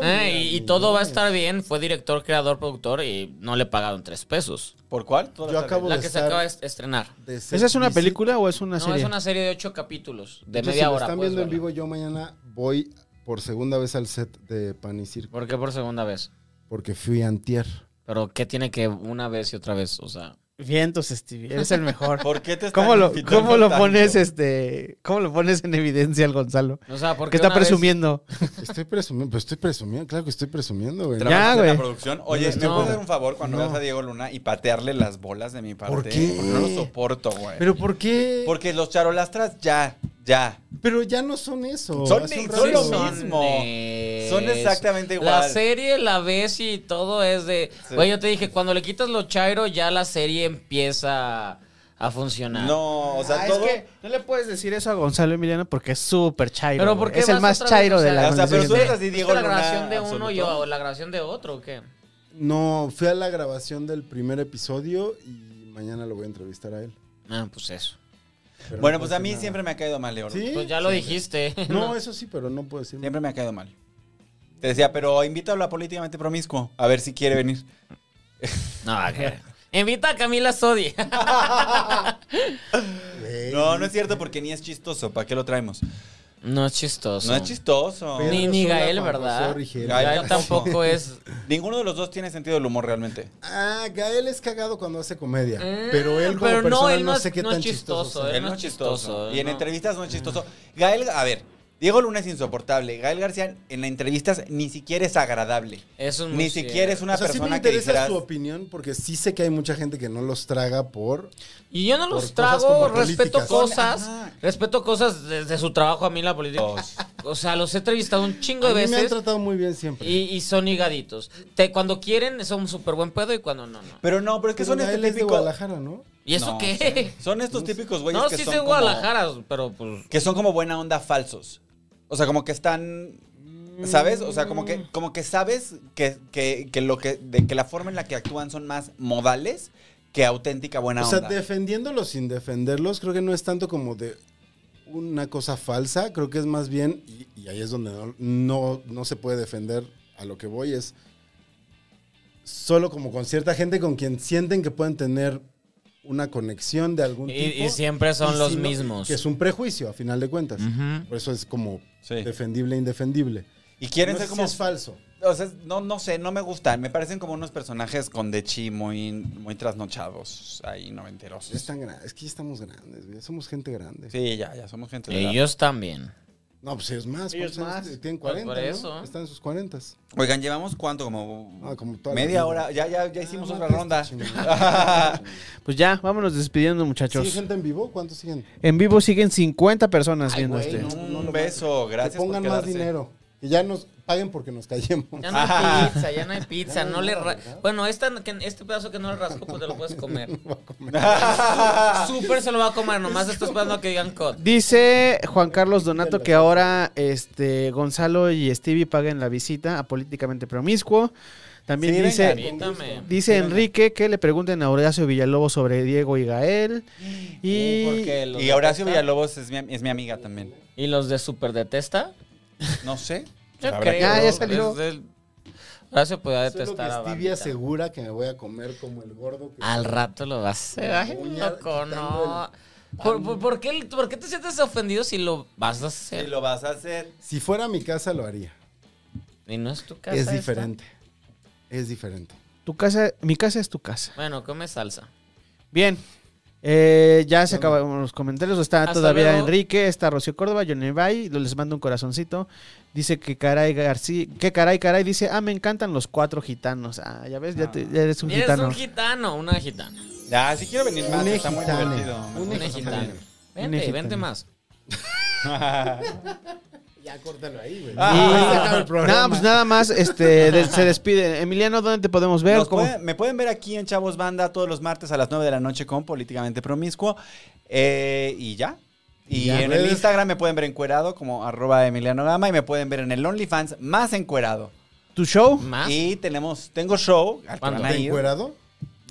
Speaker 1: Eh,
Speaker 2: mira,
Speaker 1: y, y
Speaker 2: ni
Speaker 1: todo va a
Speaker 2: ves.
Speaker 1: estar bien. Fue director, creador, productor y no le pagaron tres pesos.
Speaker 4: ¿Por cuál? Todas
Speaker 2: Yo
Speaker 4: las
Speaker 2: acabo
Speaker 1: La
Speaker 2: de
Speaker 1: que se
Speaker 2: estar-
Speaker 1: acaba de est- estrenar.
Speaker 2: de ser
Speaker 5: ¿Esa es una
Speaker 2: visita.
Speaker 5: película o es una
Speaker 1: no,
Speaker 5: serie?
Speaker 1: es una serie de ocho capítulos, de
Speaker 2: Entonces,
Speaker 1: media
Speaker 2: si
Speaker 1: hora.
Speaker 2: lo
Speaker 1: pues,
Speaker 2: están
Speaker 1: puedes
Speaker 2: viendo en
Speaker 1: verla.
Speaker 2: vivo, yo mañana voy por segunda vez al set de Pan y Circo.
Speaker 1: ¿Por qué por segunda vez?
Speaker 2: Porque fui antier.
Speaker 1: Pero ¿qué tiene que una vez y otra vez? O sea,
Speaker 5: Vientos, Stevie, eres el mejor.
Speaker 4: ¿Por qué te están
Speaker 5: ¿Cómo lo,
Speaker 4: invitando
Speaker 5: cómo lo
Speaker 4: tanto?
Speaker 5: pones este, cómo lo pones en evidencia al Gonzalo?
Speaker 1: o sea ¿por
Speaker 5: Que
Speaker 1: qué
Speaker 5: está
Speaker 1: una vez-
Speaker 5: presumiendo.
Speaker 2: Estoy presumiendo, pero estoy presumiendo, claro que estoy presumiendo, güey.
Speaker 5: Tra- Ya,
Speaker 4: ¿Trabajas en
Speaker 5: güey.
Speaker 4: la producción? Oye, ¿me
Speaker 1: No.
Speaker 4: puedes dar un favor cuando
Speaker 2: No.
Speaker 4: veas a Diego Luna y patearle las bolas de mi parte?
Speaker 2: ¿Por qué?
Speaker 4: No lo soporto, güey.
Speaker 5: Pero ¿por qué?
Speaker 4: Porque los charolastras ya, ya.
Speaker 2: Pero ya no son eso.
Speaker 4: Son-
Speaker 2: Hace un
Speaker 4: son
Speaker 2: rato-
Speaker 4: lo mismo.
Speaker 1: eh,
Speaker 4: Son exactamente igual.
Speaker 1: La serie, la ves y todo es de...
Speaker 4: Sí.
Speaker 1: Güey, yo te dije, cuando le quitas los chairo, ya la serie empieza a funcionar.
Speaker 4: No, o sea,
Speaker 5: Ah, es
Speaker 4: todo...
Speaker 5: que no le puedes decir eso a Gonzalo Emiliano porque es súper chairo.
Speaker 1: Pero
Speaker 5: güey.
Speaker 1: ¿por qué
Speaker 5: es el
Speaker 1: vas
Speaker 5: más
Speaker 1: otra vez?
Speaker 5: chairo
Speaker 1: O
Speaker 5: de la
Speaker 1: sea,
Speaker 4: o sea, pero tú
Speaker 5: organización.
Speaker 4: eres así, Diego
Speaker 1: ¿Viste la
Speaker 4: Luna,
Speaker 1: grabación de uno
Speaker 4: absoluto?
Speaker 1: y o la grabación de otro o qué?
Speaker 2: No, fui a la grabación del primer episodio y mañana lo voy a entrevistar a él.
Speaker 1: Ah, pues eso.
Speaker 2: Pero
Speaker 4: Bueno,
Speaker 2: no
Speaker 4: pues
Speaker 2: puedo
Speaker 4: a mí
Speaker 2: decir
Speaker 4: siempre me ha caído mal, Leo.
Speaker 2: nada. ¿Sí?
Speaker 1: Pues ya lo dijiste.
Speaker 2: No, eso sí, pero no puedo decir.
Speaker 4: Siempre me ha caído mal. Te decía, pero invítalo a políticamente promiscuo, a ver si quiere venir.
Speaker 1: No, que- Invita a Camila Sodi.
Speaker 2: Güey,
Speaker 4: No, no es cierto porque ni es chistoso. ¿Para qué lo traemos?
Speaker 1: No es chistoso.
Speaker 4: No es chistoso.
Speaker 2: Pedro
Speaker 1: Ni, ni
Speaker 2: Sola,
Speaker 1: Gael,
Speaker 2: Juan
Speaker 1: ¿verdad?
Speaker 2: José Origel.
Speaker 4: Gael
Speaker 1: Gael tampoco es.
Speaker 4: Ninguno de los dos tiene sentido del humor realmente.
Speaker 2: Ah, Gael es cagado cuando hace comedia.
Speaker 1: Mm,
Speaker 2: Pero él como
Speaker 1: pero no,
Speaker 2: persona no,
Speaker 1: él no es-
Speaker 2: sé qué
Speaker 1: no es
Speaker 2: tan chistoso.
Speaker 1: chistoso,
Speaker 2: sea.
Speaker 1: él no es chistoso,
Speaker 4: Y en
Speaker 1: no.
Speaker 4: entrevistas no es chistoso. Gael, a ver, Diego Luna es insoportable. Gael García en las entrevistas ni siquiera es agradable.
Speaker 1: Eso es muy
Speaker 4: Ni
Speaker 1: cierto.
Speaker 4: siquiera es una
Speaker 2: o sea, sí me
Speaker 4: persona que
Speaker 2: interesa
Speaker 4: dijeras...
Speaker 2: su opinión porque sí sé que hay mucha gente que no los traga por...
Speaker 1: Y yo no
Speaker 2: por
Speaker 1: los
Speaker 2: cosas
Speaker 1: trago,
Speaker 2: como
Speaker 1: respeto
Speaker 2: políticas.
Speaker 1: cosas.
Speaker 4: Ajá.
Speaker 1: Respeto cosas de, de su trabajo a mí la política.
Speaker 4: Dos.
Speaker 1: O sea, los he entrevistado un chingo
Speaker 2: A
Speaker 1: de
Speaker 2: mí me han
Speaker 1: veces
Speaker 2: tratado muy bien siempre.
Speaker 1: y, y son higaditos. Te, cuando quieren son súper buen pedo y cuando no, no.
Speaker 4: Pero no, pero es que
Speaker 2: Pero
Speaker 4: son este
Speaker 2: Gael es de
Speaker 4: típico...
Speaker 2: Guadalajara, ¿no?
Speaker 1: ¿Y eso
Speaker 4: No,
Speaker 1: qué?
Speaker 4: Son estos típicos güeyes
Speaker 1: No,
Speaker 4: que
Speaker 1: sí
Speaker 4: son
Speaker 1: es de
Speaker 4: como-
Speaker 1: Guadalajara, pero pues.
Speaker 4: que son como buena onda falsos. O sea, como que están. ¿Sabes? O sea, como
Speaker 2: Mm.
Speaker 4: que, como que sabes que, que, que lo que, de que la forma en la que actúan son más modales que auténtica buena
Speaker 2: O sea,
Speaker 4: onda.
Speaker 2: defendiéndolos sin defenderlos, creo que no es tanto como de una cosa falsa, creo que es más bien, y, y ahí es donde no, no, no se puede defender a lo que voy, es solo como con cierta gente con quien sienten que pueden tener una conexión de algún
Speaker 1: Y,
Speaker 2: tipo.
Speaker 1: y siempre son
Speaker 2: Y
Speaker 1: los
Speaker 2: si no-
Speaker 1: mismos.
Speaker 2: Que es un prejuicio, a final de cuentas.
Speaker 1: Ujú.
Speaker 2: Por eso es como
Speaker 4: Sí.
Speaker 2: defendible e indefendible.
Speaker 4: Y quieren
Speaker 2: No
Speaker 4: ser
Speaker 2: sé si
Speaker 4: como.
Speaker 2: es falso.
Speaker 4: o sea, no, no sé, no me gustan. Me parecen como unos personajes con dechi muy, muy trasnochados, ahí
Speaker 2: Ya
Speaker 4: noventerosos.
Speaker 2: están gra- es que ya estamos grandes, güey, somos gente grande.
Speaker 4: Sí, ya, ya somos gente. de edad.
Speaker 1: Ellos también.
Speaker 2: No, pues es más.
Speaker 5: Ellos
Speaker 2: pues,
Speaker 5: más.
Speaker 2: es- Tienen
Speaker 1: Pues
Speaker 2: 40,
Speaker 1: por
Speaker 2: ¿no?
Speaker 1: eso.
Speaker 2: Están en sus 40.
Speaker 4: Oigan, llevamos cuánto, como,
Speaker 2: Ah, como toda la vida.
Speaker 4: media hora. Ya, ya, ya hicimos
Speaker 2: Ah,
Speaker 4: otra
Speaker 2: mate,
Speaker 4: ronda.
Speaker 2: chingada.
Speaker 5: Pues ya, vámonos despidiendo, muchachos.
Speaker 2: ¿Sigue gente en vivo? ¿Cuántos siguen?
Speaker 5: En vivo siguen 50 personas viendo
Speaker 2: güey,
Speaker 5: este.
Speaker 2: no.
Speaker 4: Un beso, gracias.
Speaker 2: que pongan
Speaker 4: por
Speaker 2: más
Speaker 4: quedarse.
Speaker 2: dinero. Que ya nos paguen porque nos callemos.
Speaker 1: Ya no hay pizza, ya no hay pizza.
Speaker 2: Ya no
Speaker 1: no
Speaker 2: hay
Speaker 1: le
Speaker 2: nada,
Speaker 1: ra-
Speaker 2: ¿verdad?
Speaker 1: Bueno, esta, que- este pedazo que no le rasco, pues te lo puedes comer.
Speaker 2: Va a comer.
Speaker 1: Súper se lo va a comer, nomás está esperando a que digan cut.
Speaker 5: Dice Juan Carlos Donato que ahora este Gonzalo y Stevie paguen la visita a Políticamente Promiscuo.
Speaker 3: También
Speaker 6: Sí,
Speaker 3: dice,
Speaker 2: venga,
Speaker 1: Permítame.
Speaker 3: dice Enrique que le pregunten a Horacio Villalobos sobre Diego y Gael. Y
Speaker 1: Mm, eh, Porque los
Speaker 4: Y
Speaker 1: de
Speaker 4: Horacio
Speaker 1: Testa-
Speaker 4: Villalobos es mi, es mi amiga también.
Speaker 1: ¿Y los de Super Detesta?
Speaker 4: No sé.
Speaker 1: Yo
Speaker 4: Habrá
Speaker 1: creo.
Speaker 4: que-
Speaker 6: Ya, ya salió.
Speaker 1: es del- Horacio podía
Speaker 2: Eso es lo
Speaker 1: detestar
Speaker 2: Ah, que
Speaker 1: a
Speaker 2: Stevie
Speaker 1: Barbita.
Speaker 2: asegura que me voy a comer como el gordo. Que
Speaker 1: Al rato lo va a hacer. Ay,
Speaker 2: Uña,
Speaker 1: loco,
Speaker 2: quitando
Speaker 1: no. ¿Por, por, por qué, por qué te sientes ofendido si lo vas a
Speaker 4: Si
Speaker 1: hacer?
Speaker 4: lo vas a hacer.
Speaker 2: Si fuera mi casa lo haría.
Speaker 1: Y no es tu casa.
Speaker 2: Es
Speaker 1: esta.
Speaker 2: diferente. Es diferente.
Speaker 3: tu casa, mi casa es tu casa.
Speaker 1: Bueno, come salsa.
Speaker 3: Bien. Eh, ya se acabaron los comentarios. Está
Speaker 1: Hasta
Speaker 3: todavía
Speaker 1: luego.
Speaker 3: Enrique, está Rocío Córdoba, Johnny Bay. Les mando un corazoncito. Dice que caray García, que caray, caray. Dice, ah, me encantan los cuatro gitanos. Ah, ya ves, ya, te- ya eres un
Speaker 1: Eres
Speaker 3: gitano.
Speaker 1: un gitano, una gitana.
Speaker 4: Ah, sí quiero venir más.
Speaker 2: Un
Speaker 4: Está muy
Speaker 2: ejitano.
Speaker 4: divertido.
Speaker 2: Un
Speaker 1: Una
Speaker 2: gitana.
Speaker 1: gitana.
Speaker 3: Una
Speaker 1: Vente,
Speaker 3: gitana.
Speaker 1: vente más.
Speaker 2: Ya córtalo ahí, güey.
Speaker 3: Ah, Y- Nada, pues nada más, este, de- se despide. Emiliano, ¿dónde te podemos ver?
Speaker 4: Nos
Speaker 3: ¿Cómo?
Speaker 4: pueden- me pueden ver aquí en Chavos Banda todos los martes a las 9 de la noche con Políticamente Promiscuo. Eh, y ya. Y
Speaker 2: Ya,
Speaker 4: en el
Speaker 2: redes.
Speaker 4: Instagram me pueden ver encuerado como arroba Emiliano Gama y me pueden ver en el OnlyFans más encuerado.
Speaker 3: ¿Tu show?
Speaker 1: Más.
Speaker 4: Y tenemos, tengo show. al que
Speaker 1: ¿Cuándo?
Speaker 4: van a ir.
Speaker 2: ¿Encuerado?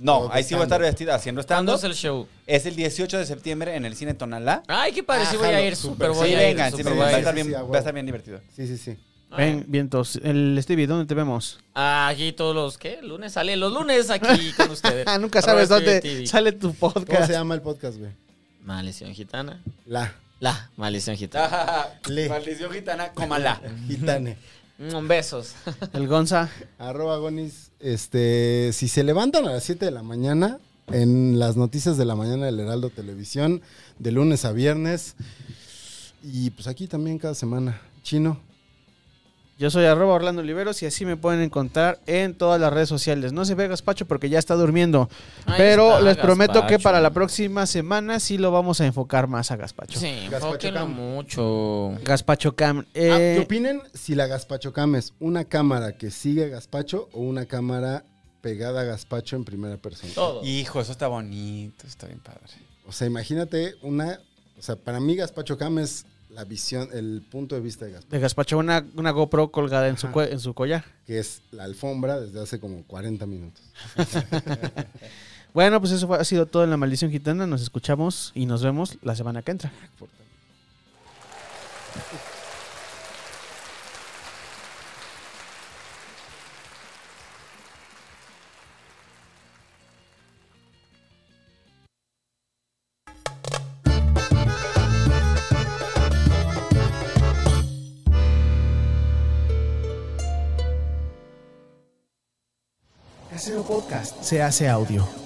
Speaker 4: No,
Speaker 2: O
Speaker 4: ahí sí voy a estar
Speaker 2: stand-up.
Speaker 4: vestida haciendo
Speaker 1: ¿Cuándo
Speaker 4: stand
Speaker 1: es el show?
Speaker 4: Es el 18 de septiembre en el Cine Tonalá.
Speaker 1: Ay, qué padre, sí voy
Speaker 2: Ajá,
Speaker 1: a
Speaker 2: lo-
Speaker 1: ir,
Speaker 2: súper,
Speaker 1: súper
Speaker 2: sí,
Speaker 1: voy a ir.
Speaker 4: vengan, sí,
Speaker 1: súper
Speaker 4: vengan,
Speaker 1: voy a
Speaker 4: va, a
Speaker 1: ir.
Speaker 4: estar
Speaker 2: Sí, sí,
Speaker 4: bien,
Speaker 2: a huevo.
Speaker 4: va a estar bien divertido.
Speaker 2: Sí, sí, sí.
Speaker 3: Ven, vientos. El Stevie, ¿dónde te vemos?
Speaker 1: Ah, Aquí todos los, ¿qué? Lunes sale, los lunes aquí con ustedes.
Speaker 3: Ah, nunca sabes
Speaker 1: Arroba
Speaker 3: dónde
Speaker 1: TV.
Speaker 3: sale tu
Speaker 2: ¿Cómo se
Speaker 3: podcast.
Speaker 2: llama el podcast, güey?
Speaker 1: Maldición gitana.
Speaker 2: La
Speaker 1: La maldición
Speaker 4: Ah.
Speaker 1: gitana.
Speaker 2: Le.
Speaker 4: Maldición gitana,
Speaker 2: Ah.
Speaker 4: cómala.
Speaker 2: Gitane.
Speaker 1: Mm, Besos.
Speaker 3: El Gonza.
Speaker 2: Arroba Gonis. Este, si se levantan a las 7 de la mañana, en las noticias de la mañana del Heraldo Televisión, de lunes a viernes. Y pues aquí también cada semana. Chino.
Speaker 3: Yo soy arroba Orlando Oliveros y así me pueden encontrar en todas las redes sociales. No se ve Gaspacho porque ya está durmiendo.
Speaker 1: Ahí
Speaker 3: pero
Speaker 1: está,
Speaker 3: les prometo
Speaker 1: gazpacho.
Speaker 3: que para la próxima semana sí lo vamos a enfocar más a Gaspacho.
Speaker 1: Sí,
Speaker 2: Gazpacho
Speaker 1: enfóquenlo
Speaker 2: Cam.
Speaker 1: mucho.
Speaker 3: Gaspacho Cam. eh,
Speaker 2: Ah, ¿Qué opinen si la Gaspacho Cam es una cámara que sigue a Gaspacho o una cámara pegada a Gaspacho en primera persona?
Speaker 1: Todo.
Speaker 4: Hijo, eso está bonito, está bien padre.
Speaker 2: O sea, imagínate una. O sea, para mí Gaspacho Cam es la visión, el punto de vista de Gaspacho,
Speaker 3: de Gaspacho, una, una GoPro colgada en su,
Speaker 2: Ajá.
Speaker 3: cue- en su collar.
Speaker 2: que es la alfombra desde hace como 40 minutos.
Speaker 3: Bueno, pues eso fue- ha sido todo en La Maldición Gitana. Nos escuchamos y nos vemos la semana que entra. Casero Podcast se hace audio.